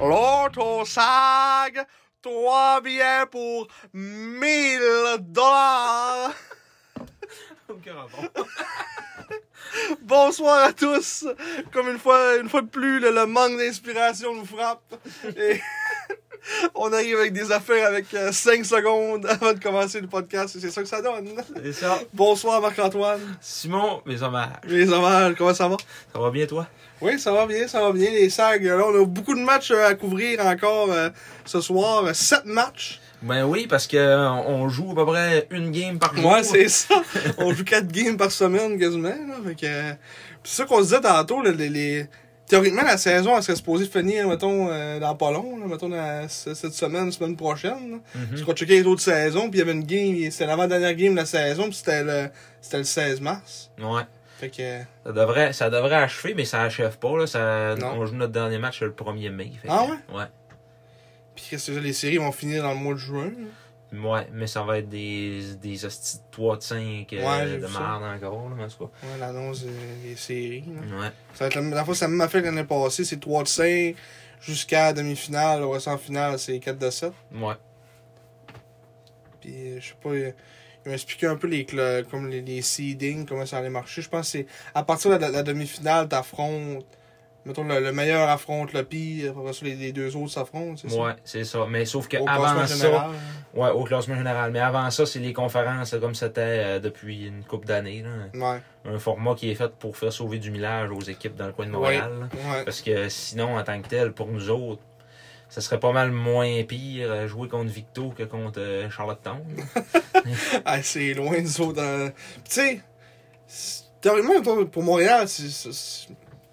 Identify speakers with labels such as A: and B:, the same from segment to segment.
A: L'auto sag, toi bien pour 1000 dollars.
B: Aucun rapport.
A: Bonsoir à tous. Comme une fois, une fois de plus, le, le manque d'inspiration nous frappe. Et on arrive avec des affaires avec 5 secondes avant de commencer le podcast. et C'est ça que ça donne.
B: C'est ça.
A: Bonsoir Marc-Antoine.
B: Simon, mes hommages.
A: Les hommages, comment ça va?
B: Ça va bien, toi?
A: Oui, ça va bien, ça va bien. Les sags, là, on a beaucoup de matchs euh, à couvrir encore euh, ce soir. Euh, Sept matchs.
B: Ben oui, parce que euh, on joue à peu près une game par jour.
A: Ouais, c'est ça. On joue quatre games par semaine quasiment. Là. Fait que, euh, pis c'est ça qu'on se disait tantôt. Là, les, les- Théoriquement, la saison, elle serait supposée finir, mettons, euh, dans pas long. Là, mettons, dans ce- cette semaine, semaine prochaine. là. Parce qu'on checkait les autres saisons, puis il y avait une game, c'était l'avant-dernière game de la saison, puis c'était le, c'était le 16 mars.
B: Ouais.
A: Fait que... euh,
B: Ça devrait, ça devrait achever, mais ça achève pas. Là. Ça,
A: Non.
B: on joue notre dernier match le 1er mai. Fait que,
A: Ah ouais?
B: Ouais.
A: Puis qu'est-ce que c'est, les séries vont finir dans le mois de juin. là.
B: Ouais, mais ça va être des, des hosties de 3 de 5
A: Ouais, j'ai
B: de
A: vu ça.
B: marde encore, là, mais en tout cas.
A: Ouais, l'annonce des, des séries. là.
B: Ouais.
A: Ça va être la, la fois, ça m'a fait l'année passée, c'est 3 de 5 jusqu'à demi-finale. Ouais, sans finale, c'est 4 de 7.
B: Ouais.
A: Puis, euh, je sais pas, euh, ils m'ont expliqué un peu les, cla- comme les, les seedings, comment ça allait marcher. Je pense que c'est à partir de la, la demi-finale, t'affrontes. Mettons, le, le meilleur affronte le pire, après ça, les, les deux autres s'affrontent, c'est
B: Ouais, c'est ça. Mais sauf que
A: ça? Au
B: avant
A: classement
B: ça.
A: général.
B: Ouais, au classement général. Mais avant ça, c'est les conférences, là, comme c'était euh, depuis une couple d'années. là.
A: Ouais.
B: Un format qui est fait pour faire sauver du millage aux équipes dans le coin de Montréal. là.
A: Ouais.
B: Parce que sinon, en tant que tel, pour nous autres, ça serait pas mal moins pire euh, jouer contre Victo que contre euh, Charlottetown.
A: Ah, c'est loin du autres. hein. Puis, Tu sais, c'est- théoriquement, mettons, pour Montréal, c'est. c'est- c'est-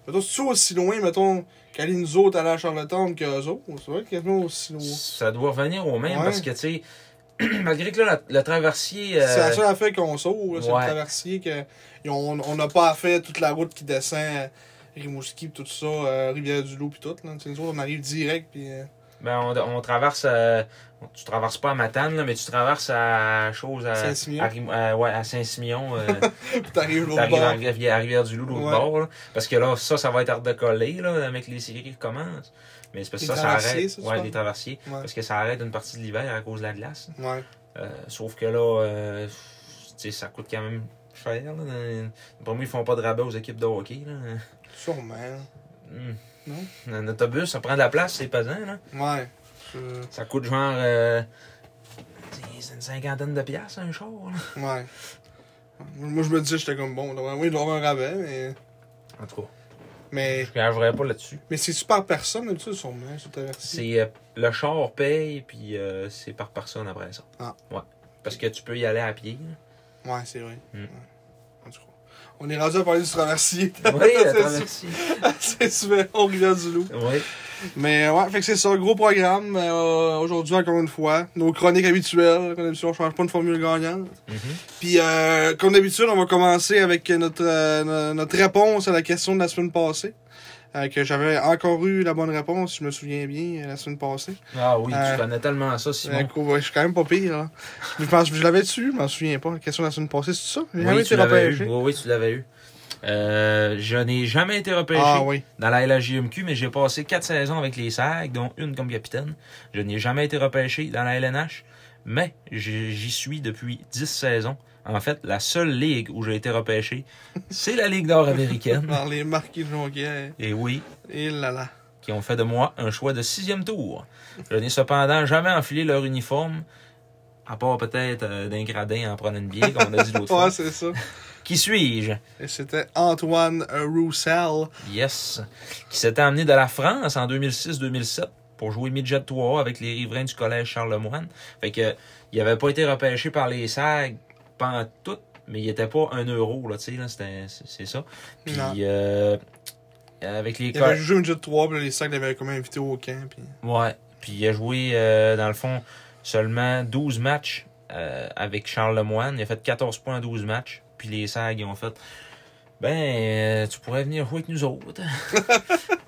A: Mettons, c'est aussi loin, mettons, qu'aller nous autres aller à Charlottetown qu'eux autres. C'est vrai, quasiment aussi loin.
B: ça doit revenir au même
A: Ouais.
B: parce que, tu sais, malgré que là, le, le traversier. euh,
A: C'est la seule affaire qu'on sauve, là, c'est
B: ouais.
A: le traversier que et on on n'a pas à faire toute la route qui descend à Rimouski pis tout ça, euh, Rivière-du-Loup puis tout. Là. Tu sais, Nous autres, on arrive direct puis euh,
B: ben, on, on traverse. euh, tu traverses pas à Matane, là, mais tu traverses à chose à.
A: Saint-Simeon.
B: à Rim- euh, ouais, à Saint-Simeon. euh,
A: pis t'arrives l'autre
B: T'arrives
A: bord.
B: à Rivière- à Rivière-du-Loup, l'autre
A: Ouais.
B: bord. là. Parce que là, ça, ça va être hors de coller, là, avec les séries qui commencent. Mais c'est parce que
A: Les
B: ça, ça
A: traversiers,
B: arrête.
A: ça, tu
B: ouais,
A: parles?
B: les traversiers.
A: Ouais.
B: Parce que ça arrête une partie de l'hiver à cause de la glace.
A: Ouais.
B: Euh, sauf que là, euh, tu sais, ça coûte quand même cher. Là. Euh, Pour moi, ils font pas de rabais aux équipes de hockey. Là.
A: Sûrement. hein.
B: Hum.
A: Non?
B: Un autobus, ça prend de la place, c'est pesant. Là.
A: Ouais. Euh,
B: Ça coûte genre euh, tu sais, une cinquantaine de piastres, un char. là.
A: ouais. Moi, je me disais, j'étais comme bon. là, oui, il doit y avoir un rabais, mais.
B: En tout cas,
A: Mais,
B: je gagerais pas là-dessus.
A: mais c'est super personne, d'habitude, sûrement, sur le traversier.
B: C'est euh, le char paye, puis euh, c'est par personne après ça.
A: Ah.
B: Ouais. Parce que tu peux y aller à pied. là.
A: Ouais, c'est vrai.
B: Mm.
A: Ouais. En tout cas. On est rendu à parler du traversier.
B: Oui, la
A: C'est
B: traversée.
A: c'est souvent au Rivière-du-Loup.
B: Oui.
A: Mais euh, ouais, fait que c'est ça, gros programme. euh, Aujourd'hui, encore une fois, nos chroniques habituelles. Comme d'habitude, on change pas de formule gagnante.
B: Mhm.
A: Puis, euh, comme d'habitude, on va commencer avec notre, euh, no- notre réponse à la question de la semaine passée. Euh, que j'avais encore eu la bonne réponse, si je me souviens bien, euh, la semaine passée.
B: Ah oui,
A: Euh,
B: tu connais tellement ça, Simon.
A: Euh, cool, ouais, je suis quand même pas pire. Là. Je pense que je l'avais dessus, je m'en souviens pas. La question de la semaine passée, c'est ça? J'ai jamais
B: Oui,
A: été
B: tu l'avais eu.
A: repêché.
B: Oui, oui, tu l'avais eu. Euh, je n'ai jamais été repêché
A: Ah oui.
B: dans la LHJMQ, mais j'ai passé quatre saisons avec les SAG, dont une comme capitaine. Je n'ai jamais été repêché dans la LNH, mais j'ai- j'y suis depuis 10 saisons. En fait, la seule ligue où j'ai été
A: Ah.
B: repêché, c'est la Ligue nord-américaine.
A: Par les marquis de Jonquière.
B: Et oui,
A: Et là là.
B: qui ont fait de moi un choix de sixième tour. Je n'ai cependant jamais enfilé leur uniforme, à part peut-être euh, d'un gradin en prenant une bière, comme on a dit l'autre fois.
A: Ouais, c'est ça.
B: Qui suis-je?
A: Et c'était Antoine Roussel.
B: Yes. Qui s'était emmené de la France en 2006-2007 pour jouer Midget 3 avec les riverains du collège Charlemagne. Fait que, il avait pas été repêché par les SAG pendant tout, mais il était pas un euro, là, tu sais, là, c'était- c'est c'est ça. Puis,
A: Non.
B: euh, avec les
A: Il avait
B: col-
A: joué une jeu de 3, puis les sacs l'avaient comme invité au camp. Puis...
B: Ouais. Puis il a joué, euh, dans le fond, seulement 12 matchs euh, avec Charles Lemoine. Il a fait 14 points en 12 matchs. Puis les SAG, ils ont fait Ben, euh, tu pourrais venir jouer avec nous autres.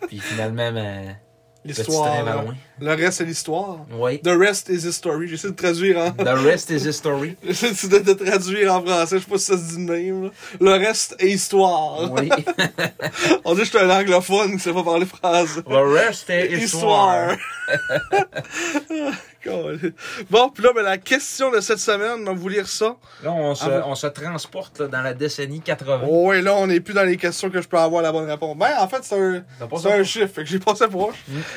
B: Puis finalement, ben,
A: L'histoire.
B: le petit train va
A: là.
B: loin.
A: Le reste, c'est l'histoire.
B: Oui.
A: The rest is history. J'essaie de traduire en.
B: The rest is history.
A: J'essaie de, de traduire en français. Je sais pas si ça se dit de même. là. Le reste est histoire.
B: Oui.
A: On dit que je suis un anglophone qui sait pas parler français.
B: The rest is histoire.
A: Calé. Ah, bon, puis là, ben, la question de cette semaine, on va vous lire ça.
B: Là, on se,
A: Ah bon?
B: on se transporte là, dans la décennie 80.
A: Oh, ouais, là, on n'est plus dans les questions que je peux avoir la bonne réponse. Ben, en fait, c'est un,
B: T'as pas
A: c'est
B: ça?
A: un chiffre, fait que j'ai passé proche.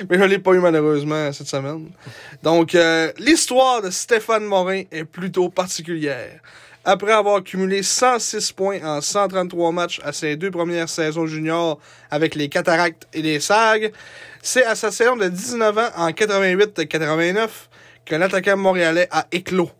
A: Mais je l'ai pas eu malheureusement cette semaine. Donc, euh, l'histoire de Stéphane Morin est plutôt particulière. Après avoir cumulé 106 points en 133 matchs à ses deux premières saisons juniors avec les Cataractes et les Sags, c'est à sa saison de 19 ans en 88-89 qu'un attaquant montréalais a éclos.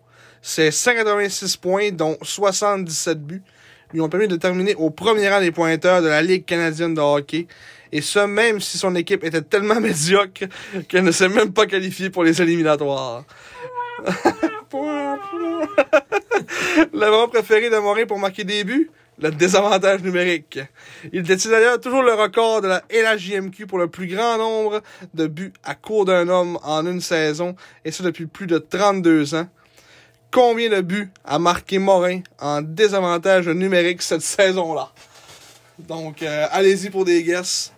A: Ses 186 points, dont 77 buts, lui ont permis de terminer au premier rang des pointeurs de la Ligue canadienne de hockey. Et ce, même si son équipe était tellement médiocre qu'elle ne s'est même pas qualifiée pour les éliminatoires. Le moment préféré de Morin pour marquer des buts, le désavantage numérique. Il détient d'ailleurs toujours le record de la LHJMQ pour le plus grand nombre de buts à court d'un homme en une saison, et ce depuis plus de 32 ans. Combien de buts a marqué Morin en désavantage numérique cette saison-là? Donc, euh, allez-y pour des guesses.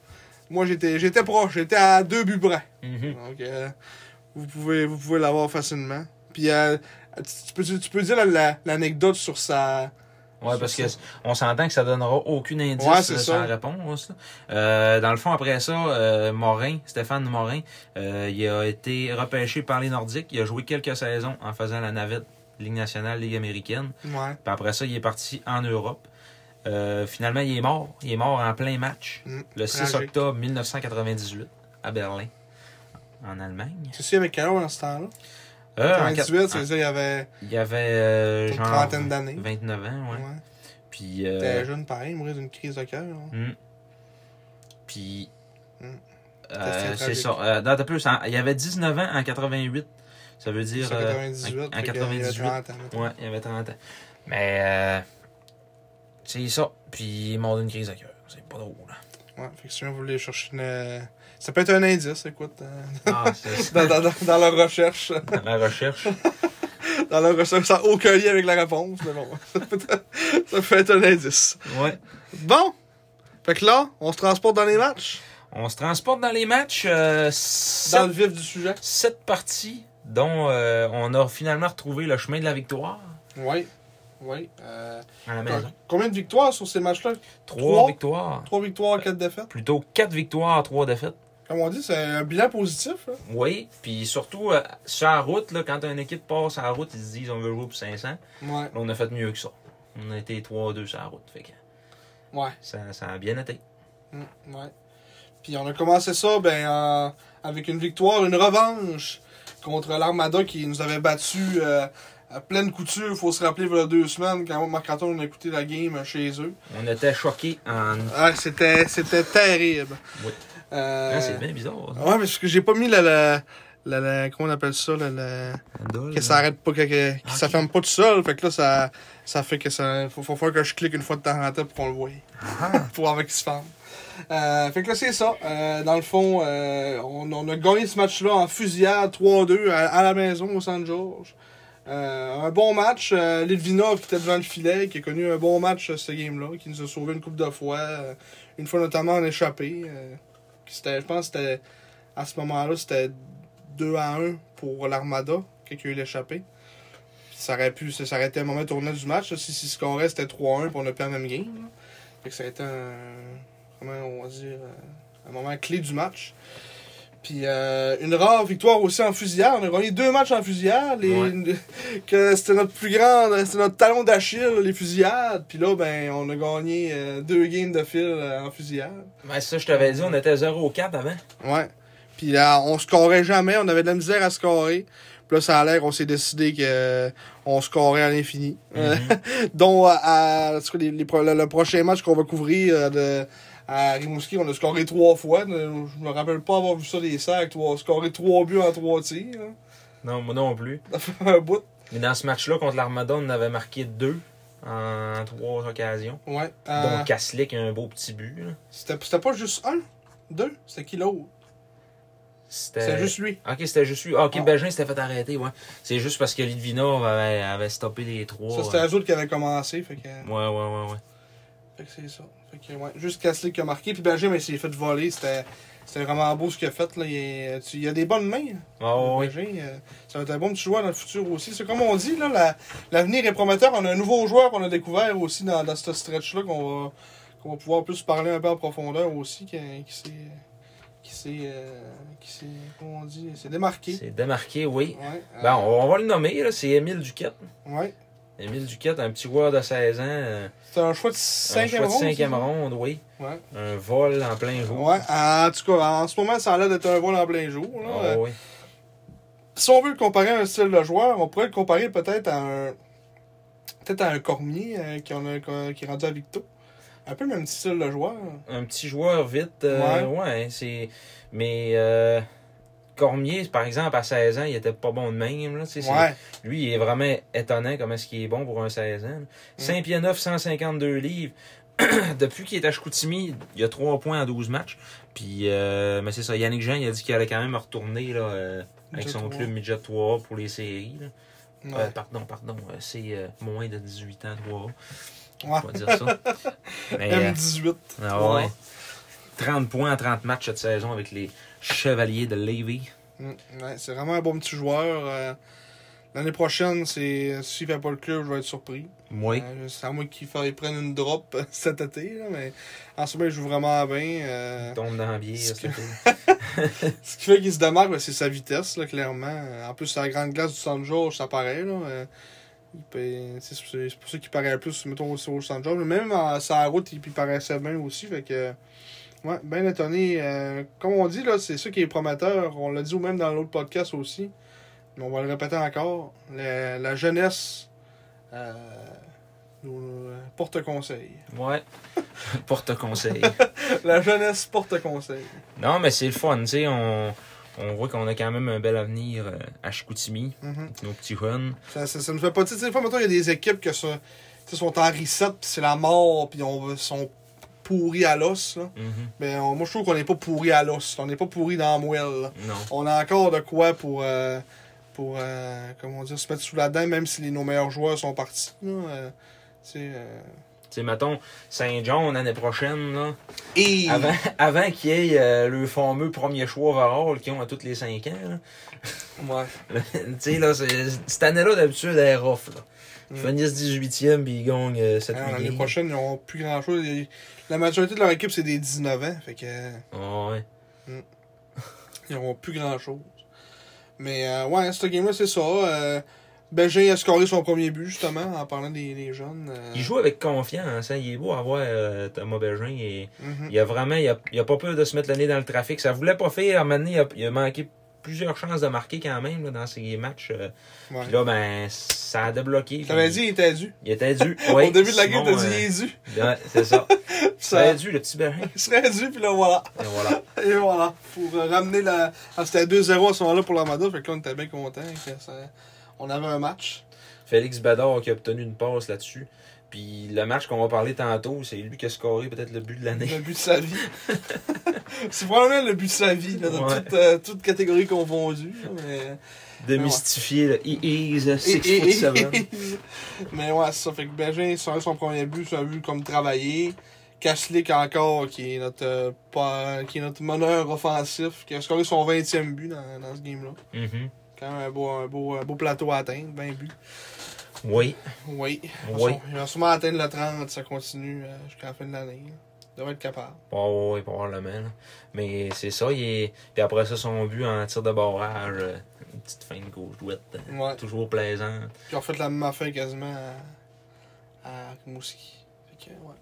A: Moi, j'étais, j'étais proche, j'étais à deux buts près.
B: Mhm.
A: Donc, euh, vous pouvez, vous pouvez l'avoir facilement. Puis, euh, tu, tu peux, tu peux dire la- la- l'anecdote sur sa.
B: Ouais, parce que on s'entend que ça donnera aucune indice
A: Ouais, c'est
B: euh,
A: ça.
B: sans réponse. là. Euh, dans le fond, après ça, euh, Morin, Stéphane Morin, euh, il a été repêché par les Nordiques. Il a joué quelques saisons en faisant la navette Ligue nationale, Ligue américaine.
A: Ouais.
B: Puis après ça, il est parti en Europe. Euh, finalement, il est mort. Il est mort en plein match
A: Mm,
B: le 6
A: tragique.
B: octobre 1998 à Berlin, en Allemagne.
A: Tu sais, avec quel âge dans ce temps-là?
B: Euh, en
A: 98,
B: quatre-
A: ça veut dire, il y avait.
B: il y avait euh,
A: Une
B: genre
A: trentaine d'années.
B: 29 ans, ouais.
A: Ouais.
B: Puis, euh,
A: T'es jeune pareil, il mourait d'une crise de cœur. hein.
B: Puis.
A: Mm.
B: euh,
A: C'est très
B: c'est
A: tragique.
B: ça. Euh, non, t'as plus. en- Il y avait 19 ans en 88. Ça veut dire.
A: C'est en
B: euh,
A: 98. fait
B: en, en
A: qu'il y avait
B: 98.
A: 30 ans, mettons.
B: Ouais, il y avait 30 ans. Mais. Euh, c'est ça. Puis, il mort d'une crise de cœur. C'est pas drôle.
A: Ouais, fait que si on voulait chercher une. euh, Ça peut être un indice, écoute. euh,
B: Ah, c'est ça.
A: Dans, dans, dans, dans leur recherche.
B: Dans la recherche.
A: Dans leur recherche, ça n'a aucun lien avec la réponse, mais bon. Ça peut être, ça peut être un indice.
B: Ouais.
A: Bon! Fait que là, on se transporte dans les matchs.
B: On se transporte dans les matchs. Euh, sept,
A: Dans le vif du sujet.
B: sept parties dont euh, on a finalement retrouvé le chemin de la victoire
A: Oui. Oui. Euh,
B: à la maison.
A: combien de victoires sur ces matchs-là?
B: Trois
A: Trois.
B: victoires.
A: Trois victoires, quatre défaites.
B: Plutôt quatre victoires, trois défaites.
A: Comme on dit, c'est un bilan positif. là.
B: Oui, puis surtout, euh, sur la route, là, quand une équipe passe sur la route, ils se disent on veut jouer pour 500. Là,
A: Ouais.
B: on a fait mieux que ça. On a été 3-2 sur la route. Fait que
A: Ouais.
B: ça, ça a bien été.
A: Mm, ouais. Puis on a commencé ça ben, en- avec une victoire, une revanche contre l'Armada qui nous avait battu euh, à pleine couture. faut se rappeler, il y a deux semaines, quand moi, Marc-Antoine, on a écouté la game chez eux.
B: On était choqués en.
A: Ah, c'était, c'était terrible.
B: Oui.
A: Euh,
B: Ah, c'est bien bizarre. ça.
A: ouais, mais parce que j'ai pas mis la. la... la- la- comment on appelle ça? La, la- Que ça arrête pas, que, que- que ça
B: Ok.
A: ferme pas tout seul. Fait que là, ça, ça fait que ça. Faut, faut faire que je clique une fois de temps en temps pour qu'on le voie. pour avoir qu'il se ferme. Euh, fait que là, c'est ça. Euh, dans le fond, euh, on, on a gagné ce match-là en fusillade 3-2 à, à la maison au Saint-Georges. Euh, un bon match. Euh, Litvinov qui était devant le filet, qui a connu un bon match euh, ce game-là, qui nous a sauvé une coupe de fois. euh, une fois notamment en échappé. euh, qui c'était, je pense que c'était à ce moment-là, c'était 2 à 1 pour l'Armada, quelqu'un a eu l'échappé. Ça aurait pu ça ça aurait été un moment tournant du match. là. Si, si ce qu'on reste, c'était 3-1 pour on a perdu la même game. là. Fait que ça a été un, comment on va dire, euh, un moment clé du match. Puis euh, une rare victoire aussi en fusillade. On a gagné deux matchs en fusillade. Les- que c'était notre plus grand, c'était notre talon d'Achille, les fusillades. Puis là, ben, on a gagné euh, deux games de fil euh, en fusillade.
B: Mais Ben, ça, je t'avais dit, on était 0-4 avant.
A: Ouais. Puis là, on scorait jamais. On avait de la misère à scorer. Puis là, ça a l'air, on s'est décidé que euh, on scorait à l'infini. dont euh, à, à- en tout cas, les- les pro- le, le prochain match qu'on va couvrir euh, de- à Rimouski, on a scoré trois fois. Euh, Je me rappelle pas avoir vu ça des sacs. On a scoré trois buts en trois tirs. là.
B: Non, moi non plus.
A: Ça fait un bout.
B: Mais dans ce match-là, contre l'Armada, on en avait marqué deux en trois occasions.
A: Ouais. Euh,
B: Donc, Kaslik a un beau petit but. là.
A: c'était c'était pas juste un, deux. C'était qui l'autre?
B: C'était
A: C'était juste lui.
B: Ok, c'était juste lui. Ah, ok,
A: Ah.
B: Belgin s'était fait arrêter, ouais. C'est juste parce que Litvinov avait, avait stoppé les trois.
A: Ça, c'était
B: ouais.
A: eux autres qui avait commencé. Fait que,
B: Ouais, ouais, ouais, ouais.
A: fait que c'est ça. Fait que, ouais. Juste Cassidy qui a marqué. Puis Benjamin, il s'est fait voler. C'était c'était vraiment beau ce qu'il a fait. Là. Il, est- tu- il a des bonnes mains. hein,
B: Ah, ouais.
A: Berger, euh, ça va être un bon petit joueur dans le futur aussi. C'est comme on dit, là, la- l'avenir est prometteur. On a un nouveau joueur qu'on a découvert aussi dans, dans ce stretch-là qu'on va, qu'on va pouvoir plus parler un peu en profondeur aussi, qui, qui s'est. qui s'est. euh, qui s'est. comment on dit s'est démarqué.
B: C'est démarqué, oui.
A: Ouais, euh,
B: Ben, on, on va le nommer, là. C'est Émile Duquette.
A: ouais.
B: Émile Duquette, un petit joueur de 16 ans. euh,
A: C'était un choix de
B: un
A: cinquième
B: choix de
A: ronde.
B: cinquième
A: c'est ça?
B: ronde, oui.
A: Ouais.
B: Un vol en plein jour.
A: Ouais, en tout cas, en ce moment, ça a l'air d'être un vol en plein jour. là.
B: Ah,
A: Euh,
B: oui.
A: si on veut le comparer à un style de joueur, on pourrait le comparer peut-être à un. Peut-être à un Cormier euh, qui, en a- qui est rendu à Victo. Un peu le même style de joueur.
B: un petit joueur vite. euh, ouais. c'est. Mais euh, Cormier, par exemple, à 16 ans, il était pas bon de même. Là, tu sais, c'est-
A: Ouais.
B: Lui, il est vraiment étonnant comment est-ce qu'il est bon pour un 16 ans. 5 pieds 9, 152 livres. Depuis qu'il est à Chicoutimi, il a 3 points en 12 matchs. Puis, euh, mais c'est ça, Yannick Jean, il a dit qu'il allait quand même retourner là, euh, avec
A: Midget
B: son
A: 3.
B: club Midget 3 pour les séries. là.
A: Ouais.
B: Euh, pardon, pardon, euh, c'est euh, moins de 18 ans 3
A: Ouais.
B: on va dire ça. Mais, euh,
A: M18.
B: ah
A: Ouais.
B: ouais. 30 points en 30 matchs cette saison avec les Chevaliers de Levy.
A: Mm, ouais, c'est vraiment un bon petit joueur. euh, L'année prochaine, c'est s'il fait pas le club, je vais être surpris.
B: Oui.
A: Euh, c'est à moi qu'il faille prendre une drop cet été, là, mais en ce moment, il joue vraiment bien. euh,
B: Tombe dans la bière.
A: Parce
B: cet
A: que-
B: été.
A: Ce qui fait qu'il se démarque, ben, c'est sa vitesse, là, clairement. Euh, En plus, c'est la grande glace du centre Georges, ça paraît. Là. Euh, il peut- C'est c'est- c'est pour ça qu'il paraît plus, mettons, aussi au centre Georges. Mais même en, sur la route, il, il paraissait bien aussi. Fait que, ouais, bien étonné. Euh, comme on dit, là, c'est ça qui est prometteur. On l'a dit ou même dans l'autre podcast aussi. Mais on va le répéter encore. La, la jeunesse euh, nous- nous porte conseil.
B: Ouais. Porte-conseil.
A: la jeunesse porte conseil.
B: non, mais c'est le fun, tu sais. On, on voit qu'on a quand même un bel avenir euh, à Chicoutimi,
A: Mhm.
B: nos petits jeunes.
A: Ça, ça, ça me fait pas. Tu sais, des fois, mettons, il y a des équipes que ça, tu sais, sont en reset, puis c'est la mort, puis on sont pourris à l'os. là.
B: Mhm.
A: Mais on- moi, je trouve qu'on n'est pas pourris à l'os. On n'est pas pourris dans la moelle. là.
B: Non.
A: On a encore de quoi pour, euh, pour euh, comment dire, se mettre sous la dent, même si les- nos meilleurs joueurs sont partis. là. Euh, tu sais, euh,
B: Tu sais, mettons, Saint-John l'année prochaine, là,
A: Et
B: avant, avant qu'il y ait euh, le fameux premier choix overall qu'ils ont à tous les 5 ans, là,
A: Ouais.
B: tu sais, là, c'est- cette année-là, d'habitude, elle est rough, là. Ils
A: Mm.
B: finissent 18e, puis ils gagnent euh, 7
A: Hein,
B: huit
A: L'année
B: games.
A: prochaine, ils n'auront plus grand chose. La majorité de leur équipe, c'est des 19 ans. Fait que. euh,
B: Ah ouais.
A: Ils n'auront plus grand-chose. Mais euh, ouais, ce game-là, c'est ça. Euh, Belgin a scoré son premier but, justement, en parlant des, des jeunes. euh,
B: Il joue avec confiance, hein. il est beau à voir euh, Thomas Bergin. Il,
A: mhm.
B: il a vraiment, il a, il a pas peur de se mettre le nez dans le trafic. Ça voulait pas faire, à un moment donné, il a, il a manqué plusieurs chances de marquer quand même là, dans ses matchs. euh.
A: Ouais.
B: Puis là, ben, ça a débloqué.
A: Je t'avais
B: Puis
A: dit, il était dû.
B: Il était dû. Ouais,
A: Au début de la game,
B: Simon,
A: t'as dit,
B: euh,
A: il est dû.
B: ouais, c'est ça. Ça a
A: Ça,
B: dû, le petit Bergin.
A: il serait dû, puis là, voilà.
B: Et voilà.
A: Et voilà. Pour euh, ramener la. Ah, c'était 2-0 à ce moment-là pour l'Armada, fait que là, on était bien content. On avait un match.
B: Félix Bador qui a obtenu une passe là-dessus. Puis le match qu'on va parler tantôt, c'est lui qui a scoré peut-être le but de l'année.
A: Le but de sa vie. c'est probablement le but de sa vie, là, dans
B: Ouais.
A: toute, euh, toute catégorie confondue. là, Mais...
B: Démystifier le He is a
A: Et-
B: six
A: et-
B: foot
A: et-
B: seven.
A: Mais ouais, c'est ça. Fait que Belgin, c'est son premier but, c'est un but comme travaillé. Kaslik encore, qui est notre, euh, pas- qui est notre meneur offensif, qui a scoré son 20e but dans, dans ce game-là.
B: Mhm.
A: Quand même un beau, un beau, un beau plateau à atteindre, 20 buts.
B: Oui.
A: Oui.
B: Oui.
A: Il va sûrement atteindre le 30, ça continue euh, jusqu'à la fin de l'année. devrait être capable.
B: Oh, oui, probablement. là. Mais c'est ça. Il est... Puis après ça, son but en tir de barrage, euh, une petite fin de gauche douette. euh,
A: Ouais.
B: Toujours plaisant.
A: Puis on fait la même affaire quasiment à, à Rimouski. Fait que, ouais.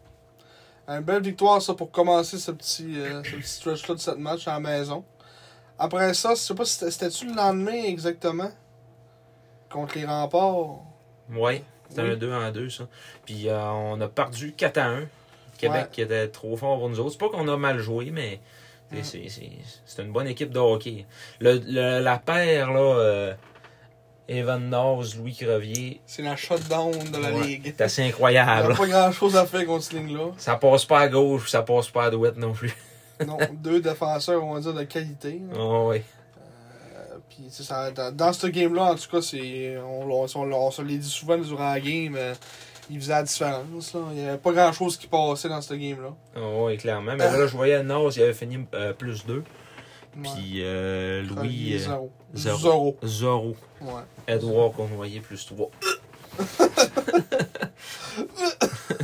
A: Une belle victoire, ça, pour commencer ce petit, euh, ce petit stretch-là de cette match à la maison. Après ça, je sais pas si c'était- c'était-tu le lendemain exactement contre les remparts.
B: Ouais, c'était
A: Oui.
B: un 2 en 2, ça. Puis euh, on a perdu 4 à 1. Québec
A: Ouais.
B: qui était trop fort pour nous autres. C'est pas qu'on a mal joué, mais c'est-
A: Mm.
B: c'est- c'est c'est une bonne équipe de hockey. Le, le- la paire, là, euh, Evan Nors, Louis Crevier,
A: C'est la shutdown de la
B: Ouais.
A: ligue.
B: c'est assez
A: Il n'y
B: incroyable.
A: a pas grand-chose à faire contre cette ligne-là.
B: Ça passe pas à gauche, ça passe pas à droite non plus.
A: Non, deux défenseurs, on va dire, de qualité. là.
B: Oh, ouais.
A: Puis, tu sais, ça- dans, dans ce game-là, en tout cas, c'est, on, on, on- on se les dit souvent durant la game, euh, il faisait la différence. Là. Il n'y avait pas grand-chose qui passait dans ce game-là.
B: Oh, ouais, clairement. Mais là, je voyais Nors, il avait fini euh, plus 2.
A: Ouais.
B: Puis euh, Louis,
A: Premier,
B: euh,
A: zéro.
B: zéro.
A: Zéro.
B: Zorro.
A: Ouais.
B: Edouard Convoyer, plus 3.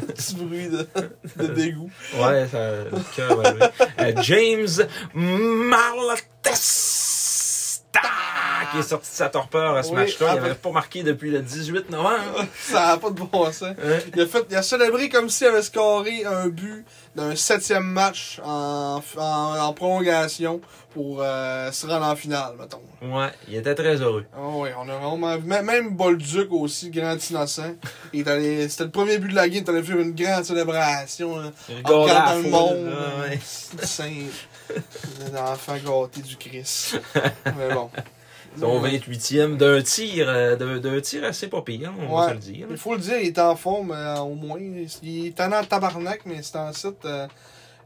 A: Petit bruit de, de dégoût.
B: Ouais, ça. le cœur va lever. Euh, James Malatesta qui est sorti de sa torpeur à ce
A: Oui,
B: match-là. Il
A: après-
B: n'avait pas marqué depuis le 18 novembre.
A: ça n'a pas de bon sens.
B: Hein?
A: Il a, fait, il a célébré comme s'il avait scoré un but d'un septième match en, en, en prolongation pour euh, se rendre en finale, mettons.
B: Ouais, il était très heureux.
A: Oh oui, on a vraiment vu. Même- Même Bolduc aussi, grand innocent. il est allé- C'était le premier but de la game, t'allais faire une grande célébration. Là.
B: Il
A: En
B: regardait la
A: regardant Ah, le
B: foule,
A: monde. hein.
B: là, ouais.
A: C'est simple. C'est un enfant gâté du Christ. Mais bon.
B: Son 28e d'un tir, euh, d'un d'un tir assez pas pire, on va
A: Ouais.
B: se le dire.
A: Il faut le dire, il est en forme euh, au moins. Il est en tabarnak, mais c'est en site. euh,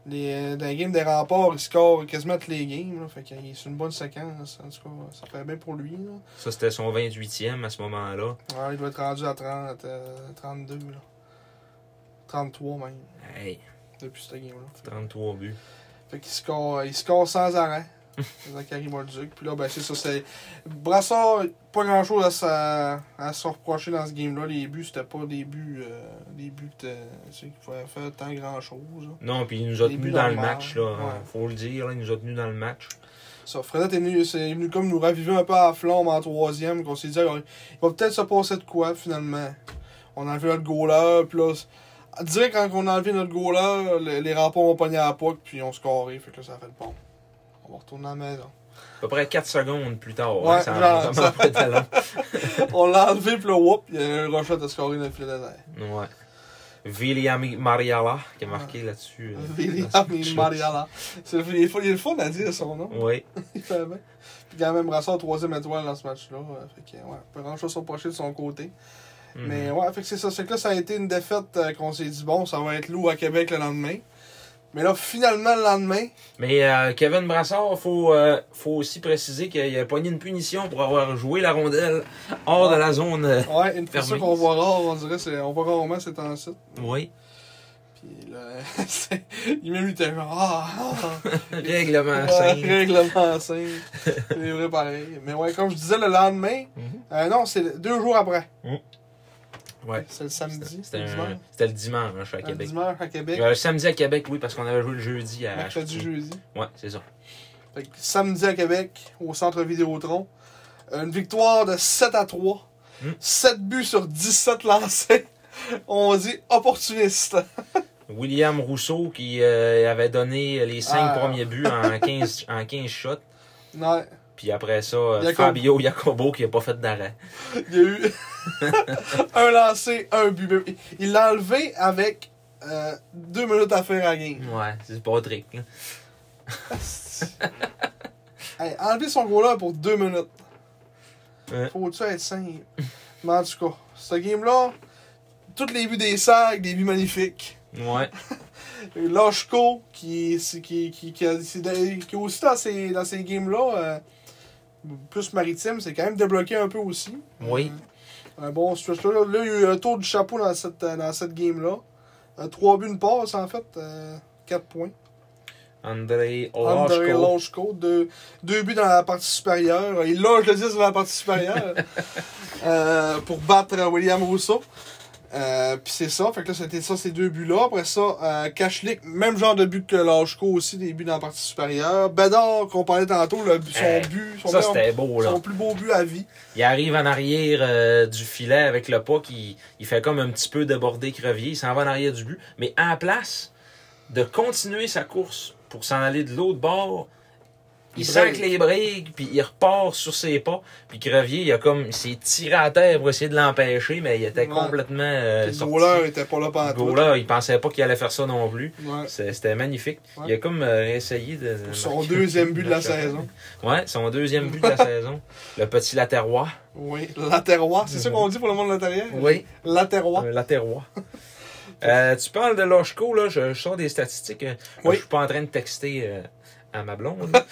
A: les, euh, dans les games des remparts, il score quasiment toutes les games. Là, fait qu'il est sur une bonne séquence. En tout cas, ça fait bien pour lui. Là.
B: Ça, c'était son 28e à ce moment-là.
A: Ouais, il doit être rendu à 30, euh, 32. Là. 33 même,
B: Hey,
A: depuis cette game-là. Fait-
B: 33 buts.
A: Fait qu'il score, euh, il score sans arrêt. Zachary Molduc. Puis là, ben, c'est ça. C'est... Brassard, pas grand chose à, sa- à se reprocher dans ce game-là. Les buts, c'était pas des buts, euh, des buts euh, tu sais, qui pouvaient faire tant grand chose.
B: Non, puis il nous a
A: Des
B: tenus
A: buts
B: dans le
A: normaux.
B: match, là. hein.
A: Ouais.
B: Faut le dire, là, il nous a tenus dans le match.
A: Ça, Fredette est venu, c'est venu comme nous raviver un peu à la flamme en troisième. Qu'on s'est dit, Ah, il va peut-être se passer de quoi finalement. On a enlevé notre goaler. Puis là, c'est- direct quand on a enlevé notre goaler, les, les remparts ont pogné à la puck. Puis on scoré. Fait que là, ça a fait bon. On va retourner à la maison.
B: À peu près 4 secondes plus tard.
A: Ouais,
B: hein, ça a
A: genre,
B: vraiment
A: ça-
B: pas été long.
A: On l'a enlevé, puis là, whoop, il y a eu un rochette à scorer dans le filet désert.
B: Ouais. William Mariala qui a marqué là-dessus. euh, dans
A: William
B: ce
A: et
B: match-là.
A: Mariala. C'est le, il, est, fun- il est le fun à dire son nom.
B: Ouais.
A: Il fait bien. Puis quand même, Brassard, troisième étoile dans ce match-là. euh, Fait que, ouais, pas grand-chose à se reprocher de son côté.
B: Mhm.
A: Mais euh, ouais, fait que c'est ça. C'est que là, ça a été une défaite euh, qu'on s'est dit, bon, ça va être lourd à Québec le lendemain. Mais là, finalement, le lendemain,
B: Mais euh, Kevin Brassard, faut, euh, faut aussi préciser qu'il a pogné une punition pour avoir joué la rondelle hors de la zone. euh,
A: ouais, une fois
B: Fermé.
A: qu'on voit rare, on dirait, c'est, on voit rarement ces temps-ci.
B: Oui.
A: Puis là, c'est- il m'a mis tellement, ah, ah.
B: Règlement
A: Ouais,
B: 5.
A: Règlement 5. C'est vrai pareil. Mais ouais, comme je disais, le lendemain,
B: Mhm.
A: euh, non, c'est deux jours après.
B: Ouais.
A: C'est le samedi.
B: C'était
A: le
B: un-
A: dimanche.
B: c'était le dimanche à
A: Le
B: Québec.
A: dimanche à Québec.
B: Euh, le samedi à Québec, oui, parce qu'on avait joué le jeudi à
A: mercredi,
B: Ashby.
A: jeudi.
B: Ouais, c'est ça.
A: Fait que samedi à Québec, au centre Vidéotron. Une victoire de 7 à 3.
B: Mm.
A: 7 buts sur 17 lancés. On dit opportuniste.
B: William Rousseau qui euh, avait donné les 5
A: Ah.
B: premiers buts en 15, en 15 shots.
A: Ouais.
B: Puis après ça, euh,
A: Jacob-
B: Fabio Jacobo qui n'a pas fait d'arrêt.
A: Il y a eu un lancé, un but. Mais Il l'a enlevé avec euh, deux minutes à faire à la game.
B: Ouais, c'est hein. pas trick. là.
A: Hey, enlever son goaler pour deux minutes.
B: Ouais.
A: Faut-tu être simple? Mais en tout cas, ce game-là, toutes les buts des sacs, des buts magnifiques.
B: Ouais.
A: Loshko, qui, c'est- qui, qui, qui, a- c'est de- qui aussi dans ces, dans ces games-là, euh, plus maritime, c'est quand même débloqué un peu aussi. Euh,
B: Oui.
A: Un bon stretch. Là, là, il y a eu un tour du chapeau dans cette, euh, dans cette game-là. Euh, trois buts, une passe, en fait. euh, quatre points.
B: André
A: André
B: Olashko.
A: Lonchko, deux, deux buts dans la partie supérieure. Il loge le 10 dans la partie supérieure euh, pour battre William Rousseau. Euh, puis c'est ça, fait que là, c'était ça, ces deux buts-là. Après ça, euh, Kachlik, même genre de but que Lajko aussi, des buts dans la partie supérieure. Bédard, qu'on parlait tantôt, le, but- son
B: Euh,
A: but, son,
B: Ça,
A: meilleur-
B: c'était beau, là.
A: son plus beau but à vie.
B: Il arrive en arrière euh, du filet avec le pas qui il fait comme un petit peu déborder Crevier. Il s'en va en arrière du but. Mais en place de continuer sa course pour s'en aller de l'autre bord, il
A: Il
B: sac
A: brille.
B: les briques, puis il repart sur ses pas. Puis Crevier, il a comme il s'est tiré à terre pour essayer de l'empêcher, mais il était
A: Ouais.
B: complètement euh,
A: Le
B: sorti.
A: goaler était pas là pendant
B: Le
A: tout.
B: goaler, il pensait pas qu'il allait faire ça non plus.
A: Ouais.
B: C'est- C'était magnifique.
A: Ouais.
B: Il a comme euh, essayé de.
A: Son deuxième but de la saison.
B: Ouais, son deuxième but de la saison. Le petit latérois.
A: Oui, latérois, c'est ça qu'on dit pour le monde de l'intérieur?
B: Oui.
A: Latérois.
B: Un latérois. Euh, tu parles de Loshko, là, je, je sors des statistiques. euh,
A: Oui.
B: Je suis pas en train de texter euh, à ma blonde. là.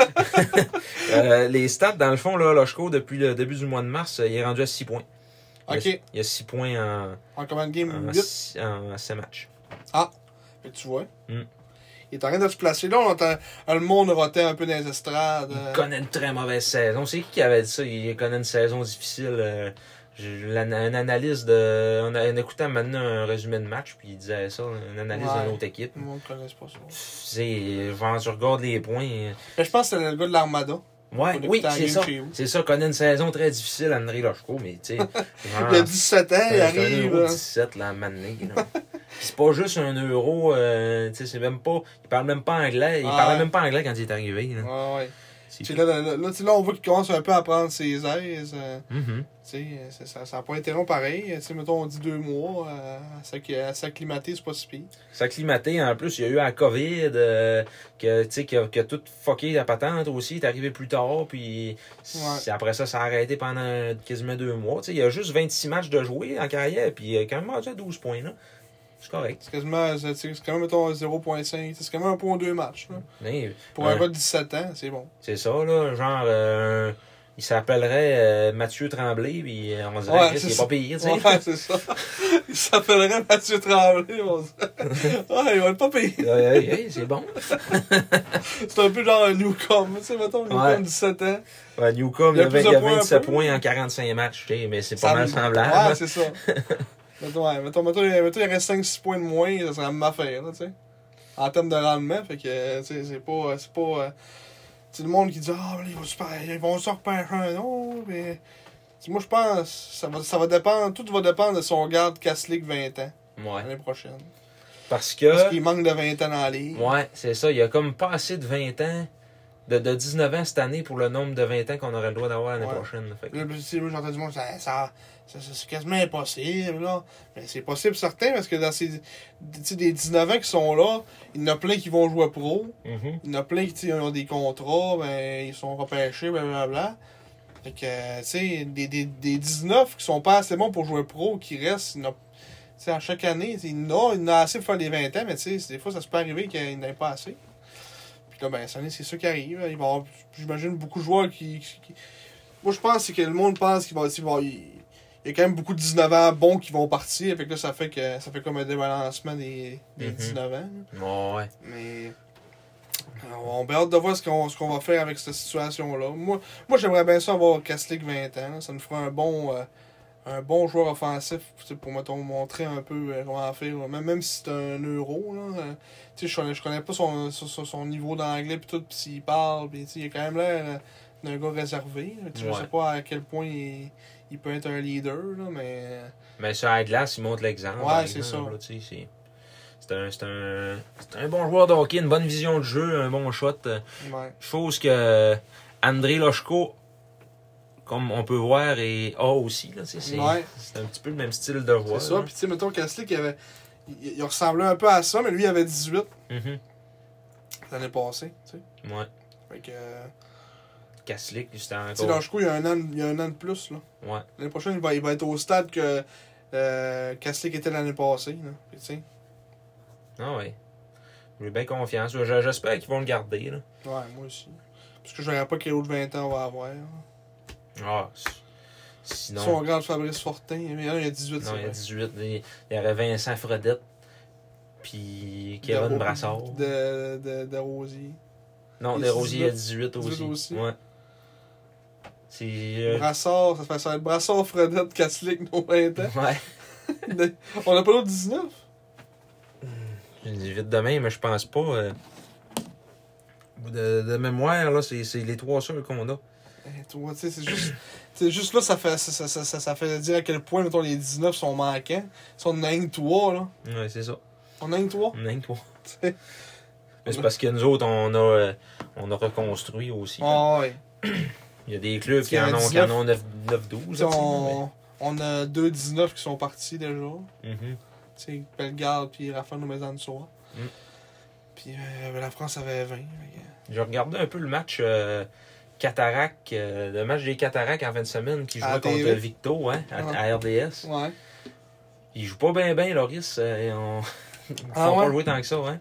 B: Euh, les stats, dans le fond, là, Loshko, depuis le début du mois de mars, euh, il est rendu à 6 points. Il
A: Ok,
B: a- Il a 6 points
A: en combien de
B: en, en,
A: game? 8?
B: six- en 7 matchs.
A: Fait que tu vois.
B: Mm.
A: Il est en train de se placer. Là, on entend ah, le monde rotait un peu dans les estrades.
B: Il
A: euh,
B: connaît une très mauvaise saison. C'est qui qui avait dit ça? Il connaît une saison difficile. euh, j'ai- j'ai l'an- un analyse de. On, a, on écoutait maintenant un résumé de match, puis il disait ça, une analyse
A: Ouais.
B: d'une autre équipe.
A: Le monde connaît pas ça.
B: C'est. Quand tu regardes les points. euh,
A: Mais je pense que c'est le gars de l'Armada.
B: Ouais,
A: On
B: oui,
A: écoutait la
B: c'est
A: game
B: ça.
A: chez vous.
B: C'est ça, connaît une saison très difficile, André Lochko, mais tu sais. genre,
A: Il a 17 ans,
B: c'est
A: il
B: un- Ah. c'est un
A: arrive.
B: euro
A: euh,
B: 17 là, à un moment donné, là. Puis c'est pas juste un euro, euh, tu sais, c'est même pas. Il parle même pas anglais. Il
A: Ouais.
B: parlait même pas anglais quand il est arrivé. là.
A: Ouais, ouais.
B: C'est-
A: Tu sais, Là, là, là, tu sais, là, on voit qu'il commence un peu à prendre ses aises. euh,
B: Mhm.
A: tu sais, euh, c'est- ça n'a pas été long pareil. Tu sais, mettons, on dit deux mois. euh, à s'acc- à s'acclimater, c'est pas si pire.
B: S'acclimater, en plus, il y a eu la COVID, euh, que, tu sais, qui a, qui a tout fucké la patente aussi, il est arrivé plus tard, puis c'est- après ça, ça a arrêté pendant quasiment deux mois. Tu sais, il y a juste 26 matchs de jouer en carrière, puis il est quand même rendu à 12 points, là. C'est correct.
A: C'est quasiment, euh, c'est c'est quand même, mettons, 0.5. C'est quand même un point deux match. là.
B: Mais,
A: Pour
B: Ouais.
A: un gars de 17 ans, c'est bon.
B: c'est ça, là, genre, euh, il s'appellerait euh, Mathieu Tremblay, puis euh, on dirait
A: Ouais,
B: que
A: c'est
B: c'est
A: ça.
B: pas pire, tu sais.
A: Ouais, c'est ça. Il s'appellerait Mathieu Tremblay, on dirait. Ouais, il va le pas payer.
B: Ouais, ouais, ouais, c'est bon.
A: C'est un peu genre un newcom, tu sais, mettons, newcom
B: Ouais.
A: 17 ans.
B: Ouais, Newcombe,
A: Il y
B: il
A: a
B: a, vingt-
A: plus de
B: il a
A: points un
B: 27
A: peu.
B: points en 45 matchs, tu sais, mais c'est pas
A: Ça
B: mal
A: me-
B: semblable.
A: Ouais, c'est ça. mettons, ouais, mettons, mettons, il- mettons, il reste 5-6 points de moins, ça serait la même affaire, là, tu sais. En termes de rendement, fait que, euh, tu sais, c'est pas. euh, C'est pas. euh, tu sais, le monde qui dit, ah, mais ils vont super, ils vont se repérer un autre, mais. tu sais, Moi, je pense, ça va, ça va dépendre, tout va dépendre de si on garde Caslick 20 ans
B: Ouais. Euh,
A: l'année prochaine.
B: Parce
A: Parce
B: que.
A: qu'il manque de 20 ans dans la ligue.
B: Ouais, c'est ça. Il a comme pas assez de 20 ans, de, de 19 ans cette année pour le nombre de 20 ans qu'on aurait le droit d'avoir l'année
A: Ouais.
B: prochaine. Fait que-
A: Là, si moi j'entends du monde, ça, ça, ça- ça- c'est quasiment impossible, là. Mais c'est possible, certain, parce que dans ces. Tu sais, des 19 ans qui sont là, il y en a plein qui vont jouer pro,
B: Mhm.
A: il y en a plein qui tu sais, ont des contrats, ben, ils sont repêchés, blablabla. Fait que, tu sais, des, des, des 19 qui sont pas assez bons pour jouer pro, qui restent, il y en a- tu sais, à chaque année, il y en a, il y en a assez pour faire les 20 ans, mais tu sais, des fois, ça se peut arriver qu'il n'y en ait pas assez. Puis là, ben, cette année, c'est ça qui arrive. Il va y avoir, j'imagine, beaucoup de joueurs qui. qui- Moi, je pense c'est que le monde pense qu'il va. s'il va- il il y a quand même beaucoup de 19 ans bons qui vont partir. Fait que là, ça fait, que, ça fait comme un débalancement des, des
B: Mhm.
A: 19 ans. là.
B: ouais.
A: Mais euh, on a hâte de voir ce qu'on ce qu'on va faire avec cette situation-là. Moi, moi j'aimerais bien ça avoir Caslick 20 ans. là. Ça nous fera un bon, euh, un bon joueur offensif tu sais, pour mettons, montrer un peu euh, comment faire. là. Même, même si c'est un euro, là, euh, tu sais, je connais, je connais pas son, son, son- son niveau d'anglais pis tout, pis s'il parle, pis tu sais, il a quand même l'air euh, d'un gars réservé. là. Tu sais, Je
B: Ouais.
A: sais pas à quel point il, il peut être un leader, là, mais.
B: Mais sur la glace, il montre l'exemple.
A: Ouais,
B: par
A: c'est
B: exemple,
A: ça.
B: là, tu sais, c'est- C'est un, c'est un, c'est un bon joueur de hockey, une bonne vision de jeu, un bon shot. euh,
A: ouais.
B: Chose que André Loshko, comme on peut voir, et a aussi. là, tu sais, C'est
A: Ouais.
B: c'est un petit peu le même style de
A: C'est
B: joueur.
A: ça.
B: là.
A: Puis tu sais, mettons, Caslick, il, avait, il, il ressemblait un peu à ça, mais lui, il avait 18.
B: Mhm.
A: l'année passée, tu sais.
B: Ouais.
A: Fait que, euh,
B: Kaslik, c'était
A: tu sais,
B: encore.
A: Lachko, il y a un an, il y a un an de plus, là.
B: Ouais.
A: L'année prochaine, il va, il va être au stade que euh, Kaslik était l'année passée, là. Fait que, tu sais.
B: Ah ouais. J'ai bien confiance. Je- J'espère qu'ils vont le garder. Là.
A: Ouais, moi aussi. Parce que je verrai pas quel autre 20 ans on va avoir. là.
B: Ah, c-
A: Si on
B: sinon.
A: regarde Fabrice Fortin, il y en a il y a 18,
B: Non,
A: c'est
B: il y a
A: vrai.
B: 18. Il il y aurait Vincent Fredette. Puis Kevin
A: De-
B: Brassard.
A: De, de, de Rosier.
B: Non,
A: il y a
B: Desrosiers, il y a 18 aussi.
A: 18 aussi.
B: Ouais. euh, C'est. euh,
A: Brassard, ça fait ça va être Brassard, Fredette, Kaslik, nos 20 ans.
B: Ouais.
A: On n'a pas l'autre 19?
B: Je dis vite demain, mais je pense pas. euh, De, de mémoire, là, c'est c'est les trois seuls qu'on a.
A: Eh, Toi, tu sais, c'est juste... C'est juste là, ça fait, ça, ça, ça, ça, ça fait dire à quel point, mettons, les 19 sont manquants. Si on en a une 3, là.
B: Ouais, c'est ça.
A: On en a une 3.
B: On a que trois.
A: sais.
B: mais c'est parce que nous autres, on a, euh, on a reconstruit aussi.
A: Ah ouais.
B: Il y a des clubs qui
A: Parce
B: en ont,
A: qu'il
B: qui
A: y a
B: en ont 9, 9 12
A: T'sais, on, on a deux 19 qui sont partis déjà.
B: Mhm.
A: T'sais, Bellegarde puis Raphaël Nomaison de Soir.
B: Mm.
A: Puis euh, la France avait 20. fait que-
B: Je regardais un peu le match euh, Cataract, euh, le match des Cataractes en fin de semaine qui
A: À
B: jouait
A: la
B: contre
A: TV.
B: Victo hein, à,
A: Ouais.
B: à RDS.
A: Ouais.
B: Il joue pas bien, bien, Loris. euh, et on... Ils font
A: Ah
B: pas
A: ouais?
B: jouer tant que ça. Hein.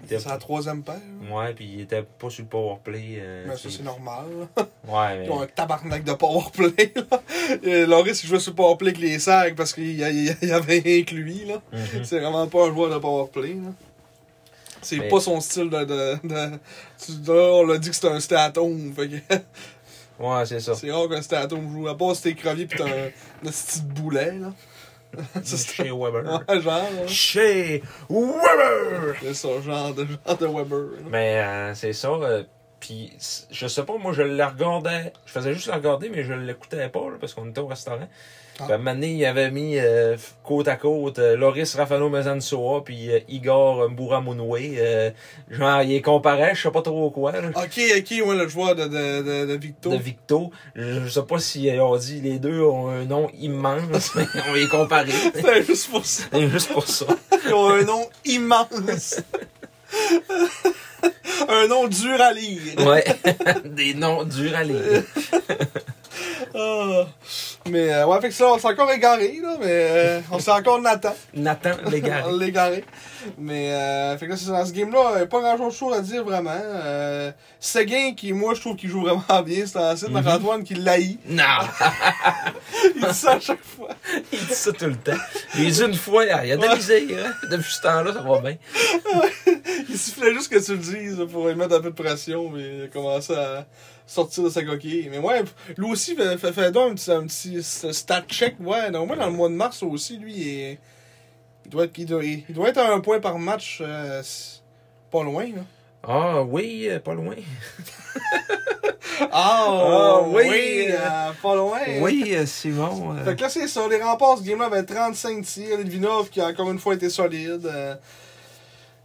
B: Il était-
A: C'est la troisième paire. là.
B: Ouais, puis il était pas sur le powerplay. euh,
A: Mais Ben, ça,
B: puis-
A: c'est normal. là.
B: Ouais, mais.
A: Ils ont un tabarnak de powerplay. là. Et Loris, il jouait sur powerplay avec les sacs parce qu'il y, a- il y a- il y avait rien que lui. Là.
B: Mhm.
A: C'est vraiment pas un joueur de powerplay. là. C'est
B: Mais-
A: pas son style de. de, de- tu- là, on l'a dit que c'était un statum. Fait que
B: Ouais, c'est ça.
A: C'est rare qu'un statum joue. À part si t'es crevier pis t'as un, un petit boulet, là. Ça, c'est
B: Chez Weber.
A: Ouais, genre, là.
B: Chez Weber!
A: C'est ça, genre de, genre de Weber. là.
B: Mais euh, c'est ça. euh, puis c- je sais pas, moi je la regardais. Je faisais juste la regarder, mais je l'écoutais pas là, parce qu'on était au restaurant.
A: Ah.
B: Puis à un moment donné, il avait mis euh, côte à côte euh, Loris Rafano Mezansoa puis euh, Igor Mburamunwe. euh, genre, il les comparait, je sais pas trop quoi. là,
A: Ok, ok, ouais, le joueur de, de, de, de Victo.
B: De Victo, je je sais pas si euh, on dit les deux ont un nom immense, mais on les comparait.
A: C'est juste pour ça.
B: C'est juste pour ça.
A: Ils ont un nom immense. un nom dur à lire.
B: Ouais. Des noms durs à lire.
A: Ah. Mais euh, ouais, fait que ça, on s'est encore égaré, là, mais euh, on s'est encore Nathan.
B: Nathan Légaré.
A: On l'a égaré. Mais, euh, fait que là, c'est dans ce game-là, euh, pas grand-chose de chose à dire vraiment. Euh, Seguin, qui, moi, je trouve qu'il joue vraiment bien, c'est un site
B: Mhm.
A: Antoine qui l'haït.
B: Non!
A: Il dit ça à chaque fois.
B: Il dit ça tout le temps. Mais une fois, il y a de la misère. hein. Depuis ce temps-là, ça va bien.
A: Il suffisait juste que tu le dises là, pour lui mettre un peu de pression, mais il a commencé à sortir de sa coquille. Mais ouais, lui aussi, fait, fait- fait donc un petit, un petit stat check. Ouais, normalement, dans le mois de mars aussi, lui, il, est- il, doit, être, il, doit, il doit être à un point par match, euh, c'est pas loin, là.
B: Ah oui, euh, pas loin.
A: Ah,
B: Ah, oui.
A: euh, pas loin.
B: Oui, euh, Simon. euh,
A: Fait que là, c'est ça. Les remparts, ce game-là, avait 35 tirs. Litvinov, qui a encore une fois été solide. Euh,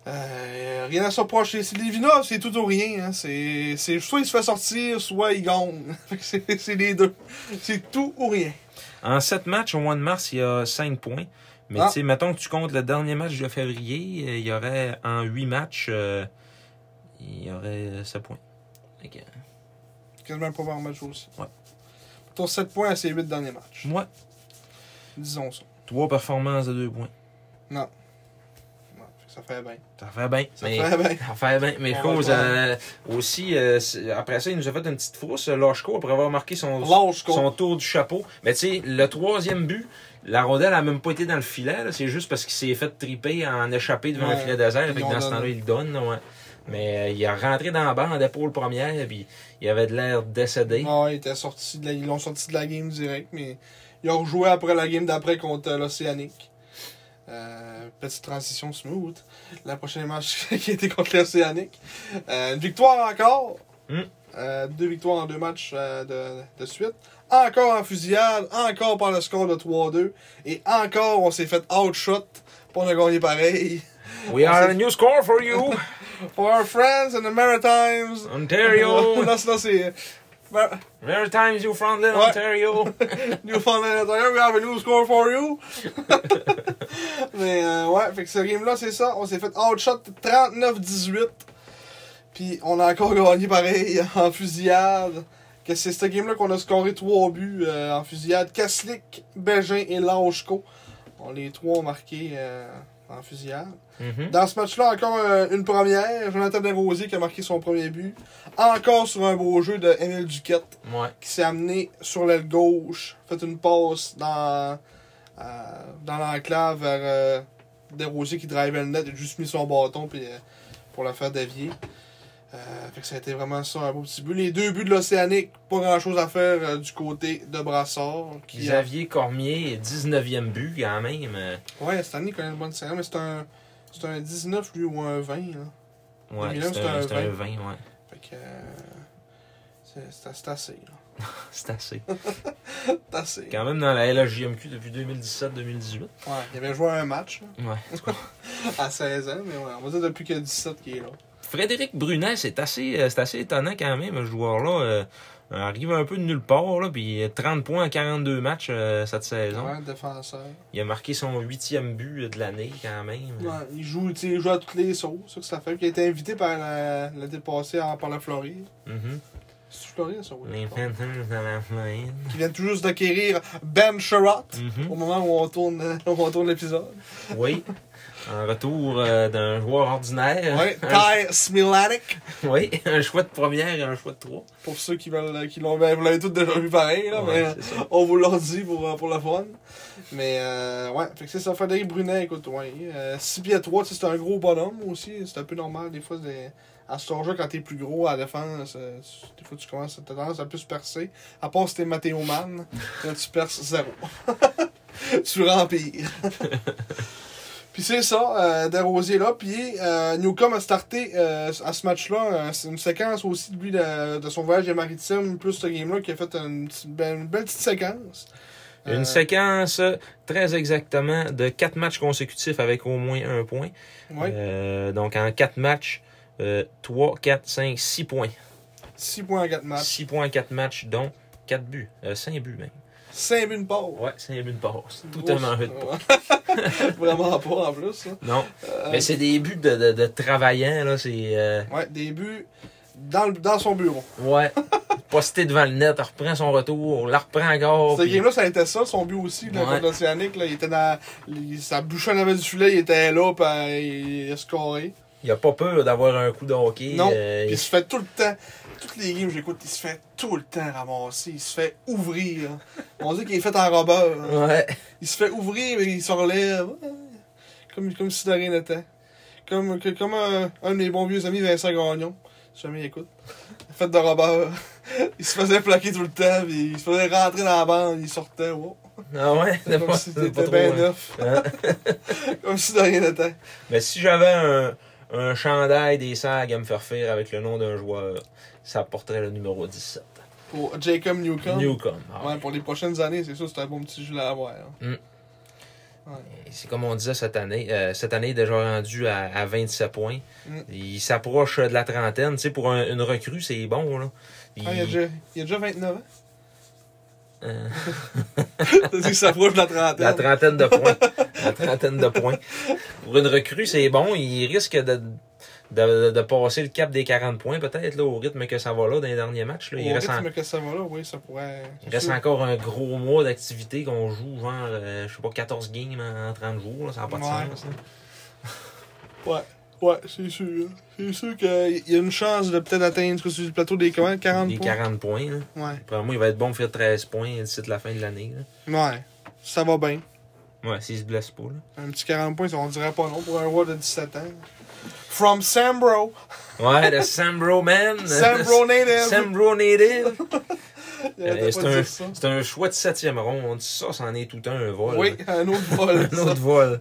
A: euh, rien à se reprocher. C'est- Litvinov, c'est tout ou rien. Hein. C'est, c'est soit il se fait sortir, soit il gagne. Fait que c'est, c'est les deux. C'est tout ou rien.
B: En sept matchs, au mois de mars, il y a 5 points. Mais
A: Ah.
B: tu sais, mettons que tu comptes le dernier match de février, euh, il y aurait en 8 matchs, euh, il y aurait 7 points. Fait que, euh,
A: Quasiment pas par match aussi.
B: Ouais.
A: Pour 7 points à ses 8 derniers matchs.
B: Moi,
A: Disons ça.
B: 3 performances de 2 points.
A: Ouais, fait que ça fait bien.
B: Ça fait bien.
A: Ça
B: mais-
A: fait bien.
B: Ça fait bien. Mais
A: On va
B: cause,
A: le voir.
B: euh, aussi, euh, c'est- après ça, il nous a fait une petite frousse. Lashko, après avoir marqué son,
A: Lâche, quoi.
B: son tour du chapeau. Mais tu sais, le troisième but, la rondelle a même pas été dans le filet. là. C'est juste parce qu'il s'est fait triper en échappé devant
A: Ouais.
B: le filet désert. Fait que
A: Ils ont
B: dans ce
A: donné.
B: temps-là, il le donne. ouais. Mais euh, il a rentré dans la bande pour le premier, puis il avait de l'air décédé.
A: Ouais, il était sorti de la- ils l'ont sorti de la game direct, mais ils ont rejoué après la game d'après contre euh, l'Océanique. Euh, petite transition smooth. La prochaine match qui était contre l'Océanique. Euh, une victoire encore.
B: Mm.
A: Euh, deux victoires en deux matchs euh, de, de suite. Encore en fusillade, encore par le score de 3-2. Et encore, on s'est fait outshot. Pour ne gagner pareil.
B: We are a new score for you,
A: For our friends in the
B: Oh.
A: Maritimes.
B: Ontario.
A: Là, c'est- là, c'est. ben, Mar-
B: Maritimes, you friendly,
A: Ouais.
B: Ontario.
A: Newfoundland Ontario, we have a new score for you. Mais euh, ouais, fait que ce game-là, c'est ça. On s'est fait outshot 39-18. Puis on a encore gagné pareil en fusillade. Que c'est ce game-là qu'on a scoré trois buts euh, en fusillade. Kaslik, Bégin et Lanchko. On les trois ont marqué euh, en fusillade.
B: Mhm.
A: Dans ce match-là, encore euh, une première. Jonathan Desrosiers qui a marqué son premier but. Encore sur un beau jeu de Emile Duquette
B: Ouais.
A: qui s'est amené sur l'aile gauche, fait une passe dans, euh, dans l'enclave vers euh, Desrosiers qui drivait le net, il a juste mis son bâton puis, euh, pour la faire dévier. Euh, fait que ça a été vraiment ça, un beau petit but. Les deux buts de l'Océanique, pas grand chose à faire euh, du côté de Brassard. Qui a...
B: Xavier Cormier, 19e but quand même. euh,
A: Ouais, cette année, il connaît une bonne saison, mais c'est un, c'est un 19, lui, ou un 20. Hein.
B: Ouais,
A: 2001,
B: c'est un,
A: c'est
B: c'est
A: un
B: un 20, ouais.
A: Fait que. euh, c'est- c'est c'est assez, là.
B: C'est assez.
A: C'est assez.
B: Quand même dans la LHJMQ depuis 2017-2018.
A: Ouais, il avait joué un match, là,
B: Ouais.
A: à 16 ans, mais ouais, on va dire depuis que 17 qu'il est là.
B: Frédéric Brunet, c'est assez, euh, c'est assez étonnant quand même, ce joueur-là. euh, arrive un peu de nulle part, là, puis euh, 30 points en 42 matchs euh, cette saison.
A: Ouais, défenseur.
B: Il a marqué son huitième but euh, de l'année quand même.
A: Ouais, il joue, tu sais, il joue à toutes les sauces, c'est ça que ça fait. Puis il a été invité par la, l'année passée en- par la Floride.
B: Mhm.
A: C'est Floride, ça, oui.
B: Les
A: je pense.
B: Panthers de la Floride.
A: Qui vient tout juste d'acquérir Ben Sherratt.
B: Mhm.
A: Au moment où on tourne, où on tourne l'épisode.
B: Oui. En retour euh, d'un joueur ordinaire.
A: Ouais,
B: Un-
A: Ty Smilanek.
B: oui, un choix de première et un choix de trois.
A: Pour ceux qui veulent, qui l'ont, ben, vous l'avez tous déjà vu pareil, là,
B: Ouais,
A: mais
B: c'est ça.
A: on vous l'a dit pour, euh, pour le fun. Mais, euh, ouais, fait que c'est ça, Frédéric Brunet, écoute, ouais. euh, 6 pieds 3, c'est un gros bonhomme aussi, c'est un peu normal, des fois, c'est- à ce jeu, quand t'es plus gros à la défense, euh, tu- des fois, tu commences, t'as tendance à plus percer. À part si t'es Matteo Mann, là, tu perces zéro. tu rempires. Puis c'est ça, euh, Desrosiers là. Puis euh, Newcombe a starté euh, à ce match-là. euh, c'est une séquence aussi de lui, de, de son voyage des maritimes, plus ce game-là, qui a fait une, petite- ben, une belle petite séquence.
B: Une
A: Euh,
B: séquence euh, très exactement de quatre matchs consécutifs avec au moins un point.
A: Ouais,
B: Euh, donc en quatre matchs, euh, 3, 4, 5, 6 points.
A: 6 points en 4 matchs.
B: 6 points en 4 matchs, dont 4 buts. 5 buts même.
A: 5 buts de part.
B: Ouais, 5 buts de passe. Tout
A: Grosse-
B: tellement vite.
A: Vraiment pas en plus. hein.
B: Non,
A: Euh,
B: mais c'est des buts de, de, de travaillant, là. C'est. euh,
A: Ouais, des buts dans, le- dans son bureau.
B: ouais. Posté devant le net, elle reprend son retour, on la reprend encore.
A: Ce
B: Oh, puis-
A: game-là, ça a été ça, son but aussi, là,
B: Ouais.
A: contre l'Océanique. là, Il était dans. il- sa bouchonne avait du filet, il était là, puis euh, il a scoré.
B: Il a pas peur d'avoir un coup de hockey.
A: Non,
B: euh,
A: Puis il
B: il-
A: se fait tout le temps. Toutes les games que j'écoute, il se fait tout le temps ramasser. Il se fait ouvrir. On dit qu'il est fait en robeur. hein.
B: Ouais.
A: Il se fait ouvrir, mais il se relève. Comme, comme si de rien n'était. Comme, que- comme un, un de mes bons vieux amis, Vincent Gagnon. Si jamais il écoute. Fait de robeur. Il se faisait plaquer tout le temps, puis il se faisait rentrer dans la bande, il sortait. wow.
B: Ah ouais, c'est
A: Comme
B: pas,
A: si
B: c'est pas
A: c'était
B: trop,
A: bien
B: hein.
A: neuf.
B: Hein?
A: Comme si de rien n'était.
B: Mais si j'avais un, un chandail des sags à me faire faire avec le nom d'un joueur, ça porterait le numéro 17.
A: Pour Jacob Newcomb.
B: Newcomb. Ah ouais.
A: Ouais, pour les prochaines années, c'est sûr, c'est un bon petit jeu à avoir. hein.
B: Et C'est comme on disait cette année. euh, cette année, il est déjà rendu à, à 27 points.
A: Mm.
B: Il s'approche euh, de la trentaine. Tu sais, pour un- une recrue, c'est bon. Là. Il-
A: Ah, il, a déjà, il a déjà 29 ans.
B: euh,
A: T'as dit qu'il s'approche de la trentaine.
B: la trentaine de points. la trentaine de points. Pour une recrue, c'est bon. Il risque de, de, de passer le cap des 40 points, peut-être, là, au rythme que ça va là dans les derniers matchs. là.
A: Au
B: Il reste, en-
A: rythme que ça va là, oui, ça pourrait.
B: il reste
A: c'est
B: encore un gros mois d'activité qu'on joue, genre, euh, je sais pas, 14 games en 30 jours. là. ça n'a pas de
A: Ouais.
B: sens. là.
A: sûr. Ouais, ouais, c'est sûr. C'est sûr qu'il y a une chance de peut-être atteindre sur le plateau des commandes, 40
B: Des
A: points.
B: 40 points. là.
A: Ouais,
B: Pour moi, il va être bon pour faire 13 points d'ici la fin de l'année. là.
A: ouais. Ça va bien.
B: Ouais, s'il se blesse pas, là.
A: Un petit 40 points, on dirait pas non pour un roi de 17 ans. From Sambro.
B: Ouais, le Sambro Man.
A: Sambro native.
B: Sambro Native.
A: Il arrêtait
B: Euh, c'est
A: pas de
B: un-
A: dire ça.
B: C'est un choix de septième ronde. Ça, c'en est tout un, un vol.
A: Oui, un autre vol.
B: Un autre vol.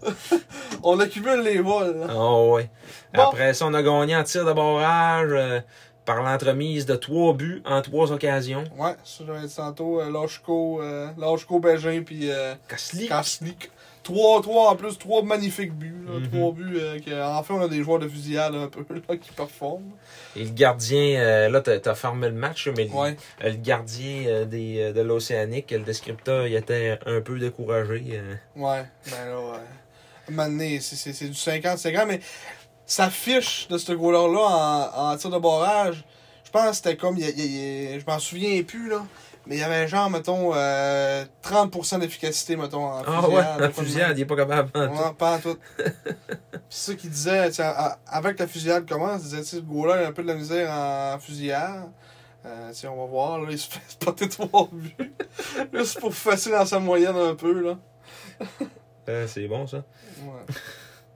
A: On accumule les vols. hein. là.
B: Ah ouais.
A: Bon.
B: Après ça, on a gagné en tir de barrage euh, par l'entremise de trois buts en trois occasions.
A: Ouais, ça j'avais dit tantôt, euh, Lachko, euh, Lachko, Bégin, puis euh,
B: Kasli.
A: Kaslik. 3 3 en plus, 3 magnifiques buts. là.
B: Mhm.
A: Trois buts. euh, que- enfin, on a des joueurs de fusillade un peu là, qui performent.
B: Et le gardien, euh, là, t'as t'as fermé le match, mais le-
A: Ouais.
B: euh, le gardien euh, des, euh, de l'Océanique, le descripteur, il était un peu découragé. euh.
A: Ouais. Ben là, ouais. À un moment donné, c'est- c'est c'est du 50-50, mais sa fiche de ce goaler-là en, en tir de barrage, je pense que c'était comme. il y a- il y a- je m'en souviens plus, là. Mais il y avait genre, mettons, euh, 30% d'efficacité, mettons, en
B: Ah
A: fusillade.
B: ouais, en fusillade, il est pas capable. en tout.
A: Ouais, pas en tout. Puis c'est ça qu'il disait, tu sais, à- avec la fusillade commence, il disait, tu sais, ce là il a un peu de la misère en fusillade. Euh, tu sais, on va voir, là, il se fait spotter trois buts. Juste pour fesser dans sa moyenne un peu, là.
B: Euh, C'est bon, ça.
A: Ouais.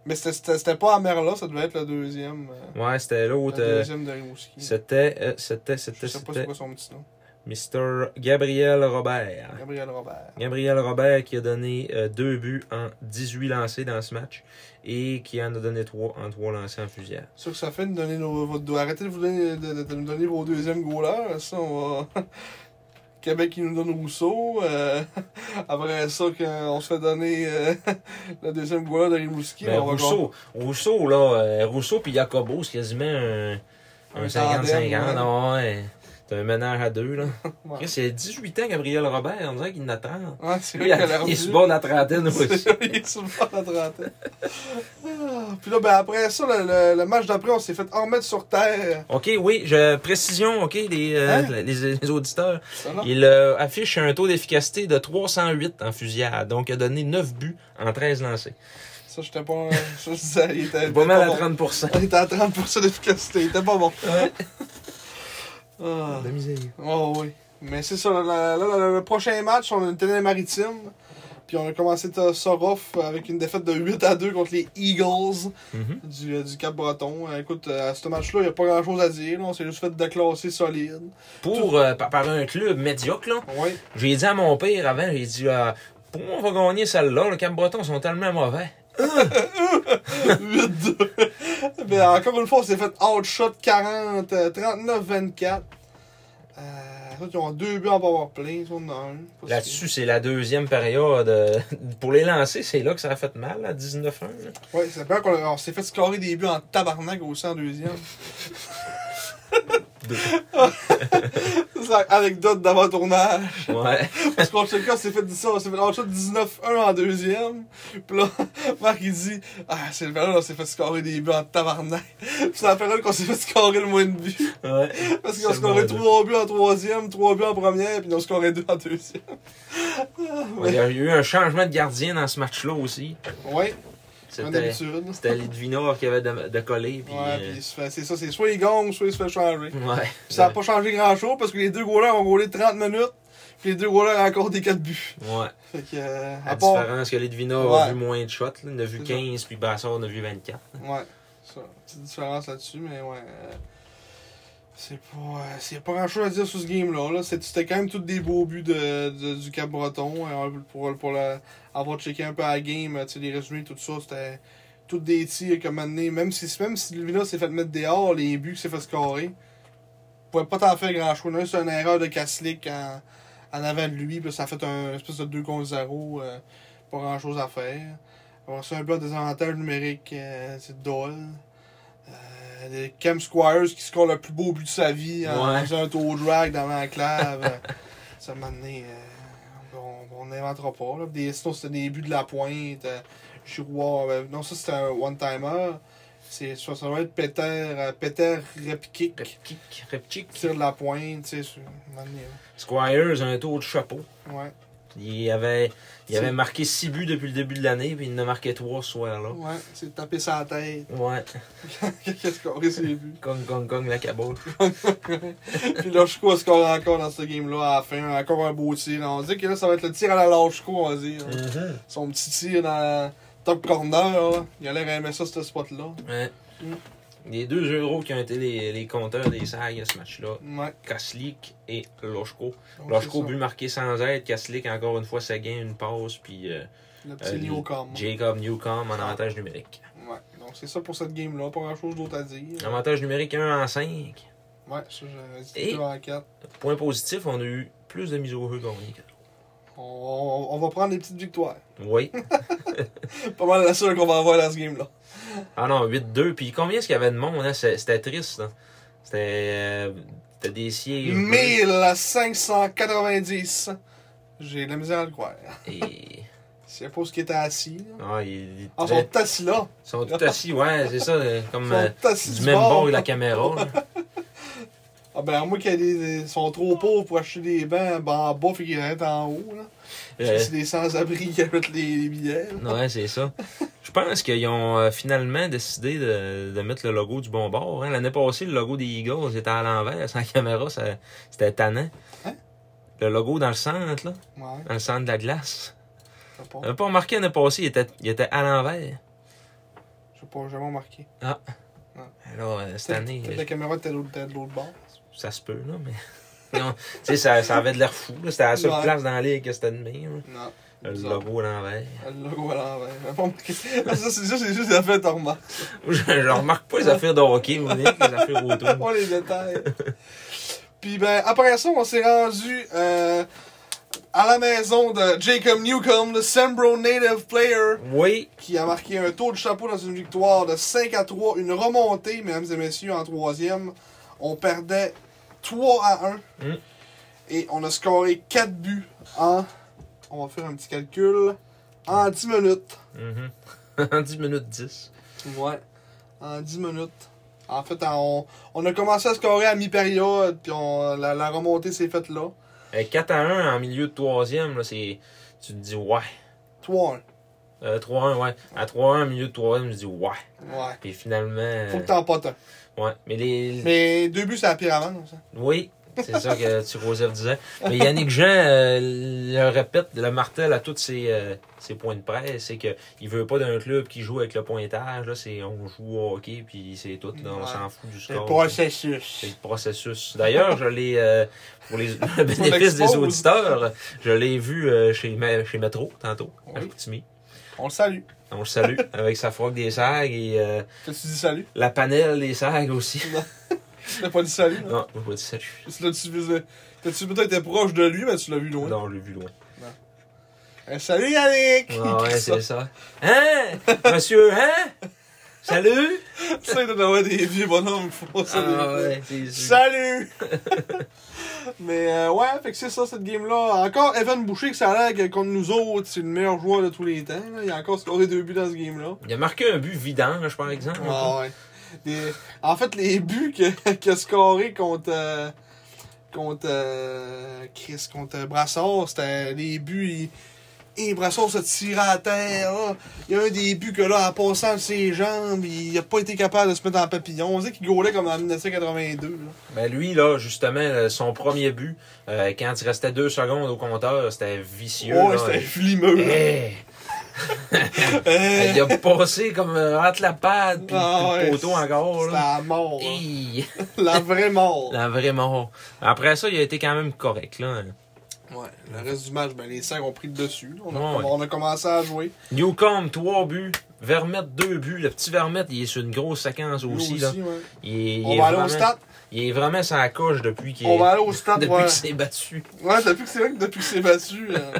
A: Mais c'était- c'était c'était pas à Merla, ça devait être le deuxième. euh,
B: Ouais, c'était l'autre.
A: le
B: euh,
A: deuxième de Rimouski.
B: C'était, euh, c'était,
A: Je
B: c'était,
A: sais pas c'est
B: c'était
A: quoi son petit nom.
B: Mr. Gabriel Robert.
A: Gabriel Robert.
B: Gabriel Robert qui a donné euh, deux buts en 18 lancés dans ce match et qui en a donné trois en trois lancés en fusillade.
A: C'est sûr que ça fait de donner nos. votre- de- arrêtez de, vous donner, de, de- de nous donner vos deuxièmes goalers. Ça, on va. Québec qui nous donne Rousseau. euh, après ça, qu'on- on se fait donner euh, le deuxième goaler de Rimouski.
B: Ben,
A: on va
B: Rousseau, Rousseau, là, euh, Rousseau puis Jacobo, c'est quasiment un, un
A: Un
B: 50-50.
A: tandem,
B: non, ouais. C'est un ménage à deux, là.
A: Ouais.
B: Chris, Il a 18 ans, Gabriel Robert, on dirait qu'il n'attend.
A: Ouais, Ah, c'est
B: Lui,
A: vrai qu'elle a
B: il,
A: l'air
B: il se bat de la trentaine aussi.
A: il est sur le bord de la trentaine. Ah, Puis là, ben, après ça, le, le- le match d'après, on s'est fait remettre sur terre.
B: OK, oui, je, précision, OK, les, euh,
A: Hein?
B: les, les auditeurs.
A: Ça, non?
B: Il euh, affiche un taux d'efficacité de 308 en fusillade, donc il a donné 9 buts en 13 lancés.
A: Ça, j'étais pas. Ça, je disais, il était. il était
B: Pas mal à
A: bon.
B: 30
A: Il était à 30% d'efficacité, il était pas bon. Ah.
B: La misère.
A: Oh oui. Mais c'est ça, là, là, là, là, le prochain match, on a une télé maritime. Puis on a commencé ta- ça rough avec une défaite de 8 à 2 contre les Eagles
B: Mhm.
A: du, euh, du Cap-Breton. Euh, Écoute, euh, à ce match-là, il n'y a pas grand-chose à dire. là. On s'est juste fait déclasser solide.
B: Pour euh, par par un club médiocre, là,
A: Oui.
B: j'ai dit à mon père avant, j'ai dit euh, pour moi on va gagner celle-là, le Cap-Breton sont tellement mauvais.
A: 8-2. Mais encore une fois, on s'est fait outshot 40, euh, 39-24. Euh, écoute, ils ont deux buts en powerplay, ils en ont un.
B: Là-dessus, c'est la deuxième période. euh, pour les lancer, c'est là que ça a fait mal à 19-1. là.
A: Ouais, c'est bien qu'on on s'est fait scorer des buts en tabarnak aussi en deuxième.
B: Deux.
A: C'est l'anecdote d'avant-tournage.
B: Ouais.
A: Parce qu'on check on s'est fait dire ça, on s'est fait lancer 19-1 en deuxième. Puis là, Marc il dit Ah, c'est le période où on s'est fait scorer des buts en tabarnak. Puis c'est la période qu'on s'est fait scorer le moins de buts.
B: ouais.
A: Parce
B: C'est
A: qu'on
B: le
A: scorait
B: moins de-
A: trois buts en troisième, trois buts en première, puis on scorait deux en deuxième.
B: Il y a eu un changement de gardien dans ce match-là aussi.
A: Ouais, comme
B: C'était
A: d'habitude.
B: c'était Litvinov qui avait de, de coller. Puis,
A: Ouais,
B: euh,
A: puis il se fait- c'est ça, c'est soit il gagne, soit il se fait changer.
B: ouais.
A: Puis ça n'a pas changé grand chose parce que les deux goalers ont roulé 30 minutes. Puis les deux goalers ont encore des 4 buts.
B: Ouais.
A: Fait que. euh,
B: La
A: à part.
B: différence que Litvinov a
A: Ouais.
B: vu moins de shots. là. Il en a vu
A: C'est
B: 15, puis Bassard en a vu 24.
A: Ouais. Ça. Petite différence là-dessus, mais ouais. euh, C'est pas. euh, c'est pas grand chose à dire sur ce game-là. Là. C'est- C'était quand même tous des beaux buts de, de- du Cap Breton. euh, Pour, pour la- avoir checké un peu à la game, euh, tu sais, les résumés, tout ça, c'était. Toutes des tirs comme année. Même si, même si Luvina s'est fait mettre dehors, les buts qu'il s'est fait scorer. pouvait pas t'en faire grand chose. Un, c'est une erreur de Kaslik en, en avant de lui, puis ça a fait un espèce de 2 contre 0. euh, pas grand chose à faire. Alors, c'est un peu un désavantage numérique, euh, c'est Doyle. Euh, le Cam Squires qui score le plus beau but de sa vie en
B: Ouais.
A: faisant un tour drag dans l'enclave. ça m'a donné. euh, on on n'inventera pas. Là. Des, sinon, c'était des buts de la pointe. euh, Giroir, ben, non, ça c'était un one-timer. C'est, ça, ça doit être Peter, euh, Peter Repkic
B: Repkick, Repchick.
A: tire de la pointe, tu sais, sur- à un moment donné, là.
B: Squires a un tour de chapeau.
A: Ouais,
B: Il avait, il
A: C'est-
B: avait marqué 6 buts depuis le début de l'année, puis il en a marqué 3 ce soir-là.
A: ouais, c'est taper sa tête.
B: Ouais.
A: Qu'est-ce qu'on risque les buts?
B: Gong, gong, gong, la caboche.
A: Puis là, Chouko score encore dans ce game-là à la fin. Encore un beau tir. On dit que là, ça va être le tir à la large on va dire.
B: Mm.
A: Son petit tir dans top corner, là. Il a l'air aimer ça, ce spot-là.
B: Ouais.
A: Mm.
B: Les deux euros qui ont été les, les compteurs des SAG à ce match-là,
A: Ouais.
B: Kaslik et Loshko.
A: donc
B: Loshko,
A: c'est ça.
B: but marqué sans aide. Kaslik, encore une fois, Seguin, une passe, puis euh,
A: Le
B: euh,
A: petit Neocom.
B: Jacob Newcomb en avantage numérique.
A: Ouais. Donc, c'est ça pour cette game-là. Pas grand-chose d'autre à dire.
B: Avantage numérique 1 en 5.
A: Ouais, ça, j'avais dit
B: Et-
A: deux en quatre.
B: Point positif, on a eu plus de mises au jeu gagnées.
A: On, on- on va prendre des petites victoires.
B: Oui.
A: Pas mal la seule qu'on va avoir dans ce game-là.
B: Ah non, 8-2. Puis combien est-ce qu'il y avait de monde? hein? C'est- C'était triste. là. C'était euh, c'était des euh, sièges.
A: 1590. J'ai de la misère à le croire.
B: Et...
A: C'est pas ce qui était assis. là.
B: Ah, ils, ils-
A: Ah, ils sont assis là.
B: ils sont tous assis, ouais, c'est ça. euh,
A: Ils
B: Comme euh,
A: sont assis
B: du
A: du
B: même bord
A: bord.
B: que la caméra. là.
A: Ah, ben, moi qui ai des- des- sont trop pauvres pour acheter des bancs ben, en bas, fait qu'ils restent en haut. Là. Parce que
B: Euh,
A: C'est des sans-abri qui achètent les, les billets. là.
B: ouais, c'est ça. Je pense qu'ils ont euh, finalement décidé de, de mettre le logo du bon bord. hein. L'année passée, le logo des Eagles était à l'envers. Sans caméra, ça- c'était tannant.
A: Hein?
B: Le logo dans le centre, là,
A: Ouais,
B: dans le centre de la glace.
A: t'as pas.
B: Euh. On n'a pas remarqué l'année passée, il était, il était à l'envers.
A: J'ai pas jamais remarqué.
B: Alors, euh, cette
A: Peut-être-
B: année,
A: Peut-être la caméra était de l'autre était de l'autre bord.
B: ça se peut, là, mais. Non, tu sais, ça, ça avait de l'air fou. là. C'était la seule
A: Ouais.
B: place dans la ligue que c'était de même.
A: Non.
B: Le
A: bizarre.
B: logo à l'envers.
A: Le logo à l'envers. Mais bon, ok. Ah, ça, c'est juste, c'est juste la fête, on remarque.
B: Je, je remarque pas les affaires de hockey, mais les affaires autour.
A: Pas Oh, les détails. Puis, ben, après ça, on s'est rendu euh, à la maison de Jacob Newcomb, le Sembro Native Player.
B: Oui,
A: qui a marqué un tour de chapeau dans une victoire de 5 à 3, une remontée, mesdames et messieurs, en troisième. On perdait 3 à 1.
B: Mm.
A: Et on a scoré 4 buts en. On va faire un petit calcul. En 10 minutes.
B: Mhm. En 10 minutes 10.
A: Ouais. En 10 minutes. En fait, en- on, on a commencé à scorer à mi-période, puis on- la, la remontée s'est faite là.
B: Euh, 4 à 1 en milieu de troisième, là, c'est. Tu te dis ouais.
A: 3 1.
B: Euh, 3-1, ouais. À 3-1, milieu de 3 je me dis ouais.
A: Ouais.
B: Puis finalement. euh,
A: Faut que t'en potes un.
B: ouais. Mais les.
A: Mais deux buts, c'est la pire avance. hein.
B: Oui, c'est ça que tu Joseph disait. Mais Yannick Jean euh, le répète, le martèle à tous ses, euh, ses points de presse, c'est qu'il ne veut pas d'un club qui joue avec le pointage. Là, c'est on joue au hockey puis c'est tout. là, on
A: Ouais.
B: s'en fout du
A: C'est le
B: score.
A: processus.
B: C'est le processus. D'ailleurs, je l'ai euh, pour les le bénéfice des
A: l'expose.
B: auditeurs, je l'ai vu euh, chez, Ma- chez Metro tantôt, à
A: Oui.
B: Chicoutimi.
A: On le salue.
B: On le salue avec sa frogue des sages et euh,
A: T'as-tu dit salut?
B: la panelle des sages aussi.
A: T'as pas dit salut? hein?
B: Non, je vais dire salut.
A: Parce que là, tu faisais- T'as-tu peut-être été proche de lui, mais tu l'as vu loin.
B: Non, je l'ai vu loin.
A: Eh, salut Yannick!
B: Ah ouais,
A: ça.
B: c'est ça. Hein? Monsieur, hein? Salut?
A: Ça, il doit y avoir des vieux bonhommes qui font ça. des
B: Ah
A: fois.
B: ouais, c'est sûr.
A: Salut! mais euh, ouais, fait que c'est ça, cette game-là. Encore Evan Boucher, que ça a l'air que contre nous autres, c'est le meilleur joueur de tous les temps. là. Il a encore scoré deux buts dans ce game-là.
B: Il a marqué un but vidange, par exemple.
A: Ah ouais. Des- En fait, les buts que- qu'il a scorés contre. euh, contre. euh, Chris, contre euh, Brassard, c'était des buts. il- Et Brassard se tirait à terre. là. Il y a un des buts que là, en passant de ses jambes, il n'a pas été capable de se mettre en papillon. On sait qu'il gaulait comme en 1982. là.
B: Ben lui, là, justement, euh, son premier but, euh, quand il restait deux secondes au compteur, c'était vicieux.
A: Ouais,
B: là. Eh,
A: c'était flimeux.
B: Hey!
A: Hey,
B: Il a passé comme euh, entre la pâte puis
A: Ah
B: puis le
A: ouais,
B: poteau encore.
A: C'était
B: Là. Eh.
A: la mort. hein.
B: Hey!
A: La vraie mort.
B: La vraie mort. Après ça, il a été quand même correct. Là.
A: Ouais, le reste du match, ben, les cinq ont pris le dessus. là. On a,
B: Ouais.
A: on a commencé à jouer.
B: Newcomb, trois buts. Vermette, deux buts. Le petit Vermette, il est sur une grosse séquence
A: Nous
B: aussi. là.
A: ouais.
B: Il est, il
A: On
B: est
A: va aller
B: vraiment-
A: au stade.
B: Il est vraiment sans coche depuis qu'il
A: On va
B: est...
A: aller au stade,
B: depuis
A: ouais.
B: qu'il s'est battu.
A: Ouais, depuis que c'est vrai que depuis que c'est battu. euh.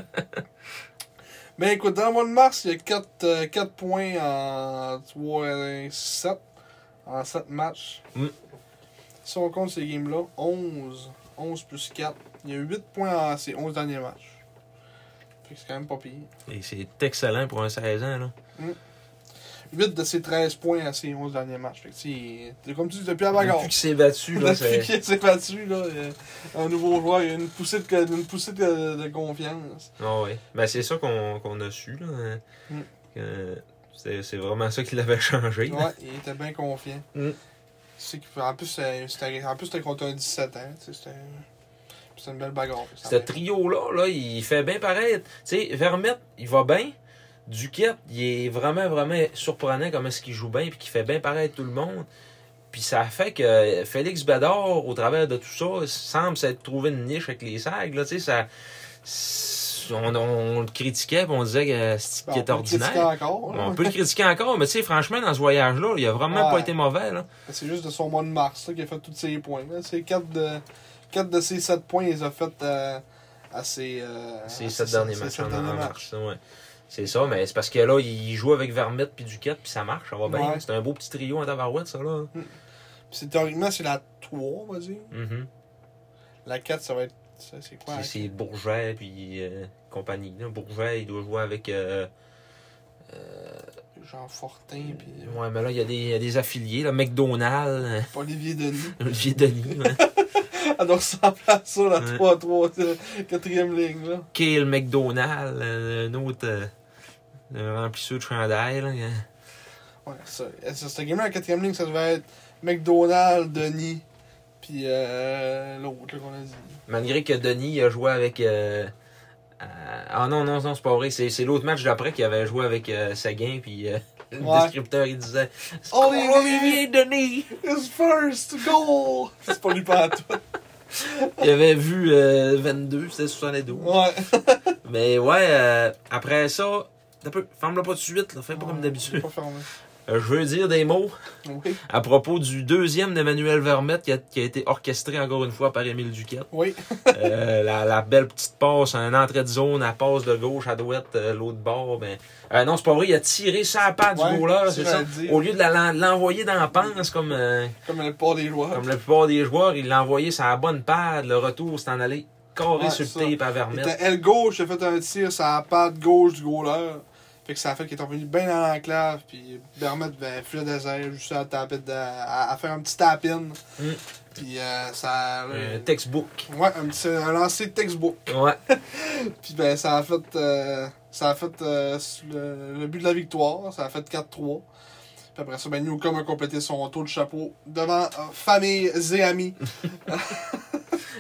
A: Mais écoute, dans le mois de mars, il y a 4, points en 3-7. En 7 matchs.
B: Mm.
A: Si on compte ces games-là, 11. 11 plus 4. Il y a 8 points en ces 11 derniers matchs. Fait que c'est quand même pas pire.
B: Et c'est excellent pour un 16 ans, là.
A: 8 de ses 13 points à ces 11 derniers matchs. Fait que c'est c'est comme tu dis, depuis la bagarre.
B: Depuis qu'il s'est battu, là,
A: Depuis
B: c'est...
A: qu'il s'est battu, là, euh, un nouveau joueur, il y a une poussée de, une poussée de- de confiance.
B: Ah ouais. Ben, c'est ça qu'on qu'on a su, là. hein.
A: Mm.
B: Que C'est c'est vraiment ça qui l'avait changé. là.
A: Ouais, il était bien confiant.
B: Mm.
A: C'est qu'il peut- En plus, c'est- c'était en plus, c'était contre un 17 ans. tu sais, C'était puis c'était une belle bagarre.
B: Ce trio-là, là, il fait bien paraître. Tu sais, Vermette, il va bien. Duquette, il est vraiment, vraiment surprenant comment est-ce qu'il joue bien puis qu'il fait bien paraître tout le monde. Puis ça fait que Félix Bédard, au travers de tout ça, semble s'être trouvé une niche avec les sacs. Là, tu sais, ça... c'est- On, on- on le critiquait puis on disait que c'était
A: Ben, on
B: qu'il est
A: peut le critiquer
B: ordinaire.
A: encore. là.
B: On peut le critiquer encore, mais tu sais, franchement, dans ce voyage-là, il a vraiment pas
A: Ouais.
B: été mauvais. Là.
A: C'est juste de son mois de mars là, qu'il a fait tous ses points. là. C'est 4 de, quatre de ses 7 points, il les a fait euh, à ses. euh, à
B: Ah, C'est
A: ses-
B: sept derniers
A: ses
B: matchs
A: sept
B: en, en
A: derniers matchs.
B: marche. ça, ouais. C'est ça, mais c'est parce que là, il joue avec Vermette puis Duquette, puis ça marche, ça va bien.
A: Ouais.
B: C'est un beau petit trio en tabarouette, ça, là.
A: Puis c'est- théoriquement, c'est la 3, on va dire.
B: Mhm.
A: La 4, ça va être. ça, C'est quoi
B: C'est-
A: la-
B: C'est Bourget, puis euh, compagnie. là. Bourget, il doit jouer avec... euh, euh,
A: Jean
B: Mm.
A: Fortin, puis euh,
B: ouais, mais là, il y, a des- il y a des affiliés, là, McDonald's,
A: Olivier Denis.
B: euh, Olivier Denis, ouais.
A: Elle doit ressembler à ça, la
B: Ouais.
A: 3-3, euh, quatrième ligne. là.
B: Kale McDonald, euh, un autre euh, un remplisseur de chandail, là.
A: Ouais, ça. ça Cette game-là, la quatrième ligne, ça devait être McDonald's, Denis, puis euh, l'autre là, qu'on a dit.
B: Malgré que Denis a joué avec. euh, euh, ah non, non, non, c'est pas vrai. C'est c'est l'autre match d'après qu'il avait joué avec euh, Seguin puis euh, le
A: Ouais.
B: descripteur, il disait
A: Olivier.
B: Olivier Denis!
A: His first goal! C'est pas lui pas à toi.
B: Il avait vu euh, 22, c'était 72.
A: Ouais.
B: Mais ouais, euh, après ça, t'as peu, ferme-le pas tout de suite, là, fais pas comme
A: C'est
B: d'habitude.
A: Pas fermé.
B: Euh, je veux dire des mots
A: Oui.
B: à propos du deuxième d'Emmanuel Vermette qui a, qui a été orchestré encore une fois par Émile Duquette.
A: Oui.
B: Euh, la, la belle petite passe, un entrée de zone, la passe de gauche à droite, euh, l'autre bord. Ben... Euh, non, c'est pas vrai, il a tiré sa patte
A: Ouais,
B: du goaler,
A: ça,
B: c'est ça.
A: j'allais dire.
B: Au lieu de la- l'en- l'envoyer dans la panse comme, euh,
A: Comme le port des joueurs.
B: comme la plupart des joueurs, il l'a envoyé sur la bonne pad, le retour c'est en aller carré
A: Ouais,
B: sur
A: ça.
B: le tape à
A: Il
B: Vermette.
A: était aile gauche, il a fait un tir sur la patte gauche du goaler. Fait que ça a fait qu'il est revenu bien dans l'enclave, puis Bermette ben, filet désert, juste à, taper dedans, à, à faire un petit tap-in.
B: Mm.
A: Puis euh, ça. a-
B: Un textbook.
A: Ouais, un petit un lancer textbook.
B: Ouais.
A: Puis ben, ça a fait, euh, ça a fait euh, le, le but de la victoire, ça a fait 4-3. Puis après ça, ben, Newcombe a complété son tour de chapeau devant euh, famille et amis.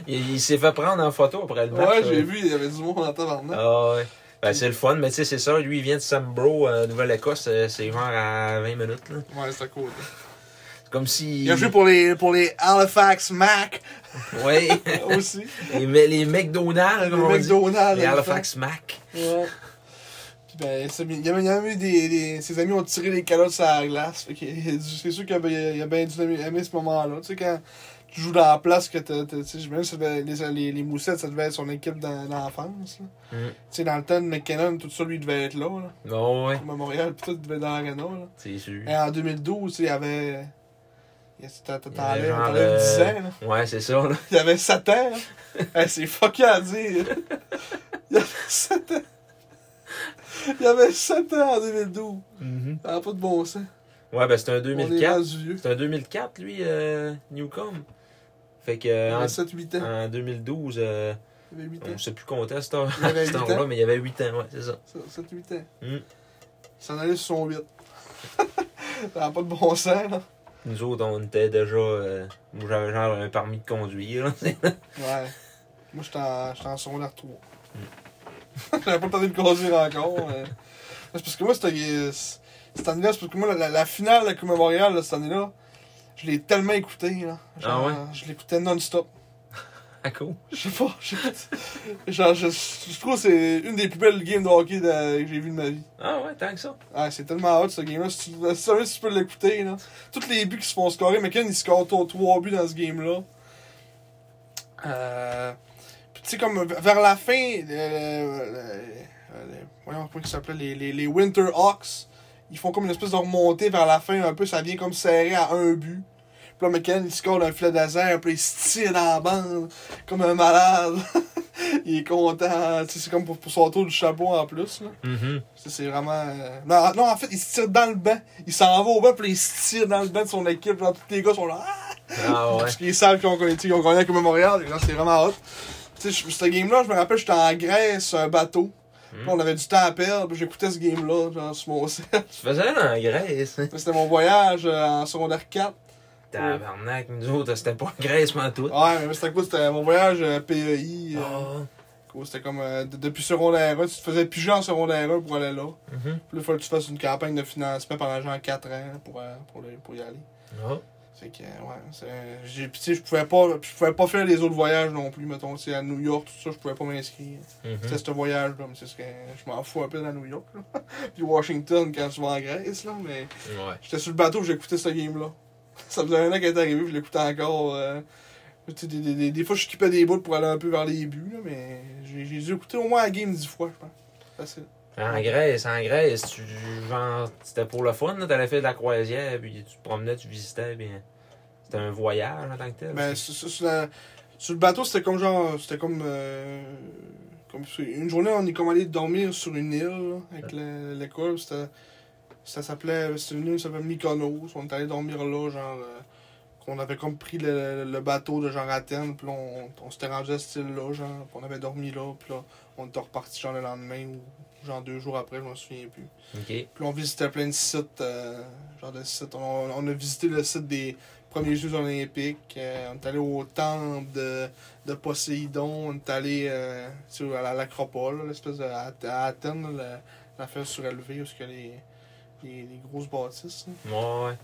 B: Il, il s'est fait prendre en photo après le match.
A: Ouais,
B: euh.
A: j'ai vu, il y avait du monde en tabarnak.
B: Ah ouais. Ben, c'est le fun, mais tu sais, c'est ça. Lui, il vient de Sambro, euh, Nouvelle-Écosse. euh, c'est genre à 20 minutes. là.
A: Ouais, c'était cool.
B: C'est comme si.
A: Il a joué pour les, pour les Halifax Mac
B: Ouais.
A: aussi.
B: les, me- les McDonald's,
A: les
B: comme on dit.
A: McDonald's.
B: Les Halifax Mac.
A: Ouais. Puis ben, ça, il y a, il y a même eu des, des- Ses amis ont tiré les calottes sur la glace. Fait que c'est sûr qu'il a, ben- il a bien dû aimer, aimer ce moment-là. Tu sais, quand tu joues dans la place, que t'as- t'as- tu sais, j'imagine que ça devait- les, les, les Moussettes, ça devait être son équipe dans l'enfance. là.
B: Mm.
A: Tu sais, dans le temps de McKinnon, tout ça, lui, devait être là. là.
B: Non, ouais.
A: À Montréal, puis tout devait être dans l'Arena. là.
B: C'est sûr.
A: Et en 2012, tu sais, il y avait. il y a- t'en- t'en-
B: Il y avait
A: T'enlèves
B: genre,
A: t'enlèves 10
B: euh,
A: ans. là.
B: Ouais, c'est ça, là.
A: Il y avait Satan. hein. Hey, c'est fucké à dire. Il y avait Satan. Il y avait Satan en 2012. Ça n'a pas de bon sens.
B: Ouais, ben, c'est un
A: On est
B: 2004.
A: rendu vieux.
B: C'est un 2004, lui, euh, Newcombe. Fait que.
A: Il
B: euh,
A: avait
B: en-
A: 7-8 ans.
B: en, 2012, euh,
A: Il avait 8
B: on
A: ans.
B: sait plus compter à cette heure-
A: Il avait
B: cette
A: huit
B: heure-là,
A: ans.
B: mais il y avait 8 ans, ouais, c'est ça.
A: 7-8 ans.
B: Mm.
A: Il s'en allait sur son 8. Ça n'a pas de bon sens, là.
B: Nous autres, on était déjà. euh, moi, j'avais genre un permis de conduire, là.
A: Ouais. Moi, j'étais en, j'étais en secondaire 3.
B: Mm.
A: J'avais pas le temps de le conduire encore. mais- C'est parce que moi, c'était- cette année-là, c'est parce que moi, la- la, la finale de la Coupe Montréal, là, cette année-là, je l'ai tellement écoutée. Là. Genre,
B: Ah ouais?
A: Je l'écoutais non-stop.
B: À cause.
A: Je sais pas. j'écoute- Genre, je, je trouve que c'est une des plus belles games de hockey de- que j'ai vues de ma vie.
B: Ah ouais, tant que ça.
A: Ah, c'est tellement hot ce game-là. Si tu, si sérieux, si tu peux l'écouter, là. Tous les buts qui se font scorer, McKinnon, il score 3 buts dans ce game-là. Euh, Puis tu sais, comme vers la fin, euh, euh, euh, les- voyons comment ils s'appelaient, les, les, les Winter Hawks, ils font comme une espèce de remontée vers la fin, un peu, ça vient comme serré à un but. Puis là, McKinnon, il score d'un filet désert, puis il se tire dans la bande, comme un malade. il est content, tu sais, c'est comme pour, pour son tour du chapeau en plus, là. Ça, C'est vraiment. euh, Non, non, en fait, il se tire dans le banc. Il s'en va au banc, puis là, il se tire dans le banc de son équipe. Genre, tous les gars sont là. Ah!
B: Ah ouais.
A: Parce qu'ils savent qu'ils ont, gagné- qu'ils ont gagné avec le Montréal. Genre, c'est vraiment hot. Tu sais, je- ce game-là, je me rappelle, j'étais en Grèce sur un bateau.
B: Hmm.
A: Puis on avait du temps à perdre. puis J'écoutais ce game-là, genre, sur mon set.
B: Tu faisais ça en Grèce. hein?
A: C'était mon voyage euh, en secondaire 4.
B: Tabarnak, nous autres, c'était pas en Grèce, mais en tout.
A: Ouais, mais c'était quoi C'était mon voyage euh, PEI. euh,
B: Ah.
A: quoi, C'était comme. euh, de- depuis secondaire 1, tu te faisais piger en secondaire 1 pour aller là.
B: Mhm.
A: Puis là, il fallait que tu fasses une campagne de financement pendant genre 4 ans pour, euh, pour, le- pour y aller.
B: Ah.
A: Fait que, euh, ouais, c'est- j'ai- puis tu sais, je pouvais pas, puis je pouvais pas faire les autres voyages non plus, mettons, tu sais, à New York, tout ça, je pouvais pas m'inscrire.
B: Mhm.
A: C'était ce voyage-là, mais c'est ce que, je m'en fous un peu dans New York, là. puis Washington, quand tu vas en Grèce, là, mais
B: Ouais.
A: j'étais sur le bateau, j'écoutais ce game-là. Ça faisait un an qu'il était arrivé, puis je l'écoutais encore, euh, tu sais, des, des, des, des fois, je skippais des bouts pour aller un peu vers les buts, là, mais j'ai j'ai dû écouter au moins la game dix fois, je pense. Facile.
B: En Grèce, en Grèce, tu genre, c'était pour le fun, là, t'allais faire de la croisière, puis tu te promenais, tu visitais, puis hein, c'était un voyage en tant que tel.
A: Ben, sur, sur- sur la- sur le bateau, c'était comme genre. C'était comme. euh, comme sur- une journée, on est comme allé dormir sur une île là, avec le- l'école. C'était. Ça s'appelait. C'était une île qui s'appelait Mykonos. On est allé dormir là, genre. on avait comme pris le, le bateau de genre Athènes. Puis là, on, on s'était rendu à cette île-là, genre. puis on avait dormi là. Puis là, on était reparti genre le lendemain ou genre deux jours après, je m'en souviens plus.
B: ok.
A: Puis on visitait plein de sites, euh, genre de sites. On, on a visité le site des premiers Jeux Olympiques. euh, on est allé au temple de, de Poséidon. On est allé euh, tu sais, à la- à l'Acropole, là, l'espèce de à, à Athènes, là, le- l'affaire surélevée où ce que les, les, les grosses bâtisses. là.
B: Ouais, ouais.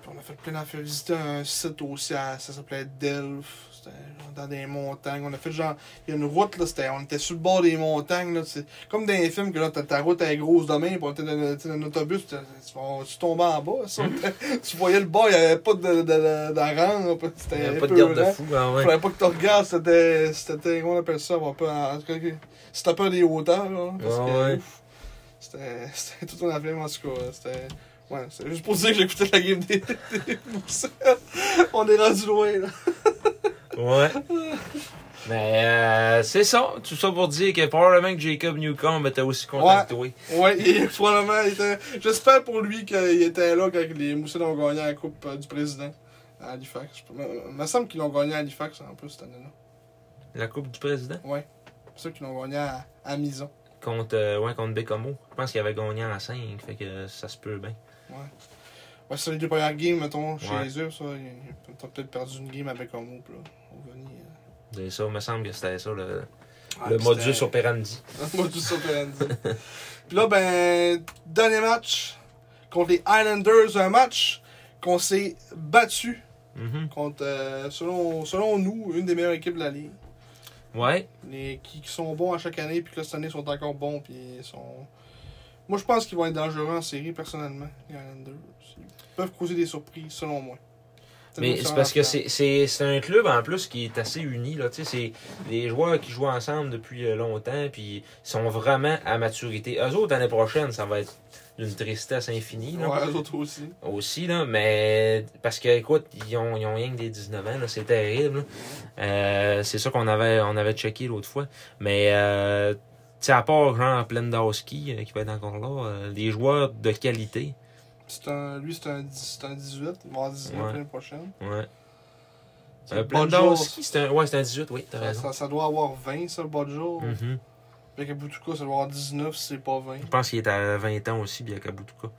A: Puis on a fait plein d'affaires. Visiter un site aussi, à- ça s'appelait Delphes. C'était genre dans des montagnes. On a fait genre. Il y a une route, là, c'était, on était sur le bord des montagnes. Là, c'est comme dans les films que là, ta, ta route elle est grosse demain, puis on était dans, tu sais, dans un autobus, puis tu- on- tu tombais en bas. ça.
B: Hmm.
A: tu voyais le bord, il n'y avait pas de, de, de, d'arrange, puis
B: Il
A: C'était
B: y a
A: un
B: pas de
A: peu hein. lent.
B: garde-fou, ben ouais.
A: Fallait pas que tu regardes, c'était. C'était. Comment on appelle ça avoir peur, En tout cas, que- si t'as peur des hauteurs, là. Parce
B: Ouais,
A: que,
B: ouais.
A: ouf, C'était. C'était tout un affaire, en tout cas. C'était. Ouais, c'était juste pour dire que j'écoutais la game des. des Mousselles. on est rendu loin, là.
B: Ouais. Mais euh, c'est ça. Tout ça pour dire que probablement que Jacob Newcomb était aussi content
A: Ouais.
B: que toi.
A: Ouais, il, probablement, il était. J'espère pour lui qu'il était là quand les Mousselles ont gagné la Coupe euh, du Président à Halifax. Il me- me semble qu'ils l'ont gagné à Halifax, en plus, cette année-là.
B: La Coupe du Président
A: C'est sûr qu'ils l'ont gagné à, à Mison.
B: contre, euh, ouais, contre Bécomo. Je pense qu'il avait gagné en 5, fait que ça se peut bien.
A: Ouais, sur les deux premières games, mettons, chez
B: Ouais.
A: les eux, ça, ils- ils ont peut-être perdu une game avec un mot, puis là. On va venir. euh.
B: C'est ça, il me semble que c'était ça le,
A: Ah,
B: le
A: puis
B: modus
A: c'était-
B: operandi.
A: Le modus operandi. puis là, ben, dernier match contre les Islanders, un match qu'on s'est battu
B: Mhm.
A: contre, euh, selon, selon nous, une des meilleures équipes de la Ligue.
B: Ouais.
A: Les, qui, qui sont bons à chaque année, puis que là, cette année, ils sont encore bons, puis ils sont. Moi, je pense qu'ils vont être dangereux en série, personnellement, les Islanders. Ils peuvent causer des surprises, selon moi.
B: Mais c'est parce que c'est- c'est c'est un club en plus qui est assez uni. là, tu sais, C'est des joueurs qui jouent ensemble depuis euh, longtemps puis ils sont vraiment à maturité. Eux autres, l'année prochaine, ça va être d'une tristesse infinie. là.
A: Ouais, eux autres aussi.
B: aussi, là, mais parce que, écoute, ils ont, ils ont rien que des 19 ans, là, c'est terrible. là. Euh, c'est ça qu'on avait, on avait checké l'autre fois. Mais, euh, tu sais, à part genre Plendowski, euh, qui va être encore là, euh, des joueurs de qualité.
A: C'est un, lui, c'est un, dix- c'est un 18, il va avoir 19
B: Ouais.
A: l'année prochaine.
B: Ouais.
A: C'est
B: Euh,
A: le Bodjo,
B: Plendowski, c'est un, ouais, c'est un 18, oui, t'as
A: ça,
B: raison.
A: ça, ça doit avoir 20, ça, le bas de jour.
B: Mhm.
A: Fait que Boutouka, ça doit avoir 19 si c'est pas 20.
B: Je pense qu'il est à 20 ans aussi, bien qu'à Boutouka.
A: Ouais.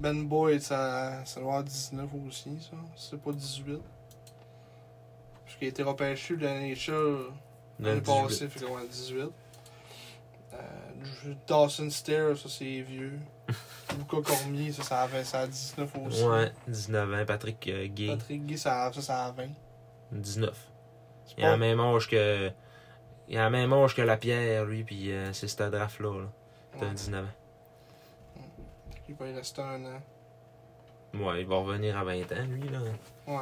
A: Ben Boyd, ça, ça doit avoir 19 aussi, ça, si c'est pas 18. Parce qu'il a été repêché de l'année
B: Le
A: l'année
B: 18.
A: passée, fait qu'on a 18. Euh, J- Dawson Stair, ça c'est vieux. Luca Cormier, ça, ça, a, vingt- ça a 19 aussi.
B: Ouais, 19 ans. Patrick euh, Gay,
A: Patrick Guy, ça, a- ça, ça a 20.
B: 19.
A: C'est
B: Il a
A: pas-
B: le même âge que. Il a le même âge que la pierre, lui, puis euh, c'est ce draft-là. Là. C'est un
A: Ouais.
B: 19 ans.
A: Il va y rester un an.
B: Ouais, il va revenir à 20 ans, lui, là.
A: Ouais.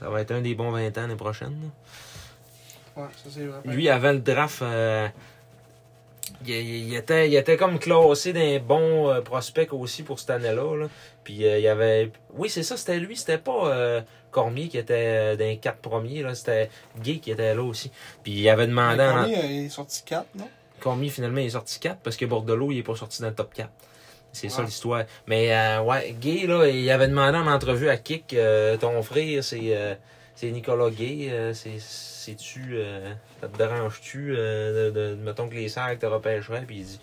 B: Ça va être un des bons 20 ans l'année prochaine. là.
A: Ouais, ça c'est vrai.
B: Lui, avant le draft, euh, il, il- il était, il était comme classé d'un bon euh, prospect aussi pour cette année-là. là. Puis euh, il y avait. Oui, c'est ça, c'était lui. C'était pas euh, Cormier qui était euh, dans les quatre premiers. là. C'était Gay qui était là aussi. Puis il avait demandé.
A: Mais
B: en-
A: Cormier, euh, il est sorti 4, non?
B: Cormier, finalement, il est sorti 4 parce que Bordelot, il est pas sorti dans le top 4. C'est ça
A: Ouais.
B: l'histoire. Mais euh, ouais, Gay, là, il avait demandé en entrevue à Kik, euh, ton frère, c'est euh, c'est Nicolas Gay, euh, c'est- c'est-tu, euh, ça te dérange-tu, euh, de, de- mettons que les sacs te repêcheraient, puis il dit,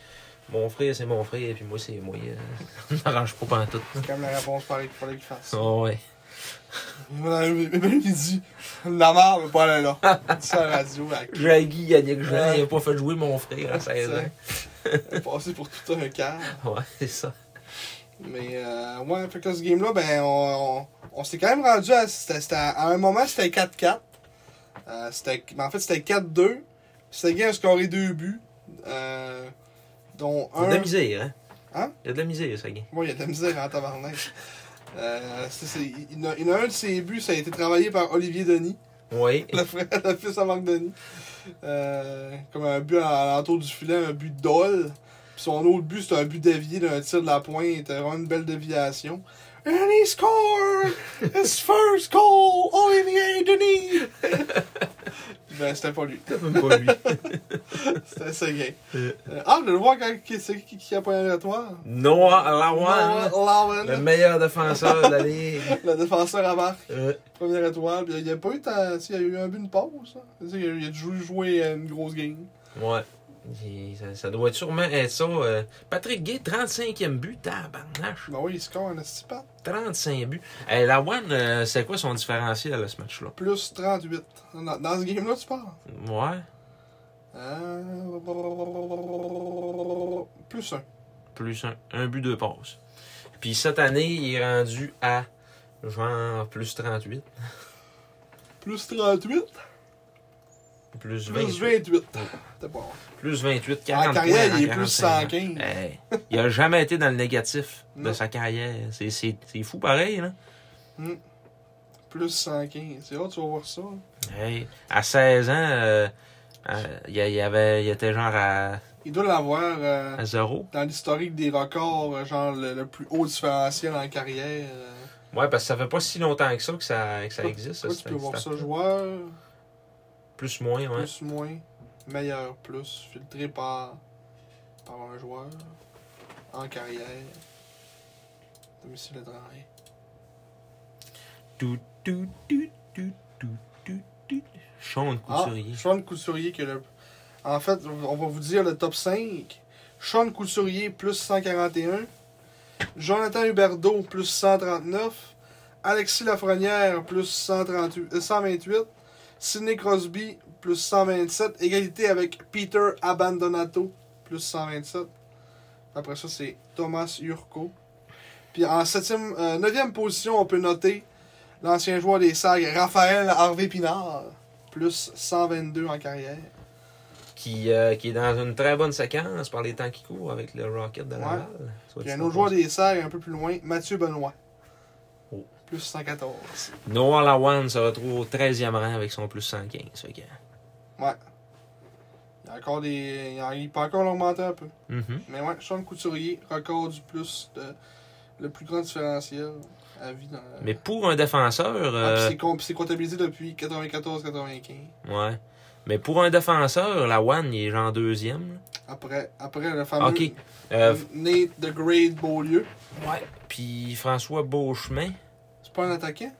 B: mon frère, c'est mon frère, puis moi, c'est moi, euh, ça me dérange pas pantoute.
A: C'est comme la réponse pareil qu'il fallait qu'il fasse.
B: Oh, ouais.
A: Il va dans le- Mais même il dit La mère veut pas aller là. Il dit ça à la radio. à qui?
B: J'ai Guy, Yannick Jean,
A: Ouais.
B: il a pas fait jouer mon frère à 16 ans.
A: Il est passé pour tout un quart.
B: Ouais, c'est ça.
A: Mais euh, ouais, fait que là, ce game-là, ben, on, on, on s'est quand même rendu à. c'était- c'était- à un moment, c'était 4-4. Euh, c'était- mais en fait, c'était 4-2. Puis C'était gagné a scoré deux buts. Euh, dont
B: Il y a de
A: un.
B: la misère, hein?
A: Hein?
B: Il y a de la misère, ça, Guy.
A: Moi, il y a de la misère en tabarnak. Euh, c'est- c'est- il, y en a- il y en a un de ses buts, ça a été travaillé par Olivier Denis,
B: Oui.
A: le frère, le fils à Marc Denis. Euh, comme un but à l'entour du filet, un but d'ol. Puis son autre but, c'était un but dévié d'un tir de la pointe. C'était vraiment une belle déviation. And he scored his first goal, Olivier Denis! ben, c'était pas lui.
B: Même pas lui.
A: C'était Seguin.
B: Euh.
A: Euh, ah, de le voir quand qui- c'est qui qui a poigné à toi?
B: Noah Lawan,
A: Lawan.
B: hein. le meilleur défenseur de la ligue.
A: Le défenseur à marque,
B: Euh,
A: première étoile. Puis, il y a pas eu tant- tu sais, Il y a eu un but, une pause. hein. Tu sais, Il a, il a dû jouer euh, une grosse game.
B: ouais. Il- Ça, ça doit sûrement être ça. euh, Patrick Gay, 35e but, tabarnache.
A: Ben oui, il score un astipat.
B: 35 buts. Hey, Lawan, euh, c'est quoi son différentiel à ce match-là?
A: Plus 38. Dans, dans ce game-là, tu parles.
B: Ouais.
A: Euh, Plus un.
B: Plus un, un but, deux passes. Puis cette année, il est rendu à genre plus 38,
A: Plus 38.
B: plus 20,
A: Plus 28. T'es bon.
B: plus 28, 40
A: En carrière,
B: points hein, en
A: il est plus
B: 45 ans.
A: 115.
B: Hey, il a jamais été dans le négatif de
A: Non.
B: sa carrière. C'est- C'est c'est fou pareil, là.
A: Plus 115. C'est là tu vas voir ça.
B: Hey, à 16 ans, euh, euh, il, y avait, il était genre à,
A: Il doit l'avoir euh,
B: à zéro.
A: dans l'historique des records, euh, genre le, le plus haut différentiel en carrière. euh.
B: Ouais, parce que ça fait pas si longtemps que ça que ça, que ça existe.
A: Toi,
B: cette-
A: tu peux voir
B: cette
A: ça
B: affaire.
A: joueur,
B: Plus moins, ouais.
A: plus moins, meilleur plus, filtré par, par un joueur en carrière. Domicile étranger.
B: Tout, tout, tout, tout, tout, tout, tout. Sean
A: Ah,
B: Couturier.
A: Sean Couturier qui est le. En fait, on va vous dire le top 5. Sean Couturier plus 141. Jonathan Huberdeau plus 139. Alexis Lafrenière plus 138, euh, 128. Sidney Crosby plus 127. Égalité avec Peter Abandonato plus 127. Après ça, c'est Thomas Urco. Puis en 9e position, on peut noter l'ancien joueur des Sags, Raphaël Harvey Pinard plus 122 en carrière.
B: Qui, euh, qui est dans une très bonne séquence par les temps qui courent avec le Rocket de Laval. Soit
A: Puis
B: dit
A: un
B: en
A: autre joueur
B: passant.
A: des Serres un peu plus loin, Mathieu Benoît.
B: Oh.
A: Plus 114.
B: Noah Lawan se retrouve au 13e rang avec son plus 115. fait que-
A: Ouais. Il y a encore des. Il, y a- il peut encore l'augmenter un peu.
B: Mhm.
A: Mais ouais, Sean Couturier, record du plus de. Le plus grand différentiel à vie dans
B: Mais pour un défenseur.
A: Ah, puis
B: euh,
A: c'est com- puis c'est comptabilisé depuis 94-95.
B: Ouais. Mais pour un défenseur, la One, il est genre deuxième.
A: Après, après le
B: là.
A: fameux
B: OK. Euh,
A: Nate the Great Beaulieu.
B: ouais. Puis François Beauchemin,
A: C'est pas un attaquant?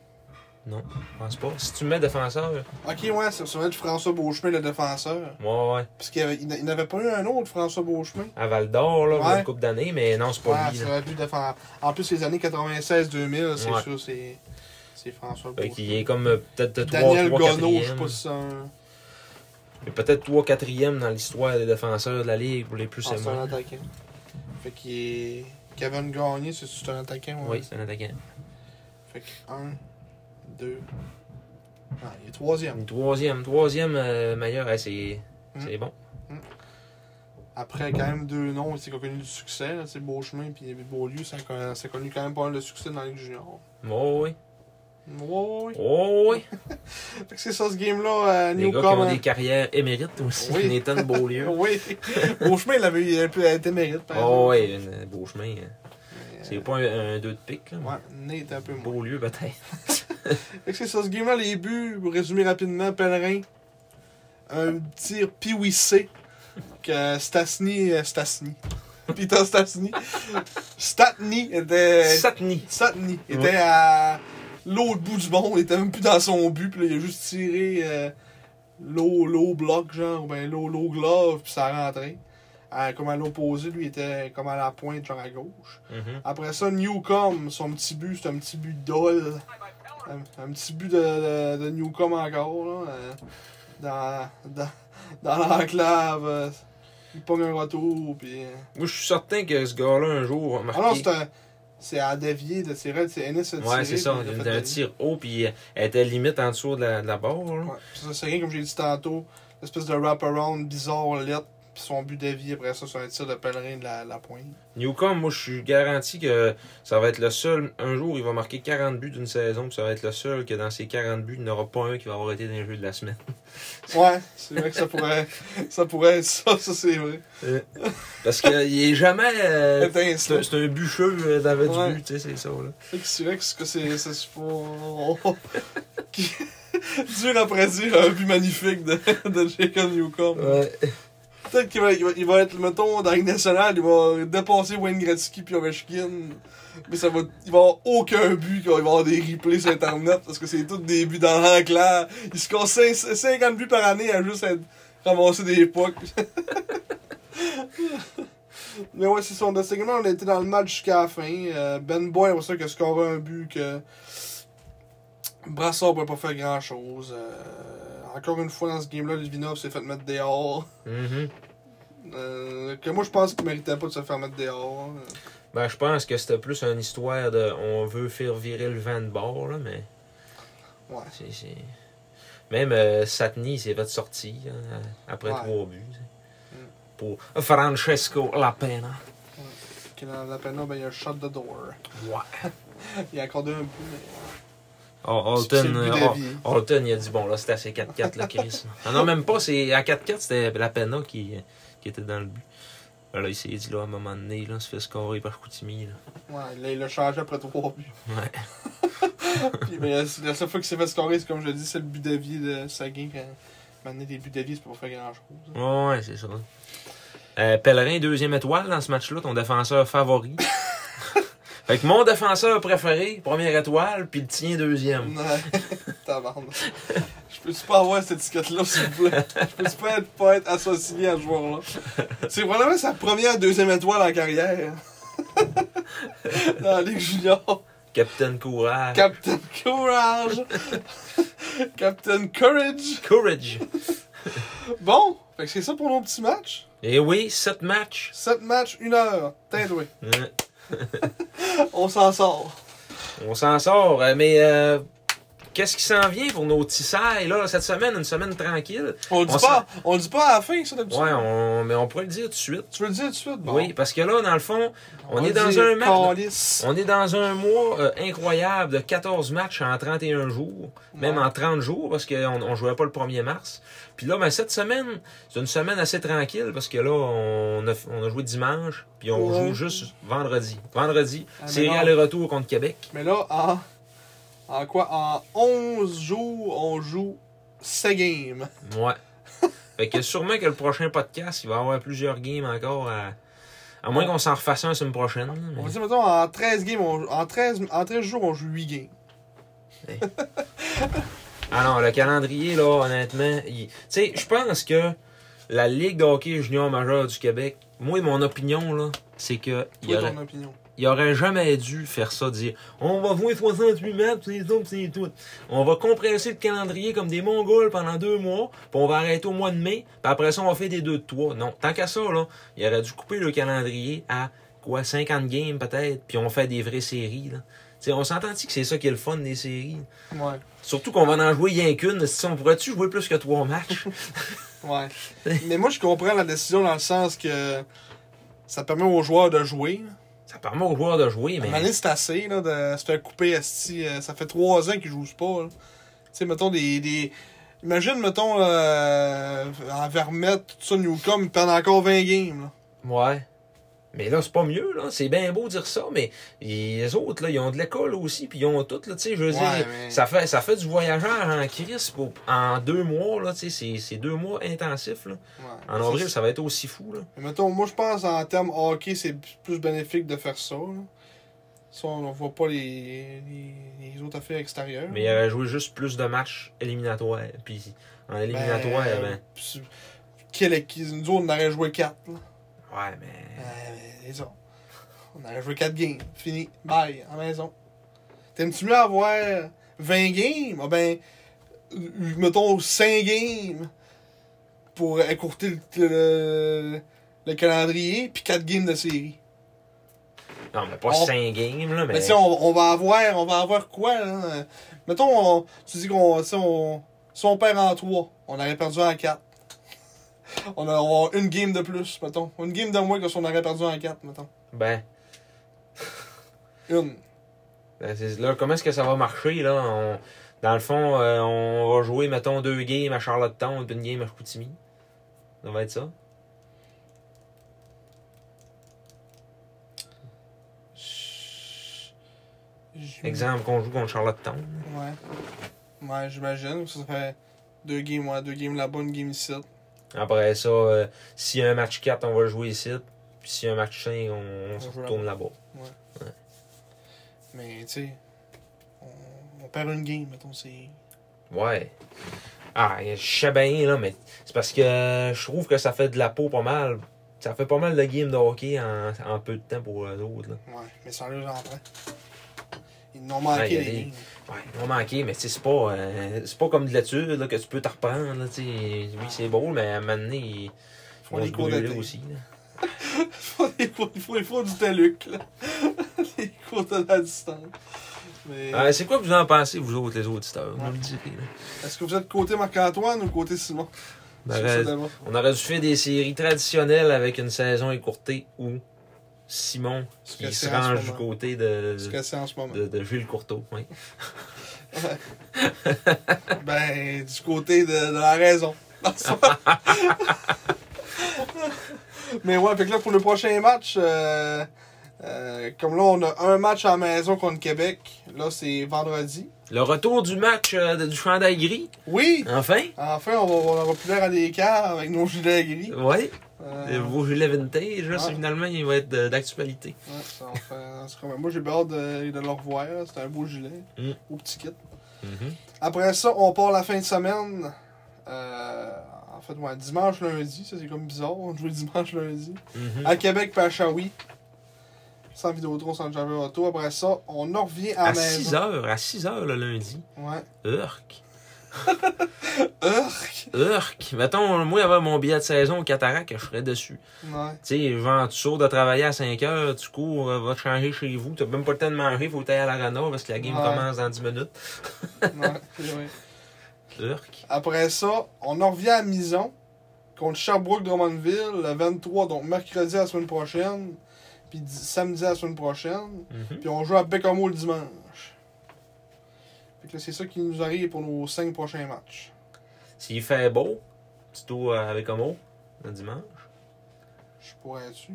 B: je pense pas. Si tu mets défenseur.
A: Ok, ouais, ça ça va être François Beauchemin, le défenseur.
B: Ouais, ouais.
A: Parce qu'il y avait- il n'a- il n'avait pas eu un autre François Beauchemin.
B: À Val d'Or, là, pour
A: Ouais.
B: une couple d'années, mais non, c'est pas
A: Ouais,
B: lui.
A: ça
B: Là.
A: aurait pu défendre. En plus, les années 96-2000, c'est
B: Ouais.
A: sûr, c'est, c'est François
B: Fait
A: Beauchemin.
B: qu'il est comme euh, peut-être 3
A: Daniel
B: 3
A: Gonneau, je sais pas
B: 4
A: si c'est un,
B: Peut-être 3 4 dans l'histoire des défenseurs de la Ligue pour les plus
A: ah,
B: et
A: c'est un
B: moins.
A: attaquant. Fait qu'il est... Kevin Gagné, c'est, c'est un attaquant. Ouais.
B: Oui, c'est un attaquant.
A: Fait que 1, 2... Ah, il est troisième.
B: Une troisième. Troisième euh, meilleur, ouais, c'est.
A: Mm.
B: C'est bon.
A: Après, quand même, deux noms ici qui ont connu du succès. là, C'est Beauchemin et Beaulieu, ça a, connu, ça a connu quand même pas mal de succès dans la Ligue junior.
B: Oh, oui.
A: Ouais, ouais, ouais.
B: Oh, oui.
A: Fait que c'est ça, ce game-là, à
B: Les gars qui ont
A: Newcombe.
B: des carrières émérites aussi.
A: Oui.
B: Nathan Beaulieu.
A: Oui, Beauchemin, il avait eu un peu été mérite. par
B: Oh
A: exemple.
B: ouais, un beau chemin. hein.
A: Mais, euh,
B: C'est pas un 2 de pique, là.
A: Ouais, Nate un peu moins.
B: Beau lieu peut-être.
A: Fait que c'est ça, ce game-là, les buts, pour résumer rapidement, Pellerin, un tir piouissé que Stasny, euh, Stasny, Peter Stasny, Statny était,
B: Satni.
A: Statny était
B: Ouais.
A: à l'autre bout du monde, il était même plus dans son but, puis là, il a juste tiré euh, l'eau, l'eau bloc, genre, ou ben l'eau, l'eau glove, puis ça a rentré. À- comme à l'opposé, lui, il était comme à la pointe, genre à gauche.
B: Mhm.
A: Après ça, Newcomb, son petit but, c'est un petit but d'ol. Un, un petit but de, de, de Newcomb encore, là. euh, dans dans, dans l'enclave. euh, il pogne un retour, puis... euh.
B: Moi, je suis certain que ce gars-là, un jour, va
A: Ah
B: marquer.
A: non, c'est un... C'est à dévier de tirer, c'est Ennis a tiré,
B: Ouais, c'est ça.
A: puis il a fait
B: D'un
A: dévier.
B: tir haut, puis euh, elle était limite en dessous de la, de la barre, là.
A: Ouais, puis ça, c'est rien, comme j'ai dit tantôt, l'espèce de wraparound bizarre, lettre, puis son but dévié après ça, c'est un tir de pèlerin de la, la pointe.
B: Newcomb, moi, je suis garanti que ça va être le seul. Un jour, il va marquer 40 buts d'une saison, puis ça va être le seul que dans ces 40 buts, il n'y en aura pas un qui va avoir été dans les jeux de la semaine.
A: Ouais, c'est vrai que ça pourrait, ça pourrait être ça, ça c'est vrai.
B: Parce qu'il est jamais. euh, c'est
A: Étincelant.
B: un- c'est un bûcheux euh, d'avec
A: Ouais.
B: du but, tu sais, c'est ça, là.
A: Fait que C'est vrai que c'est que c'est ça se faut- qui- dur à prédire un but magnifique de, de Jacob Newcomb.
B: Ouais.
A: Peut-être qu'il va, il va, il va être, mettons, dans la Ligue nationale, il va dépasser Wayne Gretzky puis Ovechkin. Mais ça va, il va avoir aucun but, il va y avoir des replays sur Internet parce que c'est tous des buts dans l'enclair. Il se casse 50 buts par année à juste être- ramasser des pucks. Mais ouais, c'est son segment. On était dans le match jusqu'à la fin. Euh, ben Boy, c'est sûr que score un but que Brassard ne pourrait pas faire grand-chose. Euh, encore une fois, dans ce game-là, Livinov s'est fait mettre dehors.
B: Mm-hmm.
A: Euh, que moi, je pense qu'il méritait pas de se faire mettre dehors.
B: Ben, je pense que c'était plus une histoire de on veut faire virer le vent de bord, là, mais.
A: Ouais.
B: c'est- c'est- Même euh, Satni il s'est fait sortir hein, après
A: Ouais. Mm.
B: trois buts. tu sais. Pour Francesco La Pena.
A: Que dans la peine, ben, il y a shot the door.
B: Ouais.
A: Il y a encore deux un peu, mais. C'est
B: Alton,
A: le but de
B: euh,
A: la
B: Hol-
A: vie.
B: Holton, il a dit bon, là, c'était assez 4-4, là, Chris. Ah non, même pas, c'est à 4-4, c'était La Pena qui, qui était dans le but. Ben, Là, il s'est dit, là, à un moment donné, là, on se fait scorer par Koutimi, là.
A: Ouais, là, il l'a changé après trois buts.
B: Ouais.
A: Puis, ben, la la seule fois qu'il s'est fait scorer, c'est comme je le dis, c'est le but d'avis de Saguin. Quand... Maintenant, des buts d'avis, c'est pas pour faire grand-chose.
B: Ouais, ouais, c'est ça. Euh, Pellerin, deuxième étoile dans ce match-là, ton défenseur favori. fait que mon défenseur préféré, première étoile, puis le tien, deuxième.
A: Ouais, tabarnak. Je peux-tu pas avoir cette étiquette-là, s'il vous plaît? Je peux-tu pas être, pas être associé à ce joueur-là? C'est probablement sa première, deuxième étoile en carrière. Dans la Ligue Junior.
B: Capitaine Courage.
A: Captain Courage! Captain Courage!
B: Courage.
A: Bon, fait que c'est ça pour nos petits matchs.
B: Et Eh oui, sept matchs.
A: 7 matchs, 1 heure. Tindoué.
B: Euh,
A: On s'en sort.
B: On s'en sort, euh, mais euh, qu'est-ce qui s'en vient pour nos tissailles, là, cette semaine, une semaine tranquille?
A: On le dit
B: On
A: pas, on le dit pas à la fin, ça, d'habitude.
B: Ouais, on- mais on pourrait le dire tout de suite.
A: Tu veux le dire tout de suite? Bon.
B: Oui, parce que là, dans le fond, on, est
A: le
B: dans
A: dit,
B: un match.
A: calice.
B: On est dans un mois euh, incroyable de 14 matchs en 31 jours, même
A: Ouais.
B: en 30 jours, parce qu'on ne jouait pas le 1er mars. Puis là, ben, cette semaine, c'est une semaine assez tranquille, parce que là, on a, on a joué dimanche, puis on
A: Ouais.
B: joue juste vendredi. Vendredi,
A: Ah, mais
B: série
A: non.
B: aller-retour contre Québec.
A: Mais là, en, en quoi? En 11 jours, on joue 7 games.
B: Ouais. fait que sûrement que le prochain podcast, il va y avoir plusieurs games encore, à, à moins qu'on s'en refasse un la semaine prochaine. là, mais-
A: On va dire, mettons, en 13 games, on- en, 13, en 13 jours, on joue 8 games.
B: Ah non, le calendrier, là, honnêtement, il- tu sais, je pense que la Ligue de hockey junior majeure du Québec, moi, mon opinion, là, c'est que il
A: Toi,
B: aurait,
A: ton opinion.
B: il aurait jamais dû faire ça, dire on va jouer 68 matchs, c'est tout, c'est tout. On va compresser le calendrier comme des Mongols pendant deux mois, puis on va arrêter au mois de mai, puis après ça, on fait des deux de trois. Non, tant qu'à ça, là, il aurait dû couper le calendrier à quoi, 50 games peut-être, puis on fait des vraies séries, là. Tu sais, on s'entend-tu que c'est ça qui est le fun des séries?
A: Ouais. Surtout
B: Surtout qu'on va en jouer rien qu'une. Si on pourrait-tu jouer plus que trois matchs?
A: Ouais. Mais moi, je comprends la décision dans le sens que ça permet aux joueurs de jouer.
B: Ça permet aux joueurs de jouer,
A: Mais...
B: mais.
A: c'est assez, là, de se faire couper esti, euh, ça fait trois ans qu'ils jouent pas, là. Tu sais, mettons, des, des... Imagine, mettons, euh, en Vermette, tout ça, Newcom, ils perdent encore 20 games, là.
B: Ouais. Mais là, c'est pas mieux, là. C'est bien beau dire ça, mais les autres, là, ils ont de l'école aussi, puis ils ont tout, là, tu sais, je veux
A: Ouais,
B: dire,
A: mais-
B: ça, fait, ça fait du voyageur en crise pour, en deux mois, là, tu sais, c'est- c'est deux mois intensifs, là.
A: Ouais. Mm.
B: En avril, ça va être aussi fou, là.
A: Mais mettons, moi, je pense, en termes hockey, c'est plus bénéfique de faire ça, là. Ça, on ne voit pas les, les, les autres affaires extérieures.
B: Mais il aurait joué juste plus de matchs éliminatoires, puis en éliminatoire,
A: Ben,
B: ben.
A: pis- Quelle équipe? Nous autres, on aurait joué 4, là.
B: Ouais, mais.
A: Euh, les autres. On aurait joué 4 games. Fini. Bye. À la maison. T'aimes-tu mieux avoir 20 games? Ah ben, euh, mettons 5 games pour écourter le, le- le calendrier, puis 4 games de série.
B: Non, mais pas
A: on-
B: cinq games, là, mais.
A: Mais si on, on va avoir, on va avoir quoi, là? Euh, Mettons, on- tu dis qu'on, si on, si on perd en 3, on aurait perdu en 4. On a, on va avoir une game de plus, mettons. Une game de moins que si on aurait perdu en 4, mettons.
B: Ben.
A: Une.
B: Ben, c'est- là, comment est-ce que ça va marcher, là? On- dans le fond, euh, on va jouer, mettons, deux games à Charlottetown et une game à Chicoutimi. Ça va être ça.
A: J'im-
B: Exemple qu'on joue contre Charlottetown.
A: Ouais. Ouais, j'imagine. Ça fait deux games, ouais, deux games là-bas, une game ici.
B: Après ça, euh, s'il y a un match 4, on va le jouer ici. Puis s'il y a un match 5, on, on se
A: On joue
B: retourne là-bas.
A: Mais, tu sais, on, on perd une game, mettons, c'est.
B: Ouais. Ah, je sais bien, là, mais c'est parce que euh, je trouve que ça fait de la peau pas mal. Ça fait pas mal de games de hockey en, en peu de temps pour eux autres, là.
A: Ouais, mais sérieux, j'en prends. Ils n'ont manqué
B: Ouais, il y a
A: les
B: des-
A: games.
B: Ouais, ils m'ont manqué, mais tu sais, c'est pas, euh, c'est pas comme de l'étude là, que tu peux t'en reprendre. Là, tu sais. oui, c'est beau, mais à un moment donné, ils
A: Faut
B: vont
A: les
B: se brûler
A: condamner.
B: aussi. là.
A: il, faut, il, faut, il faut du Teluc, là. les cours de la distance. Mais
B: Euh, c'est quoi que vous en pensez, vous autres, les auditeurs?
A: Ouais.
B: Vous me direz, là.
A: est-ce que vous êtes côté Marc-Antoine ou côté Simon?
B: Ben,
A: Sur ce
B: reste-
A: débat.
B: On aurait dû faire des séries traditionnelles avec une saison écourtée où Simon
A: Ce que
B: qui se
A: c'est en ce
B: range du
A: moment.
B: côté de,
A: Ce que c'est en ce moment.
B: de, de Jules Courteau. oui.
A: Ben, du côté de, de la raison. Dans ce moment. Mais ouais, fait que là, pour le prochain match, euh, euh, comme là, on a un match à la maison contre Québec. Là, c'est vendredi.
B: Le retour du match euh, de- du chandail gris,
A: Oui!
B: enfin.
A: Enfin, on, va, on aura plus l'air à l'écart avec nos gilets gris.
B: Oui,
A: Euh,
B: vos gilets vintage, là,
A: ouais.
B: c'est finalement, il va être de- d'actualité.
A: Ouais, ça en fait- en tout cas, moi, j'ai bien hâte de, de le revoir. là. C'est un beau gilet.
B: Mm.
A: Au petit kit. Mm-hmm. Après ça, on part la fin de semaine. Euh, en fait, ouais, dimanche, lundi. Ça, c'est comme bizarre. On joue dimanche, lundi.
B: Mhm.
A: À Québec, par Shawi. Sans Vidéotron, sans Javier Auto. Après ça, on en revient à,
B: À
A: la maison.
B: 6 h, à 6 h le lundi.
A: Ouais.
B: Urk.
A: Urk!
B: Urk. Mettons, moi, avait mon billet de saison au cataracte, je serais dessus.
A: Ouais.
B: Tu sais, genre, tu sors de travailler à 5 heures, tu cours, euh, va te changer chez vous, t'as même pas le temps de manger, faut aller à l'arena parce que la game
A: Ouais.
B: commence dans 10 minutes.
A: ouais, c'est vrai.
B: Urk.
A: Après ça, on en revient à Mison contre Sherbrooke Drummondville le 23, donc mercredi la semaine prochaine, puis di- samedi la semaine prochaine,
B: Mhm.
A: puis on joue à Bécamo le dimanche. Fait que là, c'est ça qui nous arrive pour nos 5 prochains matchs.
B: S'il fait beau, petit tour euh, avec Homo, le dimanche.
A: Je pourrais dessus.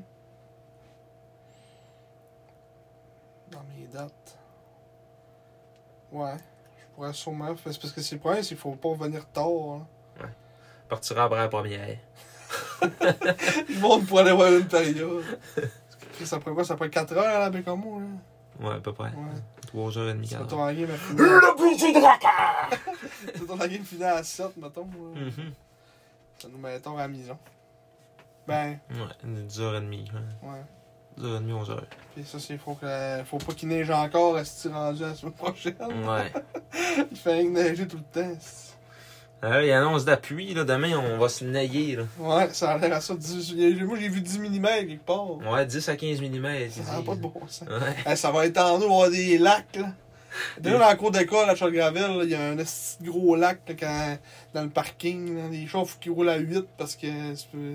A: Dans mes dates. Ouais, je pourrais sûrement. faire- C'est parce que c'est le problème, c'est qu'il faut pas venir tard. hein. là.
B: Partira après la première.
A: Le monde pourrait aller voir une période. Ça prend quoi Ça prend 4 heures à Bécamo, là.
B: Ouais, à peu près.
A: Ouais.
B: 3h30,
A: C'est pas
B: 4
A: ton game à finale.
B: Le petit draca!
A: C'est ton game finale à 7, mettons. là.
B: Mhm.
A: Ça nous mettons à Mison. Ben,
B: Ouais, 10h30. ouais.
A: ouais.
B: 10h30, 11h.
A: Puis ça, c'est faut que faut pas qu'il neige encore à ce rendu la semaine prochaine.
B: Ouais.
A: Il fait rien que neiger tout le temps. esti.
B: Alors, il Ah annonce d'appui, là. Demain, on va se nailler, là.
A: Ouais, ça a l'air à ça. 18 juillet. Moi, j'ai vu 10 mm quelque part.
B: Ouais, 10 à 15 mm.
A: Ça n'a pas de bon sens.
B: Ouais.
A: Eh, ça va être en eau, on va avoir des lacs, là. Déjà, dans la cour d'école à Charles-Gravel, là, il y a un esti de gros lac là, quand- dans le parking. là. Les chars, faut qu'ils roulent à 8 parce que tu peux,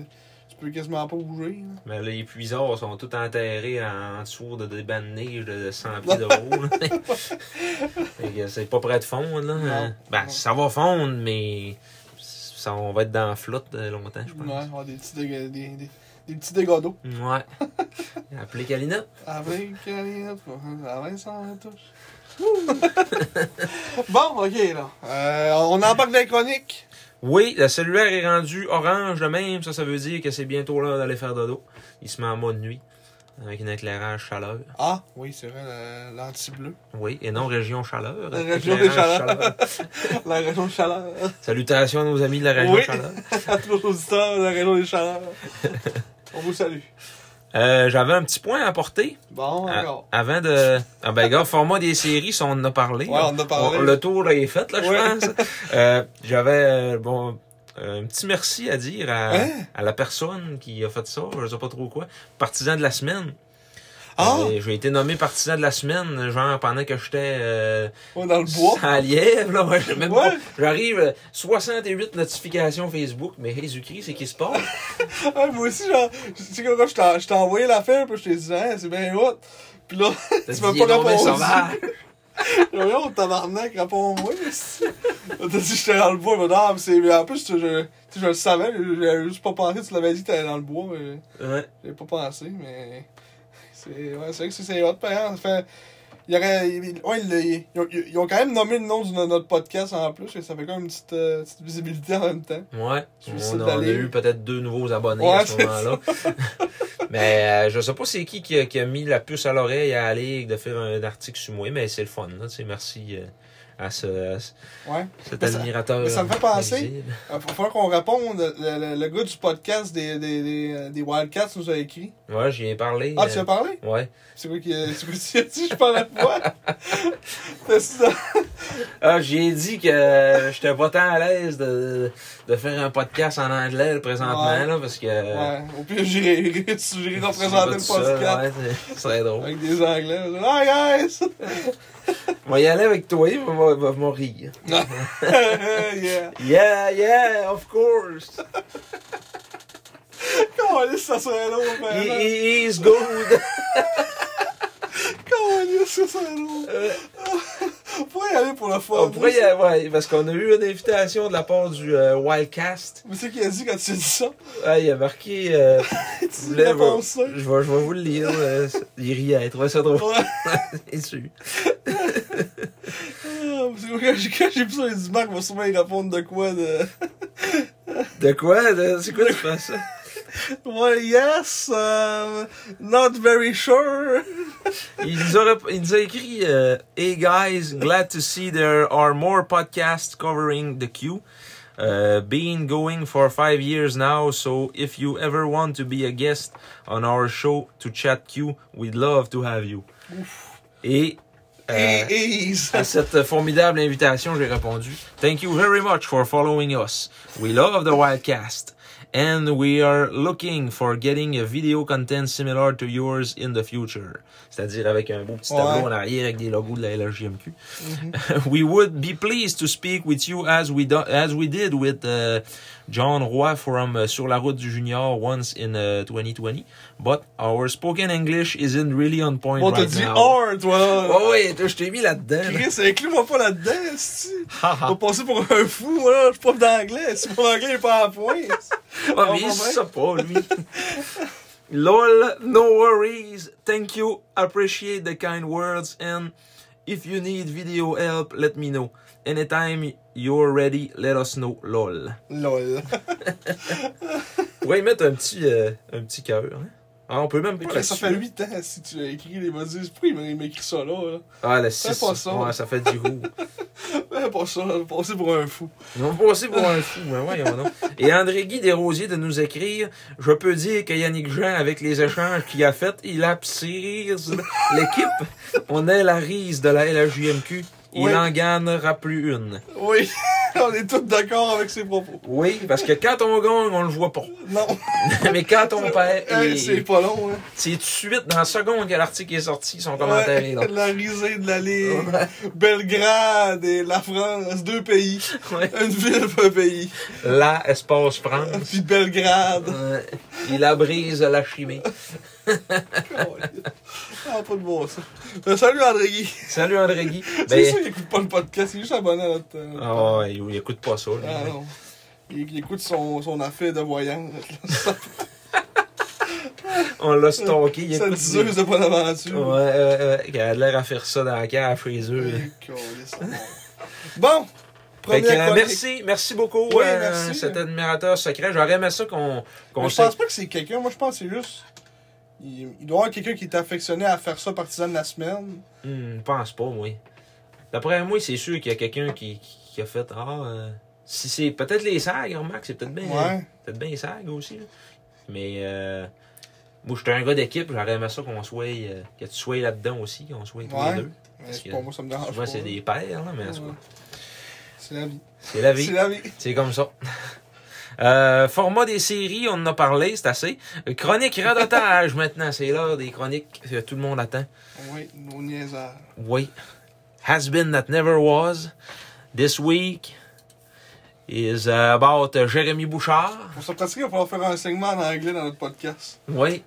A: tu peux quasiment pas bouger. là.
B: Mais les puisards sont tous enterrés en en dessous de des bandes de neige de 100 pieds de haut. là. Fait que c'est pas près de fondre. Là.
A: Non.
B: ben,
A: Non.
B: ça va fondre, mais ça, on va être dans la flotte euh, longtemps, je
A: Ouais,
B: pense.
A: avoir des petits dégâts, des, des, des petits dégâts d'eau.
B: Ouais. Appelez Kalina.
A: Avec euh, avec ça, on la touche. bon, ok, là. Euh, on embarque dans les chroniques.
B: Oui, le cellulaire est rendu orange de même. Ça, ça veut dire que c'est bientôt l'heure d'aller faire dodo. Il se met en mode nuit avec un éclairage chaleur.
A: Ah, oui, c'est vrai, le- l'anti-bleu.
B: Oui, et non région chaleur.
A: La région des
B: Éclairage
A: chaleurs. La région de chaleur.
B: Salutations à nos amis de la région
A: Oui.
B: chaleur.
A: à tous nos auditeurs, la région des chaleurs. on vous salue.
B: Euh, J'avais un petit point à apporter.
A: Bon,
B: Ah,
A: encore.
B: avant de. Ah ben gars, format des séries, ça, on en a parlé.
A: Ouais, on en a parlé.
B: le tour est fait, là, je
A: Ouais.
B: pense. Euh, J'avais euh, bon euh, un petit merci à dire à,
A: Hein?
B: à la personne qui a fait ça, je sais pas trop quoi. Partisan de la semaine.
A: Ah!
B: Euh, J'ai été nommé partisan de la semaine, genre pendant que j'étais euh,
A: On est dans le bois.
B: sans lièvre, là, ouais, j'ai même
A: Ouais.
B: pas- J'arrive euh, 68 notifications Facebook, mais Jésus-Christ, c'est qui se passe?
A: Ouais, moi aussi, genre, tu sais, quand je t'en- je t'ai envoyé l'affaire, puis je t'ai dit, hein, c'est bien hot. Puis là, tu m'as
B: Dis,
A: pas
B: non, mais ça
A: répondu.
B: va.
A: Voyons, tabarnak, réponds-moi. esti. T'as dit que j'étais dans le bois, mais non, mais c'est. mais En plus, tu sais, je, tu sais, je le savais, mais j'avais juste pas pensé, tu l'avais dit que t'allais dans le bois, mais
B: Ouais.
A: j'avais pas pensé, mais. C'est ouais, c'est vrai que c'est- c'est hot, par exemple. Ça fait- Il y aurait. il- ouais, il- il- ils, ont, ils ont quand même nommé le nom de notre podcast en plus, et ça fait comme une petite, euh, petite visibilité en même temps.
B: Ouais,
A: Je suis
B: on,
A: sûr
B: en a
A: d'aller.
B: eu peut-être deux nouveaux abonnés
A: Ouais,
B: à ce
A: c'est
B: moment-là. mais euh, je sais pas c'est qui qui a, qui a mis la puce à l'oreille à la Ligue de faire un article sur moi, mais c'est le fun. Là, tu sais, merci euh, à ce, à ce-
A: Ouais.
B: cet
A: Mais ça-
B: admirateur.
A: mais ça me fait penser-
B: invisible.
A: Il faut falloir qu'on réponde. Le, le- le gars du podcast des, des, des, euh, des Wildcats nous a écrit.
B: Ouais, j'y ai parlé.
A: Ah,
B: euh,
A: tu as parlé?
B: Ouais.
A: C'est quoi qui euh, c'est quoi tu as dit? Je parle à toi. C'est ça.
B: Ah, j'ai dit que j'étais pas tant à l'aise de, de faire un podcast en anglais présentement,
A: Ouais.
B: là, parce que.
A: Ouais. Au pire, j'irai j'irai
B: Euh. tu sais
A: représenter
B: pas
A: le
B: tout seul,
A: podcast
B: ouais, c'est- c'est drôle.
A: avec des Anglais. Hi, guys!
B: On va y aller avec toi, il va, va- va mourir.
A: yeah.
B: Yeah, yeah, of course.
A: Comment ça serait long,
B: He,
A: man?
B: he is good.
A: Comment ça serait long?
B: Euh,
A: On pourrait y aller pour la fois.
B: on pourrait y aller, ouais, parce qu'on a eu une invitation de la part du euh, Wildcast.
A: Mais c'est qui a dit quand tu as dit ça?
B: Ah, il a marqué. euh,
A: Tu
B: Là,
A: l'as
B: je vais-
A: pensé?
B: je, vais, je vais vous le lire. euh, il riait, il trouvait ça drôle.
A: Ouais.
B: Il suit.
A: Ah, parce que Quand j'ai quand j'ai vu ça, j'ai dit Marc va sûrement y répondre de quoi de.
B: De quoi? De- C'est quoi tu fais ça?
A: Ouais, yes, um, not very sure.
B: Il nous, aurait- il nous a écrit euh, Hey guys, glad to see there are more podcasts covering the queue. Uh, been going for five years now, so if you ever want to be a guest on our show to chat queue, we'd love to have you. Et euh,
A: Et, et ça,
B: à cette formidable invitation, j'ai répondu Thank you very much for following us. We love the Wildcast. And we are looking for getting a video content similar to yours in the future. C'est-à-dire avec un beau petit tableau
A: Ouais. Mm-hmm.
B: en arrière avec des logos de la LHJMQ. we would be pleased to speak with you as we, do- as we did with uh, John Roy from uh, Sur la route du Junior once in uh, 2020. But our spoken English isn't really on point
A: on t'a
B: right
A: dit
B: now.
A: hard, toi.
B: Oh, ouais, toi, je t'ai mis là-dedans. là.
A: Chris, inclus-moi pas là-dedans, si.
B: Ha, ha.
A: On passer pour un fou, moi, là. Je suis prof d'anglais. Si mon anglais est pas à point.
B: Ah, mais
A: Ah,
B: il
A: bon, ben.
B: sait pas, lui. Lol, no worries. Thank you. Appreciate the kind words. And if you need video help, let me know. Anytime you're ready, let us know. Lol.
A: Lol.
B: On va y mettre un petit, euh, un petit cœur. hein. Ah, on peut même pas. la
A: ça
B: suivre.
A: fait 8 ans si tu as écrit les modules. Pourquoi il m'a- il m'écrit ça là?
B: Ah, la 6.
A: pas ça.
B: Ouais, ça fait 10 roues.
A: là? Ouais, pas ça, je vais passer Ben, pour un fou.
B: Ils vont passer pour un fou, mais voyons donc. Et André-Guy Desrosiers de nous écrire « Je peux dire que Yannick Jean, avec les échanges qu'il a fait, il abscise l'équipe. On est la rise de la LHJMQ. Il
A: Oui.
B: en gagnera plus une.
A: Oui, on est tous d'accord avec ses propos. »
B: Oui, parce que quand on gagne, on le voit pas.
A: Non.
B: Mais quand on perd,
A: Hey,
B: il-
A: c'est pas long, hein.
B: c'est tout de suite, dans la seconde que l'article est sorti, son commentaire est là.
A: Ouais, La risée de la Ligue, Belgrade et la France, deux pays.
B: Ouais.
A: Une ville, un pays.
B: Là, espace France.
A: Puis Belgrade.
B: Euh, il abrise la chimie.
A: ah, pas de bon Oh, ça. Euh, salut André-Guy.
B: Salut André-Guy.
A: C'est
B: Ben,
A: sûr qu'il écoute pas le podcast, il est juste abonné à notre... euh,
B: ah ouais, il, il écoute pas ça. lui.
A: Ah non. Il, il écoute son, son affaire de voyant.
B: On l'a stocké. Il
A: Ça
B: écoute
A: dit eux, c'est pas
B: Ouais,
A: d'aventure.
B: euh, euh, il a l'air à faire ça dans la cave chez eux.
A: Bon!
B: Fait que, euh,
A: Première chronique.
B: merci, merci beaucoup,
A: Oui,
B: euh,
A: merci.
B: cet admirateur secret. J'aurais aimé ça qu'on qu'on
A: Mais je pense pas que c'est quelqu'un, moi je pense que c'est juste. Il, il doit y avoir quelqu'un qui est affectionné à faire ça partisan de la semaine.
B: Hmm, je pense pas, moi. D'après moi, c'est sûr qu'il y a quelqu'un qui, qui a fait Ah, euh, si c'est peut-être les sags, remarque, c'est peut-être bien
A: Ouais.
B: peut-être bien les sags aussi. là. Mais euh, moi, j'étais un gars d'équipe, j'aurais aimé ça qu'on soit euh, que tu sois là-dedans aussi, qu'on soit tous
A: Ouais.
B: les deux.
A: Mais
B: Parce
A: c'est
B: que
A: pas moi, ça me dérange
B: Souvent,
A: pas.
B: c'est des pères, là, mais en tout cas,
A: Ouais. C'est la vie.
B: c'est la vie.
A: C'est la vie.
B: C'est comme ça. Euh, format des séries, on en a parlé, c'est assez. Chronique radotage maintenant, c'est l'heure des chroniques que tout le monde attend.
A: Oui, nos niaisages.
B: Oui. Has been that never was. This week is about Jérémy Bouchard.
A: Pour se pratiquer, on va pouvoir faire un segment en anglais dans notre podcast.
B: Oui.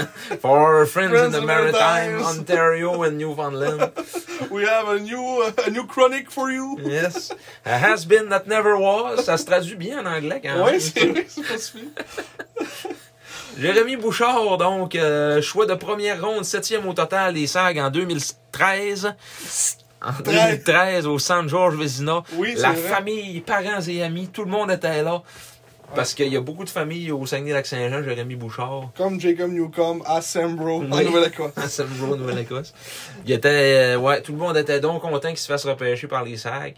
B: For our friends,
A: Friends
B: in the
A: in the
B: Maritime,
A: Maritimes.
B: Ontario and Newfoundland.
A: We have a new, a new chronic for you.
B: Yes. A has been that never was. Ça se traduit bien en anglais quand
A: Ouais,
B: même.
A: c'est vrai, c'est pas suffisant.
B: Jérémy Bouchard, donc, euh, choix de première ronde, septième au total des SAG en 2013. En 2013, au Centre Georges Vézina.
A: Oui, c'est
B: la
A: vrai.
B: famille, parents et amis, tout le monde était là. Parce qu'il y a beaucoup de familles au Saguenay-Lac-Saint-Jean, Jérémy Bouchard,
A: Comme Jacob Newcomb à Sambro, en
B: Oui.
A: Nouvelle-Écosse.
B: à Sambro, Nouvelle-Écosse. Il était, euh, ouais, tout le monde était donc content qu'il se fasse repêcher par les sacs.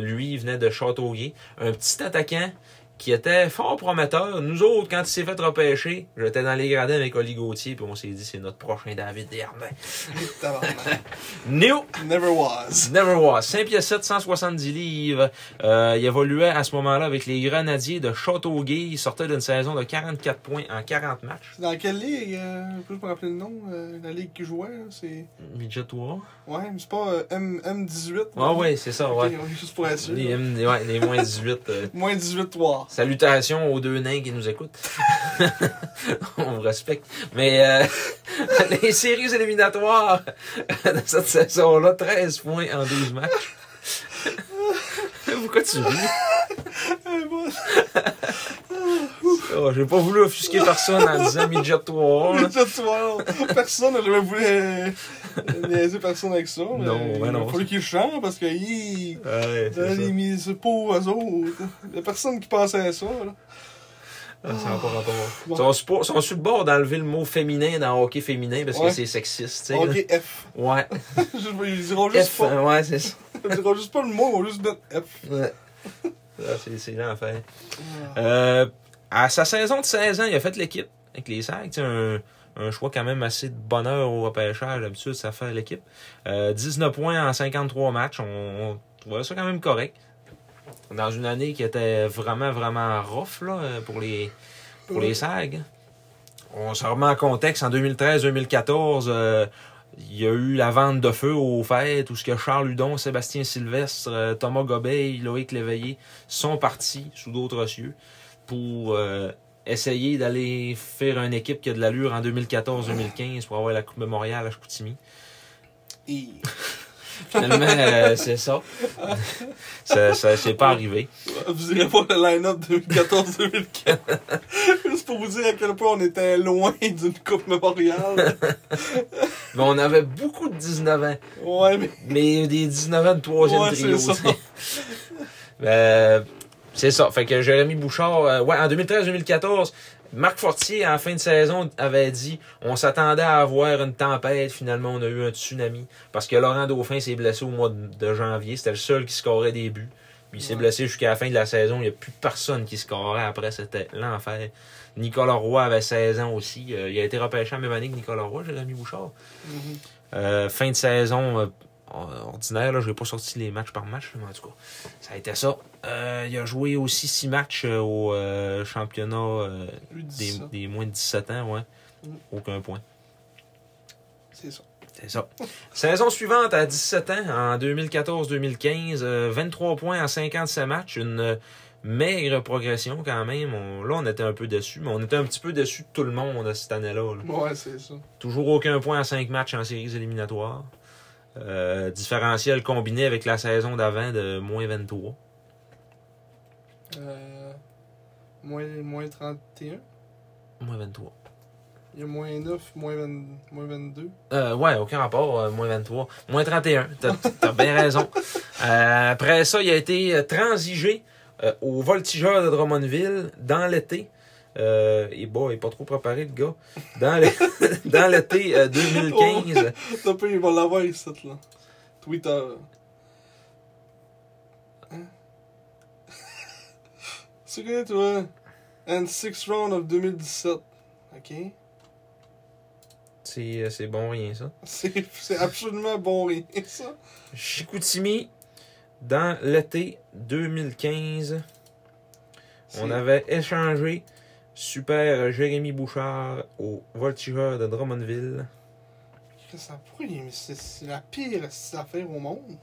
B: lui, il venait de Châteauguay. Un petit attaquant qui était fort prometteur. Nous autres, quand il s'est fait repêcher, j'étais dans les gradins avec Oli Gauthier, puis on s'est dit, c'est notre prochain David Desharnais.
A: Tabarnak.
B: Néo!
A: Never was.
B: Never was. 5 pieds 7, 170 livres. Euh, il évoluait à ce moment-là avec les Grenadiers de Châteauguay. Il sortait d'une saison de 44 points en 40 matchs.
A: C'est dans quelle ligue euh, Je peux pas me rappeler le nom. euh, la ligue qu'il jouait, là, c'est.
B: Midget 3.
A: Ouais, mais c'est pas euh, M, M18.
B: Ah ouais, c'est ça,
A: Ok,
B: ouais.
A: on est juste pour être sûr.
B: Les, M- ouais, les moins 18. euh,
A: Moins 18 3.
B: salutations aux deux nains qui nous écoutent. On vous respecte. Mais euh, les séries éliminatoires de cette saison-là, 13 points en 12 matchs. Pourquoi tu ris? Oh, J'ai pas voulu offusquer personne en disant midget 3 Oh, là.
A: Midget 3. Personne n'a jamais voulu euh, niaiser personne avec ça. mais
B: Non, ben non.
A: Il faut qu'il chante parce que. hi,
B: Ouais,
A: Dans
B: c'est ça.
A: les mises pour eux autres. Il y a personne qui pensait à ça. Là.
B: Ah, ça n'a pas rapport.
A: Bon.
B: Ils sont sur- Ils sont sur le bord d'enlever le mot féminin dans hockey féminin parce
A: Ouais.
B: que c'est sexiste, tu sais. là.
A: Ok, F.
B: Ouais.
A: Je- Ils diront juste
B: F, hein.
A: pas.
B: ouais, c'est ça.
A: Ils diront juste pas le mot, ils vont juste mettre F.
B: Ouais. Ah, c'est- c'est l'enfer. Euh, à sa saison de 16 ans, il a fait l'équipe avec les Sacs. tu sais, Un, un choix quand même assez de bonheur au repêchage. D'habitude, ça fait l'équipe. Euh, 19 points en 53 matchs. On, on trouvait ça quand même correct. Dans une année qui était vraiment, vraiment rough là, pour les, pour les SAG. On se remet en contexte. En 2013-2014, euh, il y a eu la vente de feu aux fêtes où ce que Charles Hudon, Sébastien Sylvestre, euh, Thomas Gobeil, Loïc Léveillé sont partis sous d'autres cieux pour euh, essayer d'aller faire une équipe qui a de l'allure en 2014-2015 pour avoir la Coupe Memorial à Chicoutimi.
A: I.
B: Finalement, euh, c'est ça. ça. Ça c'est pas arrivé.
A: Vous irez pas le line-up 2014-2015. Juste pour vous dire à quel point on était loin d'une Coupe Memorial.
B: Mais on avait beaucoup de 19 ans.
A: Ouais, mais.
B: Mais des 19 ans de troisième
A: Ouais,
B: trio.
A: c'est ça.
B: t'sais. Euh, c'est ça. Fait que Jérémy Bouchard, euh, ouais, en 2013-2014, Marc Fortier, en fin de saison, avait dit on s'attendait à avoir une tempête, finalement, on a eu un tsunami. Parce que Laurent Dauphin s'est blessé au mois de- de janvier. C'était le seul qui scorait des buts. Puis il s'est
A: Ouais.
B: blessé jusqu'à la fin de la saison. Il n'y a plus personne qui scorait après. C'était l'enfer. Nicolas Roy avait 16 ans aussi. Euh, il a été repêché en même année que Nicolas Roy, Jérémy Bouchard. Euh, fin de saison euh, ordinaire, là, je n'ai pas sorti les matchs par match, mais en tout cas, ça a été ça. Euh, il a joué aussi six matchs euh, au euh, championnat euh,
A: Lui dit
B: des,
A: ça.
B: des moins de 17 ans, ouais.
A: Mm.
B: Aucun point.
A: C'est ça.
B: C'est ça. Saison suivante, à 17 ans, en 2014-2015, euh, 23 points en 57 matchs, une euh, maigre progression quand même. On- là, on était un peu déçus, mais on était un petit peu déçus de tout le monde à cette année-là. là.
A: Ouais, c'est ça.
B: Toujours aucun point en cinq matchs en séries éliminatoires. Euh, différentiel combiné avec la saison d'avant de moins 23.
A: Euh, moins, moins 31.
B: Moins 23.
A: Il y a moins 9, moins, 20 moins 22.
B: Euh, ouais, aucun rapport, euh, moins 23. Moins 31, t'as t'as bien raison. Euh, après ça, il a été euh, transigé euh, au voltigeur de Drummondville dans l'été. Euh, et bon, il est pas trop préparé, le gars. Dans le- dans l'été euh, 2015.
A: T'as pas, ils vont l'avoir ici, là. Twitter. Hein? C'est quoi, toi? And 6 round of 2017. Ok?
B: C'est euh, c'est bon, rien, ça.
A: C'est c'est absolument bon rien, ça.
B: Chicoutimi, dans l'été 2015, on
A: C'est-
B: avait échangé super euh, Jérémy Bouchard au voltigeur de Drummondville.
A: Qu'est-ce que Ça pourrait, mais c'est- c'est la pire petite affaire au monde.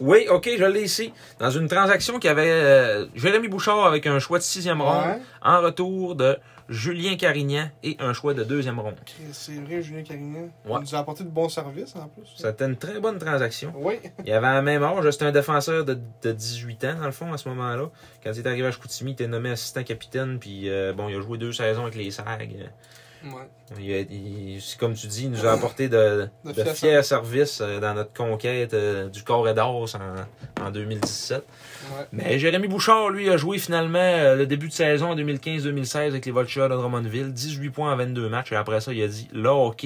B: Oui, ok, je l'ai ici. Dans une transaction qui avait euh, Jérémy Bouchard avec un choix de sixième ronde
A: Ouais.
B: en retour de Julien Carignan et un choix de deuxième ronde.
A: Chris, C'est vrai, Julien Carignan.
B: Ouais.
A: Il nous a apporté de bons services en plus.
B: C'était une très bonne transaction.
A: Oui.
B: Il avait un même âge, c'était un défenseur de, de 18 ans, dans le fond, à ce moment-là. Quand il est arrivé à Chicoutimi, il était nommé assistant capitaine, puis euh, bon, il a joué deux saisons avec les SAG.
A: Ouais.
B: Il a- il- c'est comme tu dis, il nous a apporté de,
A: De
B: de
A: fiers
B: fiers services euh, dans notre conquête euh, du corps et d'os en, en 2017.
A: Ouais.
B: Mais Jérémy Bouchard, lui, a joué finalement euh, le début de saison en 2015-2016 avec les Vultures de Drummondville. 18 points en 22 matchs. Et après ça, il a dit, là, OK,